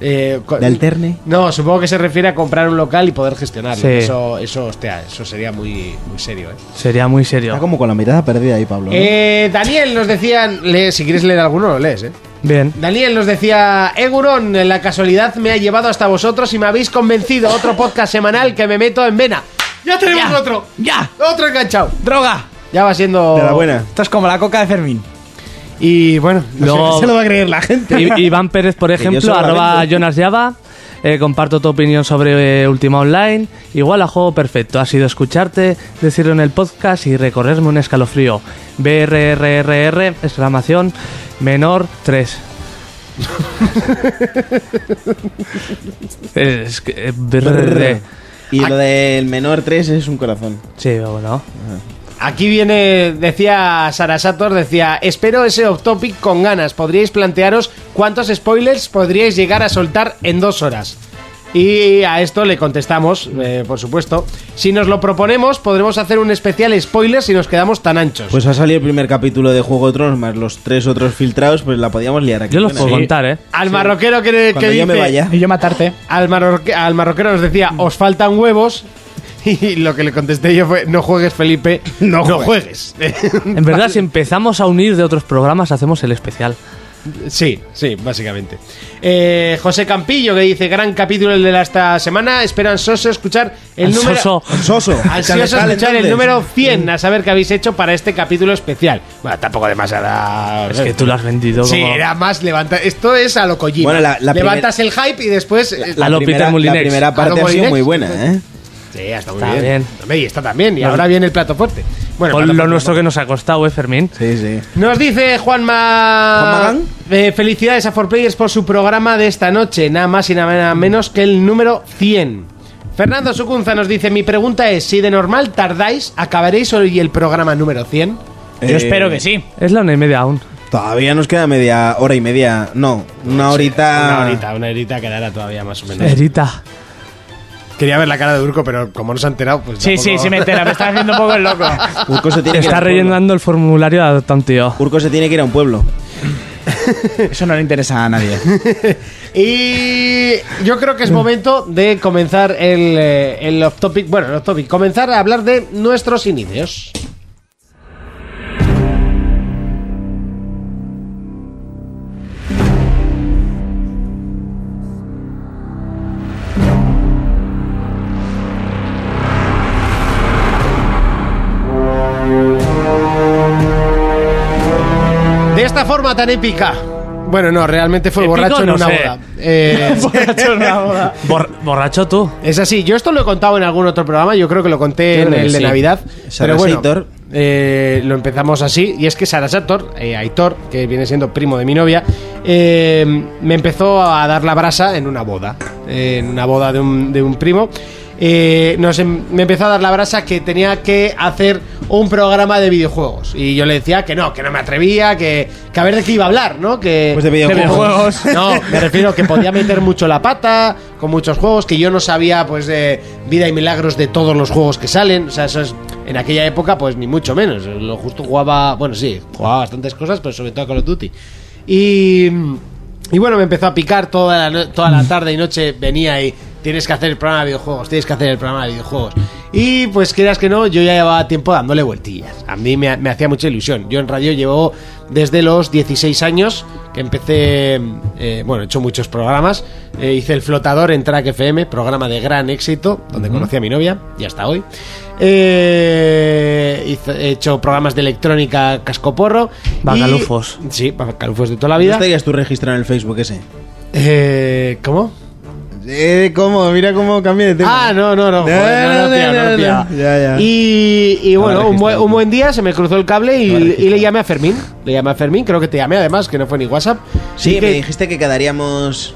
Eh, co- ¿De alterne? No, supongo que se refiere a comprar un local y poder gestionarlo. Sí. Eso, eso, hostia, eso sería muy, muy serio, ¿eh? Sería muy serio. Está como con la mirada perdida ahí, Pablo. ¿no? Eh, Daniel nos decían, lee, si quieres leer alguno, lo lees, ¿eh? Bien. Daniel nos decía, Eguron, la casualidad me ha llevado hasta vosotros y me habéis convencido. Otro podcast semanal que me meto en vena. Ya tenemos Ya. otro. ¡Ya! Otro enganchado. ¡Droga! Ya va siendo... De la buena. Esto es como la coca de Fermín. Y bueno, no Luego- sé, se lo va a creer la gente. I- Iván Pérez, por yo ejemplo, solo la arroba vendo. Jonas Java. Eh, comparto tu opinión sobre eh, Ultima Online. Igual a juego perfecto. Ha sido escucharte, decirlo en el podcast y recorrerme un escalofrío. BRRRR, exclamación, menor 3. es que, eh, brrr. Y lo del menor 3 es un corazón. sí, o no. Aquí viene, decía Sara Sator, decía, espero ese off-topic con ganas. Podríais plantearos cuántos spoilers podríais llegar a soltar en dos horas. Y a esto le contestamos, eh, por supuesto. Si nos lo proponemos, podremos hacer un especial spoiler si nos quedamos tan anchos. Pues ha salido el primer capítulo de Juego de Tronos más los tres otros filtrados, pues la podíamos liar aquí. Yo los puedo Sí. contar, ¿eh? al marroquero que, Cuando que yo dice, me vaya. Y yo matarte. Al, marroque- al marroquero nos decía, os faltan huevos. Y lo que le contesté yo fue, no juegues, Felipe, no, juegues. En verdad, si empezamos a unir de otros programas, hacemos el especial. Sí, sí, básicamente. Eh, José Campillo que dice, gran capítulo el de la esta semana, esperan soso escuchar el número... Soso. Soso. Ansioso Chacal, escuchar el entonces. número 100, a saber qué habéis hecho para este capítulo especial. Bueno, tampoco demasiada... Es que tú lo has vendido Sí, como... era más levanta... Esto es a lo Kojima. Bueno, la- la Levantas el hype y después... eh, La, A lo primera, Peter la Molinex. primera A parte lo ha sido Molinex. muy buena, ¿eh? Sí, está muy Está bien. bien. Hombre, y está también. Y Nos- ahora viene el plato fuerte. Bueno, Con plato lo fuerte, nuestro que nos ha costado, ¿eh, Fermín? Sí, sí. Nos dice Juanma. ¿Juan Magán? eh, felicidades a For Players por su programa de esta noche, nada más y nada menos que el número 100. Fernando Sucunza nos dice: Mi pregunta es: si de normal tardáis, ¿acabaréis hoy el programa número 100? Yo Eh, espero que sí. Es la una y media aún. Todavía nos queda media hora y media. No, una horita. Una horita, una horita quedará todavía más o menos. Erita. Quería ver la cara de Urco, pero como no se ha enterado, pues. Sí, sí, tampoco- sí, me entera. Me está haciendo un poco el loco. Urco se tiene Te que ir a está un pueblo. rellenando el formulario de adopta un tío. Urco se tiene que ir a un pueblo. Eso no le interesa a nadie. Y yo creo que es momento de comenzar el, eh, el off topic. Bueno, el off topic. Comenzar a hablar de nuestros inicios. De esta forma tan épica. Bueno, no, realmente fue Épico, borracho en no una sé. boda. Eh, Bor- borracho tú. Es así, yo esto lo he contado en algún otro programa, yo creo que lo conté Yo en creo que el de sí. Navidad. Sara pero bueno, Seitor. eh, lo empezamos así, y es que Sara Sator, eh, Aitor, que viene siendo primo de mi novia, eh, me empezó a dar la brasa en una boda, eh, en una boda de un, de un primo. Eh, nos em- me empezó a dar la brasa que tenía que hacer un programa de videojuegos. Y yo le decía que no, que no me atrevía, que, que a ver de qué iba a hablar, ¿no? Que, Pues de videojuegos. no, me refiero que podía meter mucho la pata con muchos juegos, que yo no sabía pues de vida y milagros de todos los juegos que salen. O sea, eso es en aquella época pues ni mucho menos. Lo justo jugaba, bueno, sí, jugaba bastantes cosas, pero sobre todo a Call of Duty. Y, y bueno, me empezó a picar toda la, no- toda la tarde y noche, venía y tienes que hacer el programa de videojuegos, tienes que hacer el programa de videojuegos. Y pues creas que no, yo ya llevaba tiempo dándole vueltillas. A mí me, me hacía mucha ilusión. Yo en radio llevo desde los 16 años que empecé, eh, bueno, he hecho muchos programas. Eh, hice El Flotador en Track FM, programa de gran éxito, donde conocí a mi novia y hasta hoy. Eh, hice- he hecho programas de electrónica cascoporro. y- Bacalufos. sí, bacalufos de toda la ¿No vida. te digas tú registrar en el Facebook ese? Eh, ¿Cómo? Eh, ¿Cómo? Mira cómo cambia de Ah, no, no, no. joder, No, no, no, no, tía, no, no, no, tía. no. Ya, ya. Y, y bueno, un, buen- registrado. un buen día se me cruzó el cable y, No lo he y le llamé a Fermín. Le llamé a Fermín, creo que te llamé además, que no fue ni WhatsApp. Sí, Y me que- dijiste que quedaríamos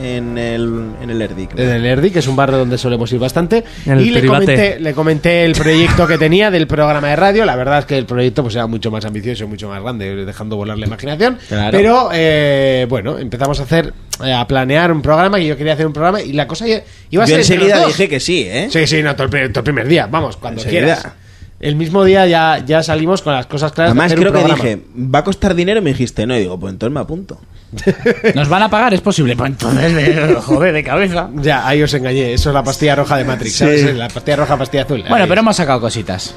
en el, en el Erdi, creo. en el Erdi, que es un barrio donde solemos ir bastante. En el y le Peribate. comenté, le comenté el proyecto que tenía del programa de radio. La verdad es que el proyecto pues, era mucho más ambicioso, mucho más grande, dejando volar la imaginación. Claro. Pero eh, bueno, empezamos a hacer, eh, a planear un programa que yo quería hacer un programa y la cosa iba a Yo ser. entre los enseguida dos. dije que sí, ¿eh? Sí, sí, no, todo el, pri- todo el primer día, vamos, cuando Enseguida. quieras. El mismo día ya, ya salimos con las cosas claras. de Además, hacer un creo que programa. dije, va a costar dinero y me dijiste no. Y digo, pues entonces me apunto. ¿Nos van a pagar? Es posible. Pues entonces, eh, joder, de cabeza. Ya, ahí os engañé. Eso es la pastilla roja de Matrix, ¿sabes? La pastilla roja, pastilla azul. Bueno, Ahí pero es. hemos sacado cositas.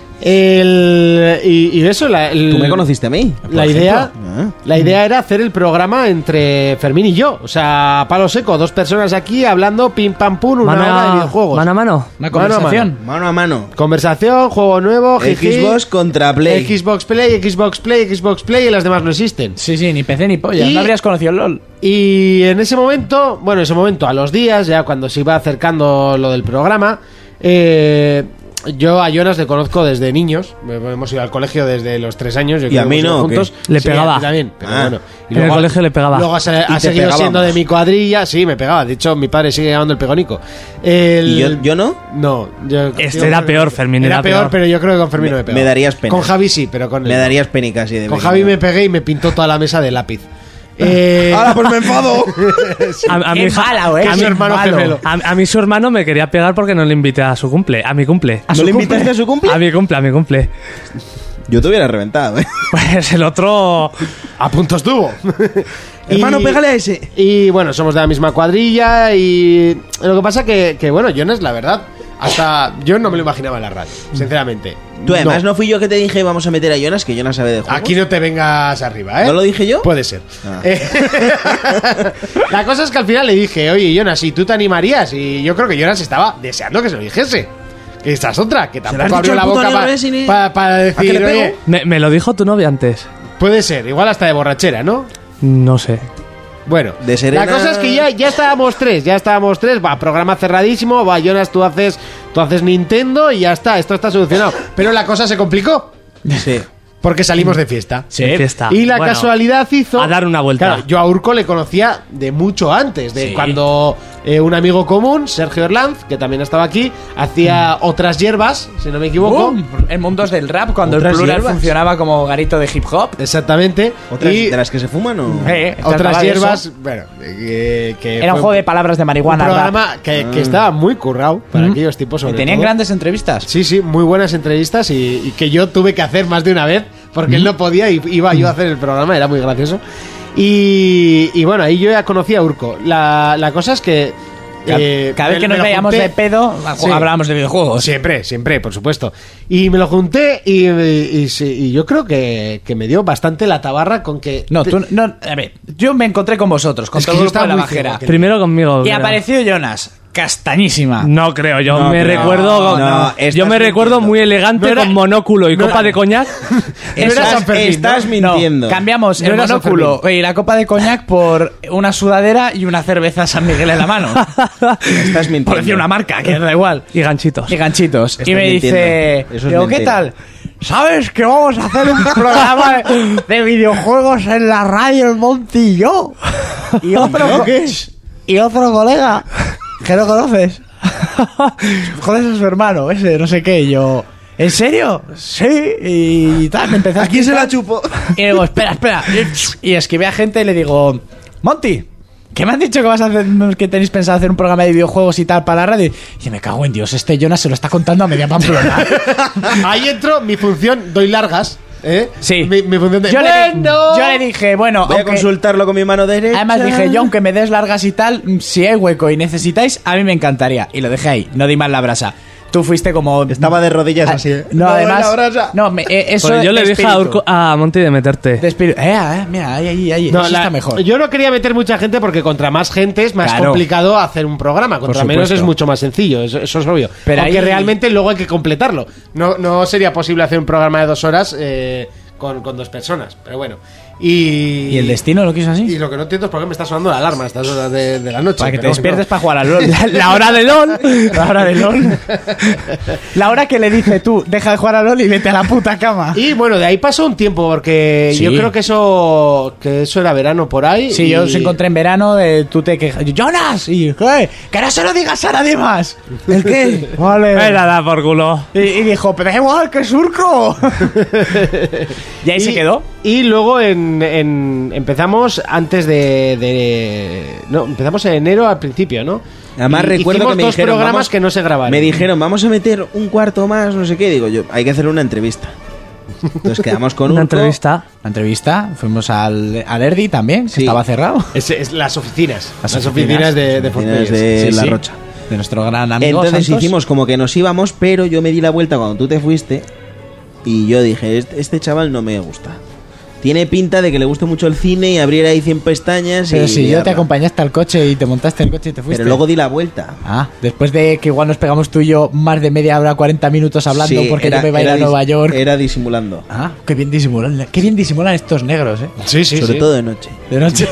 El, y, y eso, la, el- ¿Tú me conociste a mí? La por idea, ejemplo? Ah. la idea era hacer el programa entre Fermín y yo. O sea, palo seco, dos personas aquí hablando pim pam pum, una Mano hora de a, videojuegos. mano a mano. Una Mano a mano. conversación. Mano a mano. Conversación, juego nuevo, jiji. Xbox contra Play. Xbox Play, Xbox Play, Xbox Play y las demás no existen. Sí, sí, ni PC ni polla. Y- No habrías conocido el LOL. Y en ese momento, bueno, ese momento, a los días, ya cuando se iba acercando lo del programa, eh, yo a Jonas le conozco desde niños. Hemos ido al colegio desde los tres años. Yo Y creo a que mí hemos ido no, ¿o qué? juntos. Le Sí, pegaba. a mí también, pero Ah. bueno. Y En el colegio le pegaba. Luego ha, se- ha te seguido pegaba siendo más. de mi cuadrilla. Sí, me pegaba. De hecho, mi padre sigue llamando el pegónico. El- ¿Y yo- yo no? No. yo- Este yo- era peor, Fermín, Era, era peor, peor. pero yo creo que con Fermín Me- no me pegaba. me darías pena. Con Javi sí, pero con él Me no. darías penica así de Con pequeño. Javi me pegué y me pintó toda la mesa de lápiz. Eh, ¡Hala, pues me enfado! A, a Qué mi hija- malo, eh. a Es mi- su hermano malo. gemelo. A, a mí su hermano me quería pegar porque no le invité a su cumple. A mi cumple. ¿No le invitaste a su cumple? A mi cumple, a mi cumple. Yo te hubiera reventado, ¿eh? Pues el otro. A punto estuvo. Hermano, pégale a ese. Y bueno, somos de la misma cuadrilla y lo que pasa que, que bueno, Jonas, la verdad, hasta yo no me lo imaginaba en la radio, sinceramente. Tú además no. fui yo que te dije vamos a meter a Jonas, que Jonas sabe de juegos. Aquí no te vengas arriba, ¿eh? ¿No lo dije yo? Puede ser. Ah. Eh, la cosa es que al final le dije, oye, Jonas, ¿y tú te animarías? Y yo creo que Jonas estaba deseando que se lo dijese. Que esta es otra, que lo has tampoco abrió dicho la al puto boca negro para ese, ni- para que le decir, pego? oye, Me, me lo dijo tu novia antes. puede ser, igual hasta de borrachera, ¿no? No sé. Bueno, De Serena- la cosa es que ya, ya estábamos tres, ya estábamos tres, va, programa cerradísimo, va, Jonas, tú haces, tú haces Nintendo y ya está, esto está solucionado. Pero la cosa se complicó, Sí. porque salimos de fiesta. Sí. de fiesta. Y la Bueno, casualidad hizo. a dar una vuelta. Claro, yo a Urco le conocía de mucho antes, de Sí. cuando eh, un amigo común, Sergio Erlanz, que también estaba aquí, hacía otras hierbas, si no me equivoco. ¡Bum! En mundos del rap, cuando el Otras plural hierbas. funcionaba como garito de hip hop. Exactamente. ¿Otras y de las que se fuman o...? eh, trataba otras de eso. hierbas, bueno, eh, que. Era un fue juego de palabras de un marihuana. rap. programa que, que estaba muy currado para Mm. aquellos tipos. Y Sobre tenían todo. grandes entrevistas. Sí, sí, muy buenas entrevistas y, y que yo tuve que hacer más de una vez porque Mm. él no podía y iba yo a hacer el programa, era muy gracioso. Y, y bueno, ahí yo ya conocí a Urco. La, la cosa es que... Ca- eh, Cada vez me- que me nos lo veíamos junté- de pedo, Sí. hablábamos de videojuegos. Siempre, siempre, por supuesto. Y me lo junté y, y sí, y yo creo que, que me dio bastante la tabarra con que... No, te- tú no. A ver, yo me encontré con vosotros, con Es que todo el yo grupo de estaba la muy ciego bajera. aquel Primero conmigo. Y creo. apareció Jonas, castañísima. No creo, yo No me creo. recuerdo. No, no, yo estás me recuerdo mintiendo. muy elegante No era- con monóculo y no copa era- de coñac. Estás- Eso era estás, San Fermín, ¿no? mintiendo. No, cambiamos No el era San monóculo y la copa de coñac por una sudadera y una cerveza San Miguel en la mano. Estás mintiendo. por decir una marca, que da igual. y ganchitos. Y ganchitos. Estás y me dice, mintiendo. Eso es digo, ¿qué mentira. tal? ¿Sabes que vamos a hacer un programa de videojuegos en la radio El Monti y yo? Y otro, co- y otro colega que no conoces. Joder, ese es su hermano, ese, no sé qué. Y yo, ¿en serio? Sí, y tal. Me empecé a Aquí se la chupo. y digo, espera, espera. Y esquivé a gente y le digo, Monty, ¿qué me han dicho que vas a hacer, que tenéis pensado hacer un programa de videojuegos y tal para la radio? Y me cago en Dios, este Jonas se lo está contando a media Pamplona. Ahí entro, mi función, doy largas. ¿eh? Sí. Mi, mi función de... yo, le, di- "Bueno". yo le dije, bueno, Voy a aunque- consultarlo con mi mano derecha. además dije, yo aunque me des largas y tal, mm, si hay hueco y necesitáis, a mí me encantaría. Y lo dejé ahí, no di más la brasa. Tú fuiste como... Estaba de rodillas Ah, así, ¿eh? No, No, además... la brasa. No, me- eh, eso Porque Pues de yo le dije a, espíritu. Urco- a Monty de meterte. De espíritu. Eh, eh, mira, ahí, ahí, ahí. No, eso la- está mejor. Yo no quería meter mucha gente porque contra más gente es más Claro. complicado hacer un programa. Contra Por menos supuesto. es mucho más sencillo, eso, eso es obvio. Pero Aunque ahí- realmente luego hay que completarlo. No, no sería posible hacer un programa de dos horas eh, con, con dos personas, pero bueno. Y, ¿Y el destino lo quiso así? Y lo que no entiendo es por qué me está sonando la alarma a estas horas de, de la noche. Para que te pero bueno. despiertes para jugar al LOL. La, la hora de LOL. La hora de LOL. La hora que le dice tú, deja de jugar al LOL y vete a la puta cama. Y bueno, de ahí pasó un tiempo porque Sí. yo creo que eso que eso era verano por ahí. Sí, y- yo os encontré en verano, eh, tú te quejas. yo, ¡Jonas! Y, "Eh, ¡Que no se lo digas a nadie más! ¿El qué? Eh, Vale. la da por culo. Y, y dijo, pero da igual, que surco. y ahí se quedó. Y luego en, en- empezamos antes de, de- No, empezamos en enero al principio, ¿no? Además Y recuerdo hicimos que me dos dijeron programas vamos- que no se grabaron. Me dijeron, vamos a meter un cuarto más, no sé qué. Digo yo, hay que hacer una entrevista. Entonces quedamos con Una Urco. entrevista. La entrevista, fuimos al, al Erdi también, que Sí. estaba cerrado. Es, es las oficinas. Las, Las oficinas, oficinas de, de oficinas Fortnite. de Sí, La sí. Rocha. De nuestro gran amigo. Entonces Santos. hicimos como que nos íbamos, pero yo me di la vuelta cuando tú te fuiste y yo dije, este, este chaval no me gusta. Tiene pinta de que le guste mucho el cine y abrir ahí 100 pestañas. Pero y si yo te liarla". acompañaste al coche y te montaste en el coche y te fuiste. Pero luego di la vuelta. Ah, después de que igual nos pegamos tú y yo más de media hora, 40 minutos hablando Sí, porque era- yo me iba a ir era a dis- Nueva York. Era disimulando. Ah, qué bien disimulan, qué bien disimulan estos negros, eh. Sí, sí, sobre sí. todo de noche. De noche.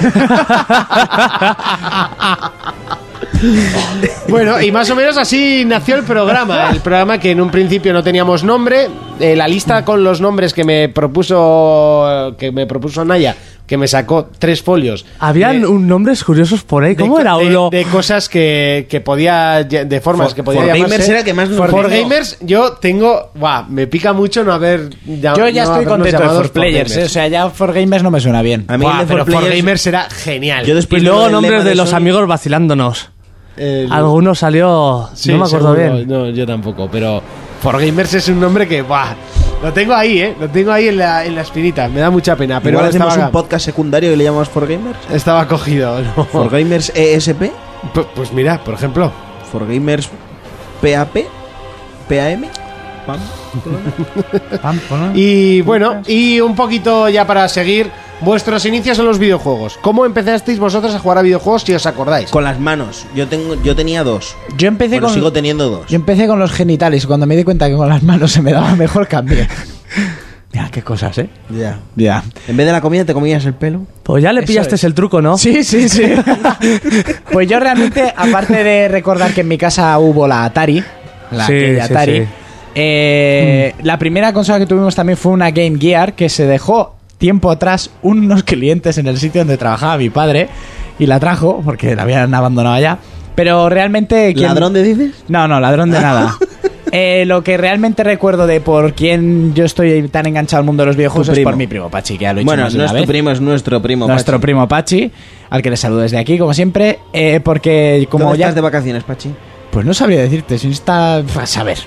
Bueno, y más o menos así nació el programa. El programa que en un principio no teníamos nombre. Eh, la lista con los nombres que me propuso que me propuso Naya, que me sacó tres folios. Habían De- un nombres curiosos por ahí. de ¿Cómo co- era de- uno? De, cosas que, que podía. De formas For- que podía For llamarse. Gamers era que más nos For, dijo. Gamers, yo tengo. Buah, me pica mucho no haber. ya- Yo ya no estoy habernos contento de llamado For Players, eh, o sea, ya For Gamers no me suena bien. A mí Buah, el de pero For For Players- Gamers era genial. Yo después y luego del nombres lema de, los Sony- amigos vacilándonos. El- Alguno salió. Eh, sí, no Ah, me acuerdo seguro, bien. No, yo tampoco, pero. For Gamers es un nombre que. Buah, lo tengo ahí, ¿eh? Lo tengo ahí en la, en la espinita. Me da mucha pena, pero Igual estaba, hacemos un podcast secundario y le llamamos For Gamers. estaba cogido. ¿no? For Gamers ESP. P- Pues mira, por ejemplo. For Gamers PAP. PAM. Pam. Y bueno, y un poquito ya para seguir, vuestros inicios en los videojuegos. ¿Cómo empezasteis vosotros a jugar a videojuegos si os acordáis? Con las manos. Yo tengo, yo tenía dos. Yo empecé Bueno, con sigo teniendo dos. Yo empecé con los genitales y cuando me di cuenta que con las manos se me daba mejor cambié. Mira, qué cosas, eh. Ya. Ya. En vez de la comida te comías el pelo. Pues ya le Eso pillaste es. el truco, ¿no? Sí, sí, sí. pues yo realmente, aparte de recordar que en mi casa hubo la Atari, la Sí, aquella sí, Atari, sí. Eh, La primera consola que tuvimos también fue una Game Gear que se dejó tiempo atrás unos clientes en el sitio donde trabajaba mi padre y la trajo porque la habían abandonado ya. Pero realmente... ¿quién- ¿Ladrón de dices? no, no, ladrón de nada. Eh, lo que realmente recuerdo de por quién yo estoy tan enganchado al mundo de los videojuegos Tu es primo. por mi primo Pachi, que ya lo he dicho Bueno, más de no una es tu vez. primo, es nuestro primo. Nuestro Pachi. primo Pachi, al que le saludo desde aquí, como siempre, eh, porque como ¿Dónde ya... estás de vacaciones, Pachi? Pues no sabía decirte, si está... A saber.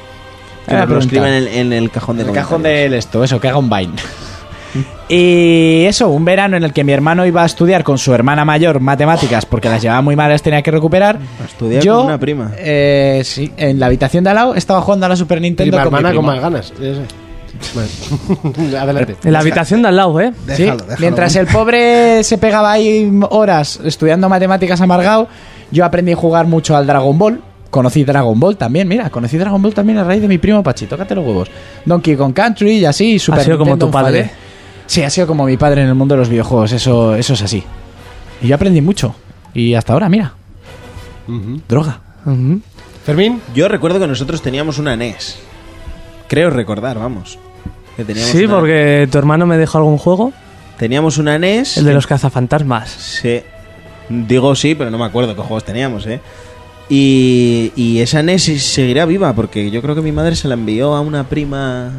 Que Era nos lo pregunta. escriban en el, en el cajón de En el cajón comentarios. del esto, eso, que haga un Vine. Y eso, un verano en el que mi hermano iba a estudiar con su hermana mayor matemáticas porque las llevaba muy mal, las tenía que recuperar. A estudiar con una prima. eh, sí, en la habitación de al lado estaba jugando a la Super Nintendo Prima con mi hermana con primo. más ganas. yo sé. Vale. Adelante. En la habitación de al lado, ¿eh? Sí, Déjalo, déjalo. Mientras el pobre se pegaba ahí horas estudiando matemáticas amargado, yo aprendí a jugar mucho al Dragon Ball. Conocí Dragon Ball también, mira, conocí Dragon Ball también a raíz de mi primo Pachi, tócate los huevos. Donkey Kong Country y así, y Super sido como Nintendo tu padre. enfadé. Sí, ha sido como mi padre en el mundo de los videojuegos, eso, eso es así. Y yo aprendí mucho. Y hasta ahora, mira. Droga. Ujú. Fermín. Yo recuerdo que nosotros teníamos una NES. Creo recordar, vamos. Que teníamos Sí, una- porque tu hermano me dejó algún juego, Teníamos una E NES. el de los cazafantasmas. Sí. Digo sí, pero no me acuerdo qué juegos teníamos, ¿eh? Y, y esa NES seguirá viva porque yo creo que mi madre se la envió a una prima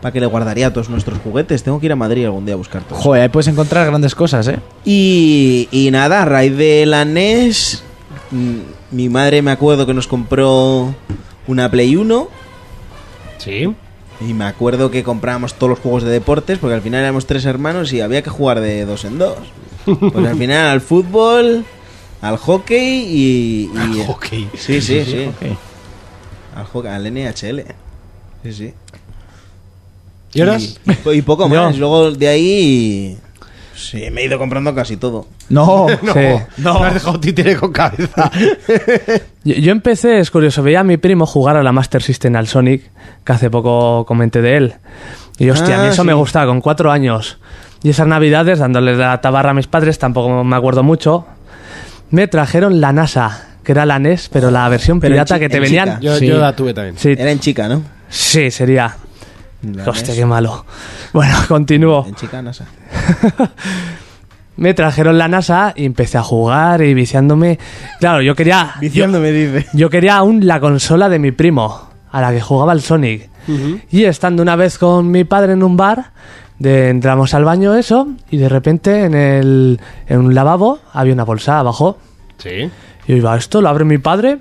para que le guardaría todos nuestros juguetes. Tengo que ir a Madrid algún día a buscar todo. Joder, ahí puedes encontrar grandes cosas, ¿eh? Y, y nada, a raíz de la NES, mm, mi madre me acuerdo que nos compró una Play 1 Sí. y me acuerdo que comprábamos todos los juegos de deportes porque al final éramos tres hermanos y había que jugar de dos en dos. Pues al final al fútbol, al hockey y... y- Sí, sí, sí. Al, hockey, al NHL. Sí, sí. ¿Y horas? Y, po- y poco más. Luego de ahí... Sí, me he ido comprando casi todo. No. Sí. No. Me has dejado títere con cabeza. Yo, yo empecé, es curioso, veía a mi primo jugar a la Master System al Sonic, que hace poco comenté de él. Y hostia, a mí Ah, eso sí. me gustaba, con cuatro años. Y esas navidades, dándoles la tabarra a mis padres, tampoco me acuerdo mucho, me trajeron la NASA, que era la NES, pero la versión Pero en pirata chi- que te en venían. chica. Yo, Sí. yo la tuve también. Sí, Era en chica, ¿no? sí, sería. La Hostia, NES. qué malo. Bueno, continúo. En chica NASA. Me trajeron la NASA y empecé a jugar y viciándome. Claro, yo quería. me dice. Yo quería aún la consola de mi primo, a la que jugaba el Sonic. Y estando una vez con mi padre en un bar, de- entramos al baño eso, y de repente en, el, en un lavabo había una bolsa abajo. Sí. Y yo iba, esto lo abre mi padre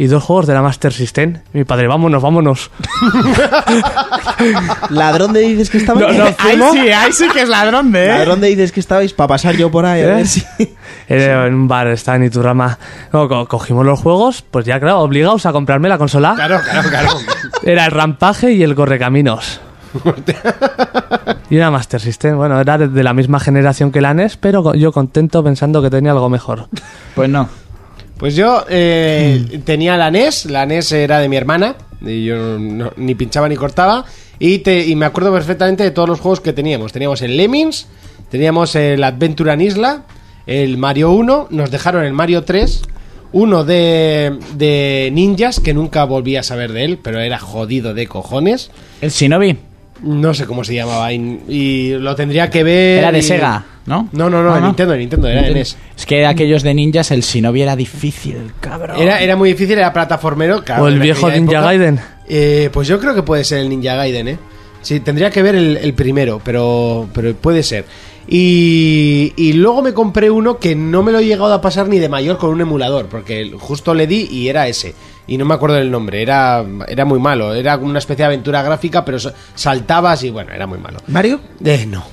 y dos juegos de la Master System. Y mi padre, vámonos, vámonos. Ladrón de dices que estabais. No, no, Ahí sí, ahí sí que es ladrón de, ¿eh? Ladrón de dices que estabais para pasar yo por ahí. A ¿Eh? ver si... Era en un bar, estaba en Iturrama. No, co- cogimos los juegos, pues ya, claro, obligados a comprarme la consola. Claro, claro, claro. Era el rampaje y el correcaminos. y una Master System. Bueno, era de, de la misma generación que la NES, E pero co- yo contento pensando que tenía algo mejor. Pues no. Pues yo eh, tenía la NES, la NES era de mi hermana, y yo no- ni pinchaba ni cortaba, y, te- y me acuerdo perfectamente de todos los juegos que teníamos. Teníamos el Lemmings, teníamos el Adventure en Isla, el Mario 1, nos dejaron el Mario 3, uno de, de ninjas, que nunca volví a saber de él, pero era jodido de cojones. El Shinobi No sé cómo se llamaba, y, y lo tendría que ver... era de y- Sega, ¿no? No, no, no, Ah, de Nintendo, de Nintendo, era de E NES. Es que aquellos de ninjas el Shinobi era difícil, cabrón. Era, era muy difícil, era plataformero. claro, O el en viejo aquella Ninja Gaiden. Eh, pues yo creo que puede ser el Ninja Gaiden, ¿eh? Sí, tendría que ver el, el primero, pero, pero puede ser. Y, y luego me compré uno que no me lo he llegado a pasar ni de mayor con un emulador, porque justo le di y era ese. Y no me acuerdo del nombre, era, era muy malo. Era como una especie de aventura gráfica, pero sa- saltabas y bueno, era muy malo. ¿Mario? Eh, no.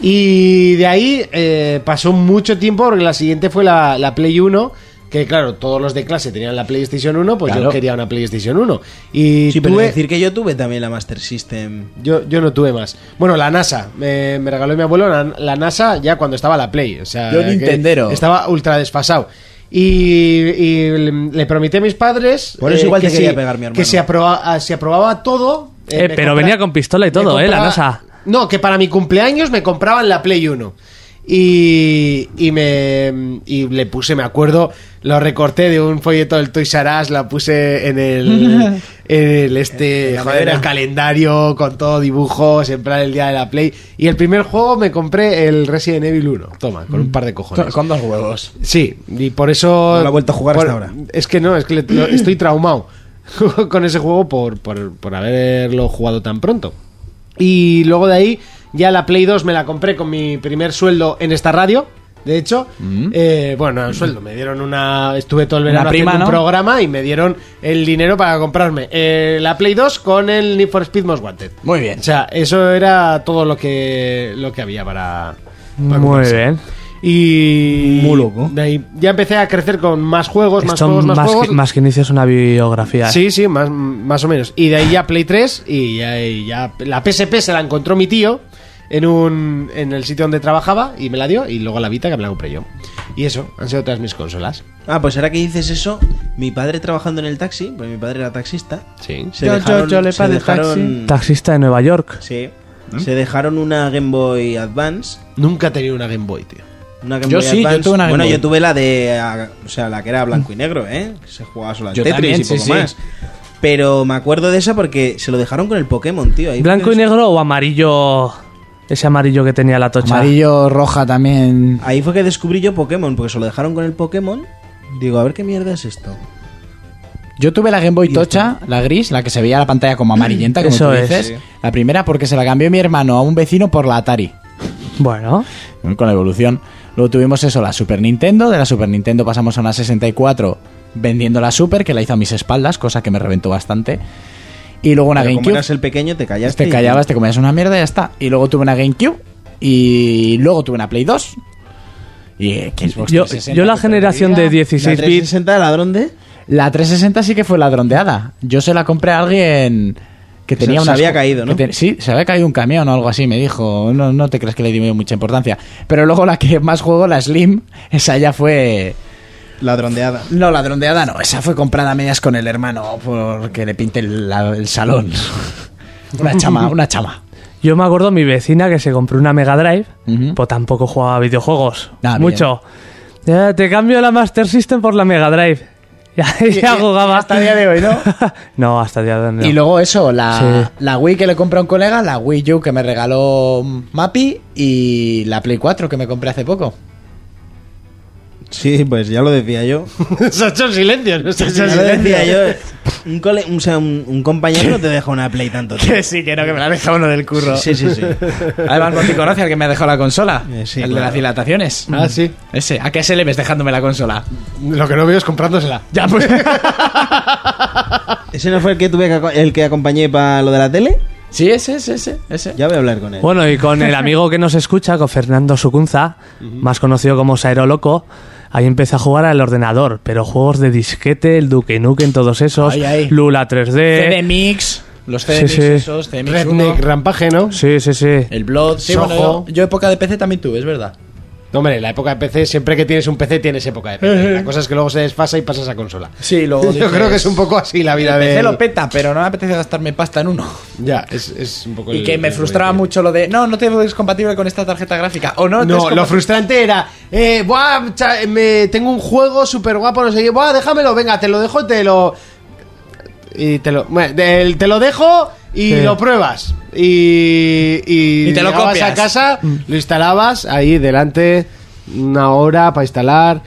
Y de ahí eh, pasó mucho tiempo porque la siguiente fue la, la Play 1. Que claro, todos los de clase tenían la PlayStation 1, pues yo Claro. quería una PlayStation 1. Y ¿eh? Sí, pero tuve, decir que yo tuve también la Master System. yo, yo no tuve más. Bueno, la NASA. Me, me regaló mi abuelo la, la NASA ya cuando estaba la Play. O sea, Yo que Nintendero. Estaba ultra desfasado. Y, y le, le prometí a mis padres. Por eso igual te quería si- pegar mi hermano. Que se, aproba- ah, se aprobaba todo. Eh, me pero venía con pistola y me todo, ¿eh? La NASA. No, que para mi cumpleaños me compraban la Play 1. Y, y me y le puse, me acuerdo, lo recorté de un folleto del Toys R Us, la puse en el, en el este, joder, en el calendario con todo dibujos, en plan el día de la Play. Y el primer juego me compré el Resident Evil 1, toma, con un par de cojones. Mm. Con dos huevos. Sí, y por eso. No lo he vuelto a jugar por- hasta ahora. Es que no, es que le- lo- estoy traumado con ese juego por, por, por haberlo jugado tan pronto. Y luego de ahí, ya la Play 2 me la compré con mi primer sueldo en esta radio. De hecho, Mm. Eh, bueno, el sueldo, me dieron una. Estuve todo el verano Una prima, haciendo un ¿no? programa y me dieron el dinero para comprarme eh, la Play 2 con el Need for Speed Most Wanted. Muy bien. O sea, eso era todo lo que, lo que había para. para Muy comprarse. bien. Y. Muy loco. de ahí ya empecé a crecer con más juegos, más Esto juegos, más, más, que, juegos. más que inicio es una biografía. ¿eh? Sí, sí, más, más o menos. Y de ahí ya Play 3 y ya, y ya- la PSP se la encontró mi tío en un en el sitio donde trabajaba y me la dio y luego la Vita que me la compré yo. Y eso, han sido todas mis consolas. Ah, pues ahora que dices eso, mi padre trabajando en el taxi, pues mi padre era taxista. Sí. Se Yo, yo, dejaron, yo le se pago el dejaron- Taxista de Nueva York. Sí. Se dejaron una Game Boy Advance. Nunca he tenido una Game Boy, tío. Una Game Yo Boy sí, yo Advance. tuve una Game Bueno, Boy. yo tuve la de. ah, O sea, la que era blanco y negro, ¿eh? Que se jugaba solo al Yo Tetris también, y poco sí, sí. más. Pero me acuerdo de esa porque se lo dejaron con el Pokémon, tío. Ahí ¿Blanco y fue que- negro o amarillo? Ese amarillo que tenía la tocha. Amarillo, roja también. Ahí fue que descubrí yo Pokémon, porque se lo dejaron con el Pokémon. Digo, a ver qué mierda es esto. Yo tuve la Game Boy Tocha, la gris, la que se veía la pantalla como amarillenta, como Eso tú es. dices. La primera porque se la cambió mi hermano a un vecino por la Atari. Bueno, Con la evolución. Luego tuvimos eso, la Super Nintendo. De la Super Nintendo pasamos a una 64 vendiendo la Super, que la hizo a mis espaldas, cosa que me reventó bastante. Y luego una Pero como GameCube. eras el pequeño, te callaste. Te y- callabas, te comías una mierda y ya está. Y luego tuve una GameCube. Y luego tuve una Play 2. Y eh, que Xbox yo, 360 yo la que generación de perdía. 16 ¿La bits. 360 ladrón de? La 360 sí que fue ladrondeada. Yo se la compré a alguien que Se- tenía se una. había caído, ¿no? sí, se había caído un camión o algo así, me dijo. No, no te crees que le di mucha importancia. Pero luego la que más juego, la Slim, esa ya fue. Ladrondeada. No, ladrondeada no. Esa fue comprada a medias con el hermano porque le pinte el, la- el salón. Una chama, una chama. Yo me acuerdo mi vecina que se compró una Mega Drive, Ujú. pues tampoco jugaba a videojuegos. Ah, bien. mucho. Eh, te cambio la Master System por la Mega Drive. Ya, ya jugaba. hasta día de hoy, ¿no? no, hasta día de hoy. no. Y luego eso, la, Sí. la Wii que le compré a un colega, la Wii U que me regaló Mappy y la Play 4 que me compré hace poco. Sí, pues ya lo decía yo. Se ha hecho el silencio, no se ha hecho Ya el lo silencio. decía yo. Un, cole- o sea, un, un compañero no te deja una Play tanto tiempo. Que sí, que no, que me la ha dejado uno del curro. Sí, sí, sí. Además, Monty conoce al que me ha dejado la consola. Eh, sí, el de claro. las dilataciones. Ah, sí. Ese, ¿a qué se le ves dejándome la consola? Lo que no veo es comprándosela. Ya, pues. ¿Ese no fue el que tuve que, aco- el que acompañé para lo de la tele? sí, ese, ese, ese. ese. Ya voy a hablar con él. Bueno, y con el amigo que nos escucha, con Fernando Sucunza, más conocido como Saero Loco, ahí empecé a jugar al ordenador, pero juegos de disquete, el Duke Nukem, todos esos, Ay, ay. Lula Eh. 3D. CDMix, los CDMix Sí, sí. esos, CDMix Redneck 1, Rampaje, ¿no? Sí, sí, sí. el Blood. Sí, bueno, yo, Soho. yo época de PC también tuve, es verdad. No, hombre, la época de PC, siempre que tienes un PC tienes época de PC. La cosa es que luego se desfasa y pasas a consola. Sí, luego Yo creo que es un poco así la vida El de... PC lo peta, pero no me apetece gastarme pasta en uno. Ya, es, Pues es un poco... Y el- que me el- frustraba mucho lo de, no, no te es compatible con esta tarjeta gráfica. O no, te es No, lo compatible- frustrante era, eh, buah, cha- me, tengo un juego súper guapo, no sé qué, buah, déjamelo, venga, te lo dejo y te lo... Y te lo, bueno, del- te lo dejo y Sí. lo pruebas. Y, y, Y te lo llegabas copias. a casa, lo instalabas ahí delante, una hora para instalar.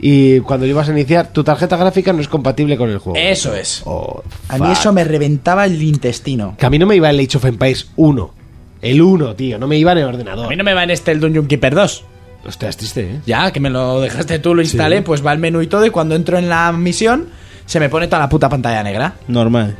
Y cuando lo ibas a iniciar, tu tarjeta gráfica no es compatible con el juego. Eso es. Oh, A mí fuck. eso me reventaba el intestino. Que a mí no me iba el Age of Empires 1. El 1, tío, no me iba en el ordenador. A mí no me va en este el Dungeon Keeper 2. Hostia, es triste, ¿eh? Ya, que me lo dejaste tú, lo instalé, pues va al menú y todo, y cuando entro en la misión, se me pone toda la puta pantalla negra. Normal.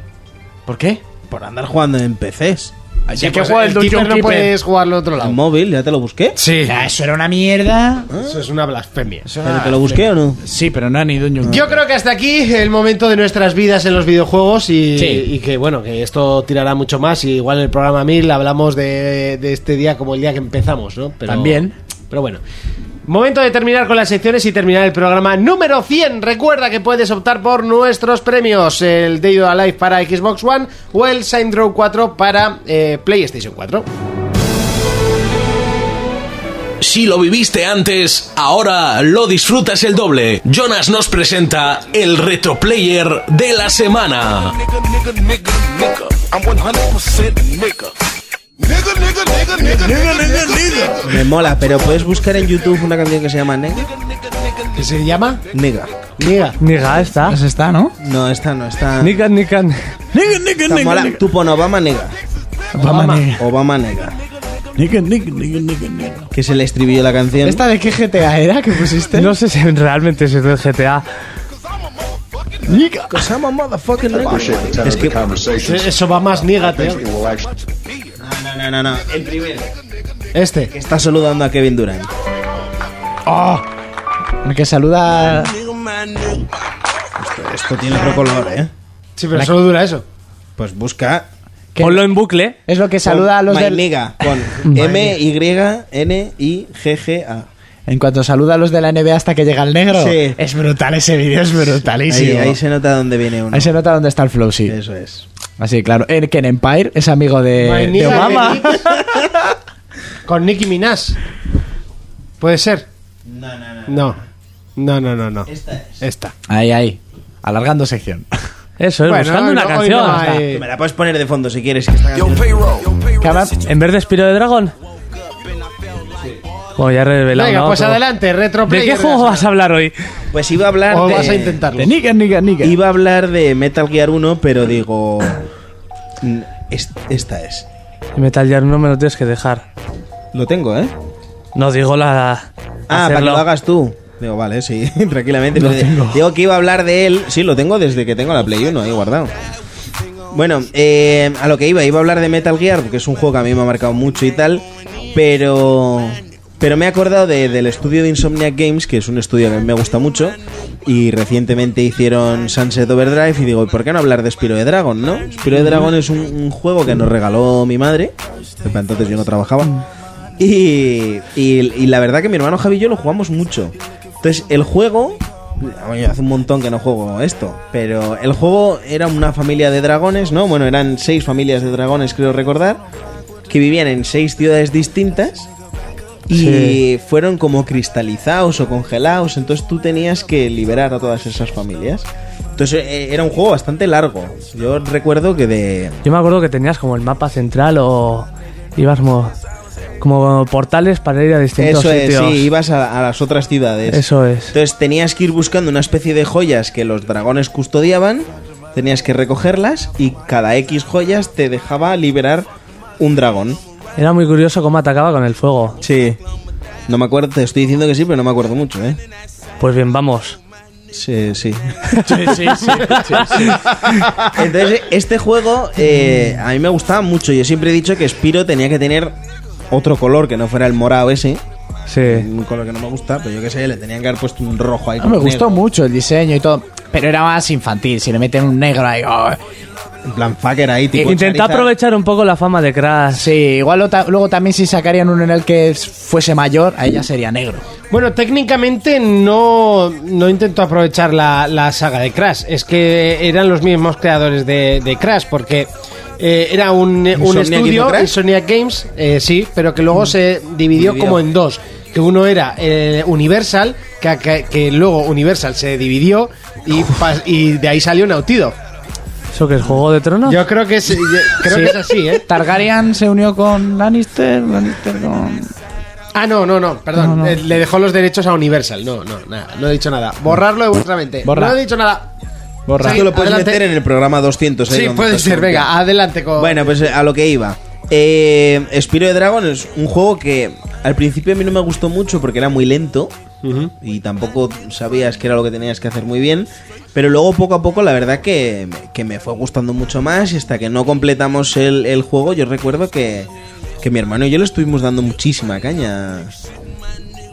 ¿Por qué? Por andar jugando en PCs. Ya que pues, el Keeper no puedes jugarlo otro En lado. móvil, ya te lo busqué. Sí. Ya, eso era una mierda. Eso es una blasfemia. ¿Pero te lo busqué o no? Sí, pero no era ni Dungeon Yo creo que hasta aquí el momento de nuestras vidas en los videojuegos y, Sí. y que bueno, que esto tirará mucho más y igual en el programa 1000 hablamos de, de este día como el día que empezamos, ¿no? Pero, También. Pero bueno. Momento de terminar con las secciones y terminar el programa número 100. Recuerda que puedes optar por nuestros premios, el Day of Alive para Xbox One o el Saints Row 4 para eh, PlayStation 4. Si lo viviste antes, ahora lo disfrutas el doble. Jonas nos presenta el retroplayer de la semana. Me mola, pero puedes buscar en YouTube una canción que se llama Nega. ¿Qué se llama? Nega. Niga. Niga está. está, ¿no? No, esta no, está. Nica, nica. Nigga, nigga, Está nigga, mola. nigga. Tú pon Obama Nega. Obama, nigga. Obama Nega. Nigga, nigga, nigga, nigga, nigga. Que es el estribillo de la canción. ¿Esta de qué GTA era que pusiste? No sé si realmente es del GTA. Nigga. 'Cause I'm a motherfucking nigga. Es que. Eso va más niga, tío. No, no, no, no. El primero. Este. Que está saludando a Kevin Durant. El que saluda. Esto tiene otro color, ¿eh? Sí, pero solo dura eso. Pues busca. que- Ponlo en bucle. Es lo que saluda a los My del. Nega. Con M-Y-N-I-G-G-A. En cuanto saluda a los de la NBA hasta que llega el negro. Sí. Es brutal ese vídeo, es brutalísimo. Ahí, ahí se nota dónde viene uno. Ahí se nota dónde está el flow, sí. Eso es. Así, Ah, claro. En- que en Empire es amigo Eh, de, de Niga de Obama. Nick. Con Nicki Minaj. ¿Puede ser? No, no, no. No. No, no, no, no. Esta es. Esta. Ahí, ahí. Alargando sección. Eso, es Bueno, buscando una no, hoy canción. no hasta- hay- Me la puedes poner de fondo si quieres. que esta canción- Que ahora- ¿En verde Spiro de Dragón? Bueno, ya he revelado. Venga, ¿no? pues Todo. adelante, retro ¿De qué player juego la vas a hablar hoy? Pues iba a hablar. O de- vas a intentarlo. de nigga, nigga, nigga. Iba a hablar de Metal Gear 1, pero digo. mm, es- Esta es. Metal Gear no me lo tienes que dejar. Lo tengo, ¿eh? No digo la. Ah, para que hacerlo. lo hagas tú. Digo, vale, sí, tranquilamente. pero Digo que iba a hablar de él. Sí, lo tengo desde que tengo la Play 1 ahí guardado. Bueno, eh, a lo que iba, iba a hablar de Metal Gear, porque es un juego que a mí me ha marcado mucho y tal, pero... Pero me he acordado de- del estudio de Insomniac Games, que es un estudio que a mí me gusta mucho, y recientemente hicieron Sunset Overdrive, y digo, ¿por qué no hablar de Spiro de Dragon, no? Spiro de Dragon es un, un juego que nos regaló mi madre, para entonces yo no trabajaba, y, y- y la verdad que mi hermano Javi y yo lo jugamos mucho. Entonces, el juego. Oye, hace un montón que no juego esto. Pero el juego era una familia de dragones, ¿no? Bueno, eran seis familias de dragones, creo recordar. Que vivían en seis ciudades distintas. Y Sí. fueron como cristalizados o congelados. Entonces tú tenías que liberar a todas esas familias. Entonces eh, era un juego bastante largo. Yo recuerdo que de. Yo me acuerdo que tenías como el mapa central o. Ibas mo- como portales para ir a distintos Eso es, sitios. sí, ibas a, a las otras ciudades. Eso es. Entonces tenías que ir buscando una especie de joyas que los dragones custodiaban, tenías que recogerlas y cada X joyas te dejaba liberar un dragón. Era muy curioso cómo atacaba con el fuego. Sí. No me acuerdo, te estoy diciendo que sí, pero no me acuerdo mucho, ¿eh? Pues bien, vamos. Sí, sí. Entonces, este juego eh, a mí me gustaba mucho. Yo siempre he dicho que Spiro tenía que tener otro color que no fuera el morado ese. Sí. Un color que no me gusta, pero yo qué sé, le tenían que haber puesto un rojo ahí. No, me con gustó negro. mucho el diseño y todo. Pero era más infantil. Si le meten un negro ahí. oh. En plan, fucker ahí, tipo. Intenta Charizard. aprovechar un poco la fama de Crash. Sí, igual lo ta- luego también si sacarían uno en el que es- fuese mayor, ahí ya sería negro. Bueno, técnicamente no, no intento aprovechar la, la saga de Crash. Es que eran los mismos creadores de, de Crash, porque eh, era un, un ¿Insomniac hizo estudio, Crash? Mm. Insomniac Games, eh, sí, pero que luego se dividió Dividió. como en dos. Que uno era eh, Universal, que, que- que luego Universal se dividió y, pas- y de ahí salió Nautido. ¿Eso que es Juego de Tronos? Yo creo que es, yo creo Sí. que es así, ¿eh? Targaryen se unió con Lannister, Lannister con... Ah, no, no, no, perdón. Eh, Le dejó los derechos a Universal. No, no, nada, no he dicho nada. Borrarlo de vuestra mente. Borra. No he dicho nada. Borra. Esto lo puedes Adelante. meter en el programa 200. ahí Sí, donde puede estás ser. tú. Venga, adelante con. Bueno, pues eh, a lo que iba. Eh, Spiro de Dragon es un juego que al principio a mí no me gustó mucho porque era muy lento y tampoco sabías que era lo que tenías que hacer muy bien. Pero luego poco a poco la verdad que, que me fue gustando mucho más y hasta que no completamos el, el juego yo recuerdo que, que mi hermano y yo le estuvimos dando muchísima caña.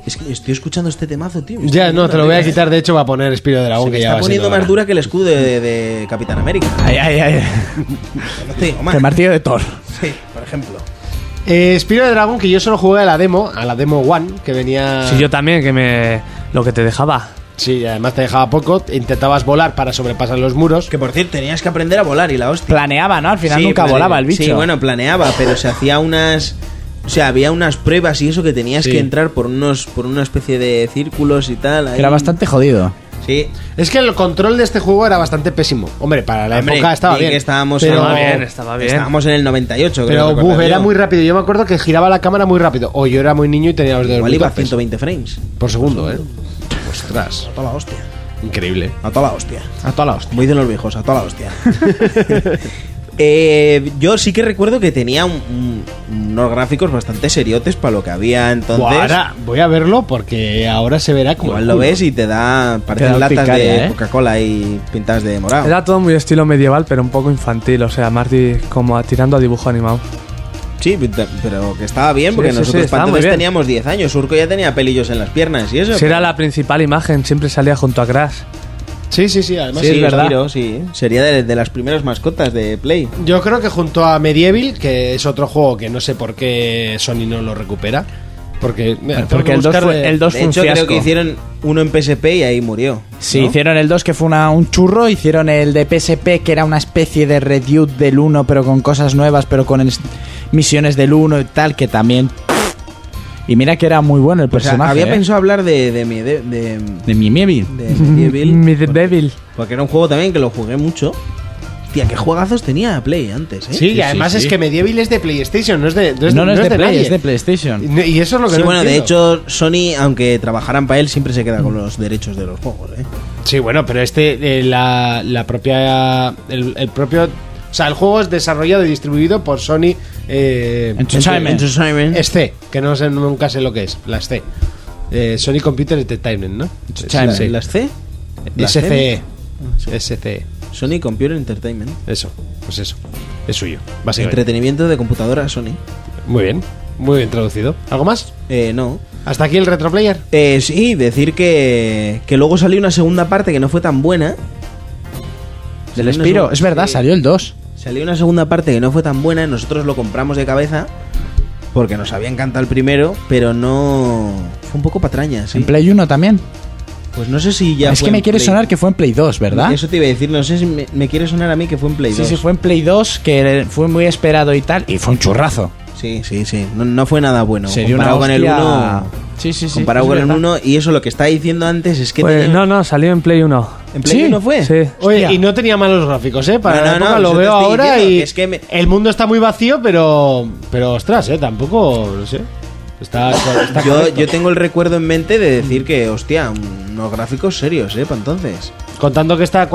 Es que estoy escuchando este temazo, tío. ya, no, te lo voy a quitar. De hecho, va a poner Spiro de Se Dragón, me que ya está va poniendo siendo más hora. dura que el escudo de, de Capitán América. Ay, ay, ay. No te digo más. El martillo de Thor. Sí, por ejemplo. Eh, Spiro de Dragón, que yo solo jugué a la demo, a la demo One, que venía. Sí, yo también, que me. Lo que te dejaba. Sí, y además te dejaba poco. Intentabas volar para sobrepasar los muros. Que por cierto, tenías que aprender a volar y la hostia. Planeaba, ¿no? Al final Sí, nunca planea- volaba el bicho. Sí, bueno, planeaba, pero se hacía unas. O sea, había unas pruebas y eso que tenías Sí. que entrar por unos por una especie de círculos y tal. ahí. Era bastante jodido. Sí. Es que el control de este juego era bastante pésimo. Hombre, para la Hombre, época estaba y bien. que estábamos pero, en- Estábamos en el 98, pero creo. buf, recordar era yo. muy rápido. Yo me acuerdo que giraba la cámara muy rápido. O yo era muy niño y tenía los dedos Igual muy iba a torpes. 120 frames. Por segundo, ¿eh? Ostras. A toda la hostia. Increíble. A toda la hostia. A toda la hostia. Muy de los viejos, a toda la hostia. Eh, yo sí que recuerdo que tenía un- un- unos gráficos bastante seriotes para lo que había entonces. Buah, ahora voy a verlo porque ahora se verá como. Igual el lo culo. ves y te da. Te Parecen da latas picaria, de ¿eh? Coca-Cola y pintas de morado. Era todo muy estilo medieval, pero un poco infantil, o sea, Marty como a- tirando a dibujo animado. Sí, pinta- pero que estaba bien porque Sí, sí, nosotros sí, para estaba muy entonces bien. teníamos 10 años. Surco ya tenía pelillos en las piernas y eso. Si era la principal imagen, siempre salía junto a Crash. Sí, sí, sí. Además, Sí, los giros, sí. Sería de, de las primeras mascotas de Play. Yo creo que junto a Medieval, que es otro juego que no sé por qué Sony no lo recupera. Porque, mira, tengo que buscar de- de hecho, creo que hicieron uno en PSP y ahí murió. Sí, ¿no? hicieron el 2 que fue una- un churro, hicieron el de PSP que era una especie de reduce del 1 pero con cosas nuevas, pero con es- misiones del 1 y tal, que también... Y mira que era muy bueno el O sea, personaje. había ¿eh? pensado hablar de, de, mi- de- de- De Mimievil. de Mm, Medieval, Medieval. porque era un juego también que lo jugué mucho. Tía, qué juegazos tenía Play antes, ¿eh? Sí, y además es que Medieval es de PlayStation, no es de. No, es, No, no es de de Play, nadie. es de PlayStation. Y y eso es lo que Sí, no bueno, de entiendo. hecho, Sony, aunque trabajaran para él, siempre se queda con los derechos de los juegos, ¿eh? Sí, bueno, pero este, eh, la, la propia. El, el propio. O sea, el juego es desarrollado y distribuido por Sony. Eh, Entertainment. Entertainment. Es C, que no sé, nunca sé lo que es, las C. Eh, Sony Computer Entertainment, ¿no? Entertainment. Sí. ¿Las C? ¿Las SCE. C? SCE. Sony Computer Entertainment. Eso, pues eso. Es suyo, básicamente. Entretenimiento de computadora Sony. Muy bien, muy bien traducido. ¿Algo más? Eh, no. ¿Hasta aquí el retroplayer? Eh, sí, decir que, que luego salió una segunda parte que no fue tan buena. Del Salió una Spiro, segun- es verdad, sí. salió el 2. Salió una segunda parte que no fue tan buena, nosotros lo compramos de cabeza porque nos había encantado el primero, pero no... Fue un poco patraña, sí. En Play 1 también. Pues no sé si ya... es fue que en me quiere Play- sonar que fue en Play 2, ¿verdad? Eso te iba a decir, no sé si me, me quiere sonar a mí que fue en Play Sí, 2. sí, fue en Play 2, que fue muy esperado y tal, y fue un churrazo. sí, sí, sí. No, no fue nada bueno. Sería una comparado con el hostia- 1... Sí, sí, sí. Comparado es con el verdad. 1 y eso lo que estaba diciendo antes es que... Pues, tenía- no, no, salió en Play 1. ¿En Play Sí. 1 fue? Sí. Oye, Hostia. y no tenía malos gráficos, ¿eh? Para No, la no, época no, lo yo te veo estoy ahora diciendo y que es que me- el mundo está muy vacío, pero pero ostras, ¿eh? Tampoco, no sé. Está, está Yo, correcto. yo tengo el recuerdo en mente de Mm. decir que, hostia, unos gráficos serios, ¿eh? Para entonces. Contando que está a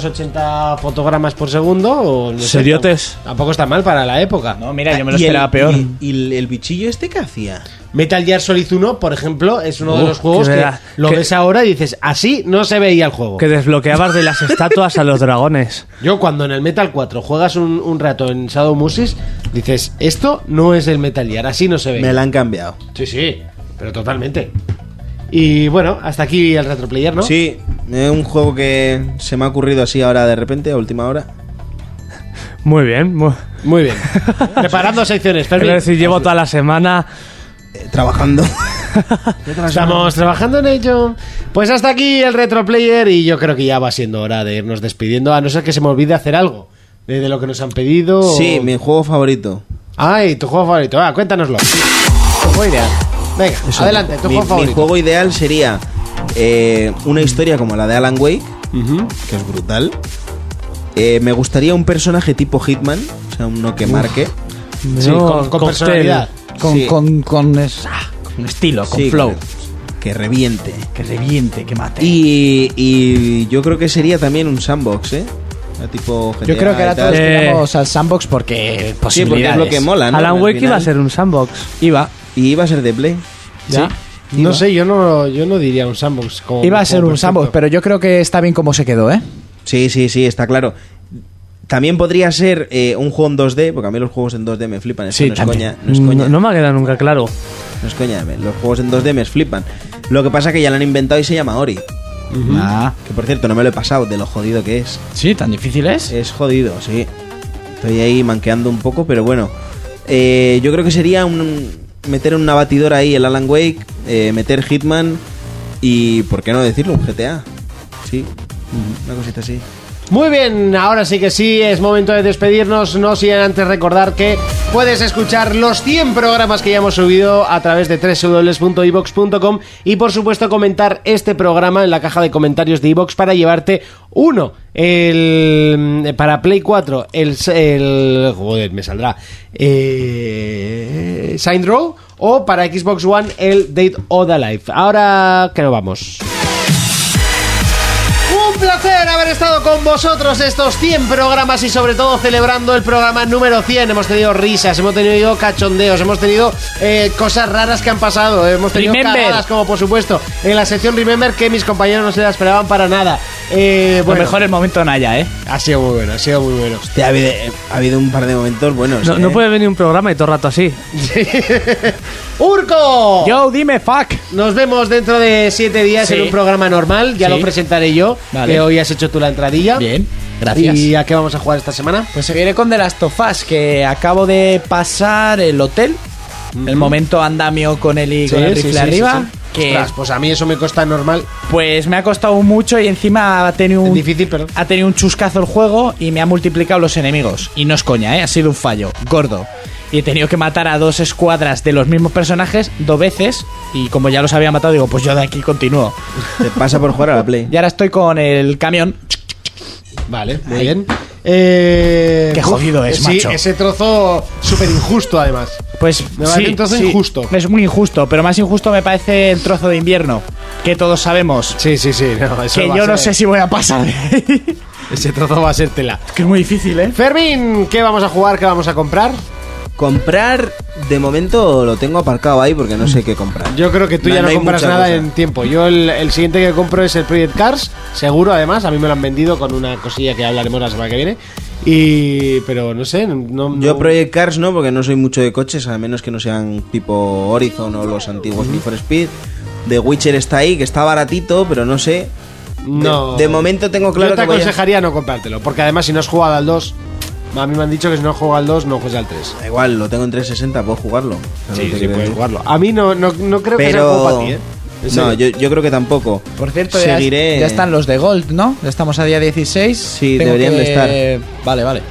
480 fotogramas por segundo, o no sé, Seriotes. tam- tampoco está mal para la época. No, mira, yo me lo Y el- esperaba peor. Y, y el, el bichillo este que hacía. Metal Gear Solid 1, por ejemplo, es uno de Uh, los juegos qué que, verdad. lo Que- ves ahora y dices, así no se veía el juego. Que desbloqueabas de las estatuas a los dragones. Yo cuando en el Metal 4 juegas un, un rato en Shadow Musis, dices, esto no es el Metal Gear, así no se ve. Me la han cambiado. Sí, sí, pero totalmente. Y bueno, hasta aquí el retroplayer, ¿no? Sí, es un juego que se me ha ocurrido así ahora de repente, a última hora. Muy bien. Muy... Muy bien. Preparando secciones, Es Fermín. decir, llevo toda la semana. Eh, trabajando. Estamos trabajando en ello. Pues hasta aquí el retroplayer y yo creo que ya va siendo hora de irnos despidiendo, a no ser que se me olvide hacer algo de, de lo que nos han pedido. o- Sí, mi juego favorito. Ay, tu juego favorito. Va, cuéntanoslo. Venga, Eso, adelante, tu mi, juego mi favorito. juego ideal sería eh, una historia como la de Alan Wake, que es brutal. Eh, me gustaría un personaje tipo Hitman, o sea, uno que marque. Sí, No, con, con cóctel. personalidad. Con, Sí. con, con, es- ah, con estilo, con Sí, flow. que- que reviente. Que reviente, que mate. Y, y yo creo que sería también un sandbox, ¿eh? A tipo GTA Yo creo que y ahora tal. todos Eh. tiramos al sandbox porque Sí, porque posibilidades. es lo que mola, ¿no? Alan Al Wake iba a final. ser un sandbox. Iba, Y iba a ser de Play. ya. No sé, yo no, yo no diría un sandbox. Como, Iba a como ser un perfecto. sandbox, pero yo creo que está bien como se quedó, ¿eh? Sí, sí, sí, está claro. También podría ser eh, un juego en 2D, porque a mí los juegos en 2D me flipan. Esto Sí, no es también. coña, no es coña. Mm, No, no me ha quedado nunca claro. no es coña, me- los juegos en 2D me flipan. Lo que pasa que ya lo han inventado y se llama Ori. Ah, Que por cierto, no me lo he pasado de lo jodido que es. sí, tan difícil es. Es jodido, sí. Estoy ahí manqueando un poco, pero bueno. Eh, yo creo que sería un, meter en una batidora ahí el Alan Wake, eh, meter Hitman y, ¿por qué no decirlo? Un GTA. Sí, una cosita así. Muy bien, ahora sí que sí, es momento de despedirnos, no sin antes recordar que puedes escuchar los 100 programas que ya hemos subido a través de www.ivox.com y por supuesto comentar este programa en la caja de comentarios de iVox para llevarte uno, el para Play 4, el, el joder, me saldrá, eh, Signed Row o para Xbox One el Date of the Life. Ahora que nos vamos. Un placer haber estado con vosotros estos 100 programas y sobre todo celebrando el programa número 100. Hemos tenido risas, hemos tenido cachondeos, hemos tenido eh, cosas raras que han pasado, eh, hemos tenido Remember. cagadas como por supuesto en la sección Remember que mis compañeros no se la esperaban para nada. Eh, bueno, Lo mejor el momento Naya, ¿eh? Ha sido muy bueno, ha sido muy bueno. Hostia, ha, habido, ha habido un par de momentos buenos. No, eh. no puede venir un programa y todo el rato así. ¡Urco! Yo, dime, fuck. Nos vemos dentro de 7 días Sí. en un programa normal, ya Sí. lo presentaré yo, Vale. que hoy has hecho tú la entradilla. Bien, gracias. ¿Y a qué vamos a jugar esta semana? Pues se viene con The Last of Us, que acabo de pasar el hotel. El momento andamio con el y Sí, con el sí, rifle sí, sí, arriba. sí. Que Ostras, pues a mí eso me cuesta normal. pues me ha costado mucho y encima ha tenido un. Difícil, pero. Ha tenido un chuscazo el juego y me ha multiplicado los enemigos. Y no es coña, ¿eh? Ha sido un fallo. Gordo. Y he tenido que matar a dos escuadras de los mismos personajes dos veces. Y como ya los había matado, digo, pues yo de aquí continúo. Te pasa por jugar a la Play. Y ahora estoy con el camión. Vale, muy bien. Eh, Qué uf, jodido es, sí, macho. Ese trozo súper injusto, además. Pues Me parece sí, un trozo sí. injusto. Es muy injusto, pero más injusto me parece el trozo de invierno, que todos sabemos. Sí, sí, sí. no, eso que va a yo no sé ser- si voy a pasar. de ahí. Ese trozo va a ser tela. que es muy difícil, ¿eh? Fermín, ¿qué vamos a jugar? ¿Qué vamos a comprar? Comprar, de momento lo tengo aparcado ahí porque no sé qué comprar. Yo creo que tú No, ya no no hay compras mucha nada cosa. en tiempo. Yo el, el siguiente que compro es el Project Cars, seguro además, a mí me lo han vendido con una cosilla que hablaremos la semana que viene. Y pero no sé, no, no- Yo Project Cars no, porque no soy mucho de coches, a menos que no sean tipo Horizon o los antiguos Need for Speed. The Witcher está ahí, que está baratito, pero no sé. De- no. de momento tengo claro Yo te que voy a- aconsejaría no comprártelo, porque además si no has jugado al 2, a mí me han dicho que si no has jugado al 2 no juegues al 3. Da igual, lo tengo en 360, puedo jugarlo. O sea, no Sí, te sí, quiero puedes decir. jugarlo. A mí no, no, no creo que sea un juego pues. Pero. para ti, ¿eh? En No, serio. yo, yo creo que tampoco. Por cierto, ya, seguiré. ya están los de Gold, ¿no? Ya estamos a día 16. Sí, deberían de estar. Vale, vale.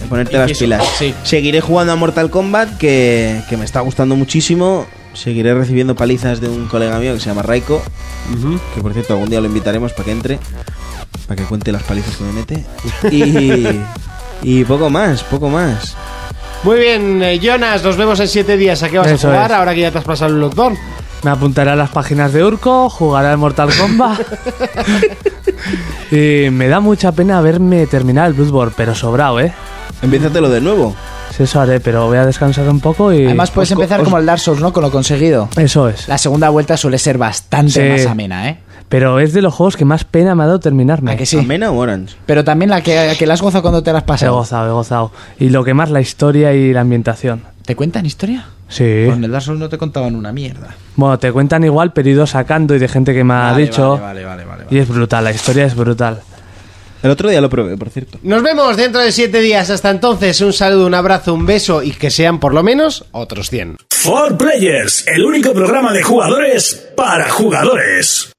de Ponerte las Inciso, pilas. sí. Seguiré jugando a Mortal Kombat, que, que me está gustando muchísimo. Seguiré recibiendo palizas de un colega mío que se llama Raiko. Que por cierto, algún día lo invitaremos para que entre. Para que cuente las palizas que me mete. Y, y poco más, poco más. Muy bien, eh, Jonas, nos vemos en 7 días. ¿A qué vas Eso a jugar es. ahora que ya te has pasado el lockdown? Me apuntaré a las páginas de Urco, jugaré al Mortal Kombat. y me da mucha pena verme terminar el Bloodborne, pero sobrado, ¿eh? Empiézatelo de nuevo. Sí, Eso haré, pero voy a descansar un poco y. Además, puedes Os co- empezar os- como el Dark Souls, ¿no? Con lo conseguido. Eso es. La segunda vuelta suele ser bastante Sí. más amena, ¿eh? Pero es de los juegos que más pena me ha dado terminarme. ¿A que sí? ¿Amena o Orange? Pero también la que, que la has gozado cuando te la has He pasado. gozado, he gozado. Y lo que más la historia y la ambientación. ¿Te cuentan historia? Sí. Pues en el Dark Souls no te contaban una mierda. Bueno, te cuentan igual, pero he ido sacando y de gente que me ha Vale, dicho. Vale, vale, vale. Y es brutal, la historia es brutal. El otro día lo probé, por cierto. Nos vemos dentro de 7 días. Hasta entonces, un saludo, un abrazo, un beso y que sean por lo menos otros 100. For Players, el único programa de jugadores para jugadores.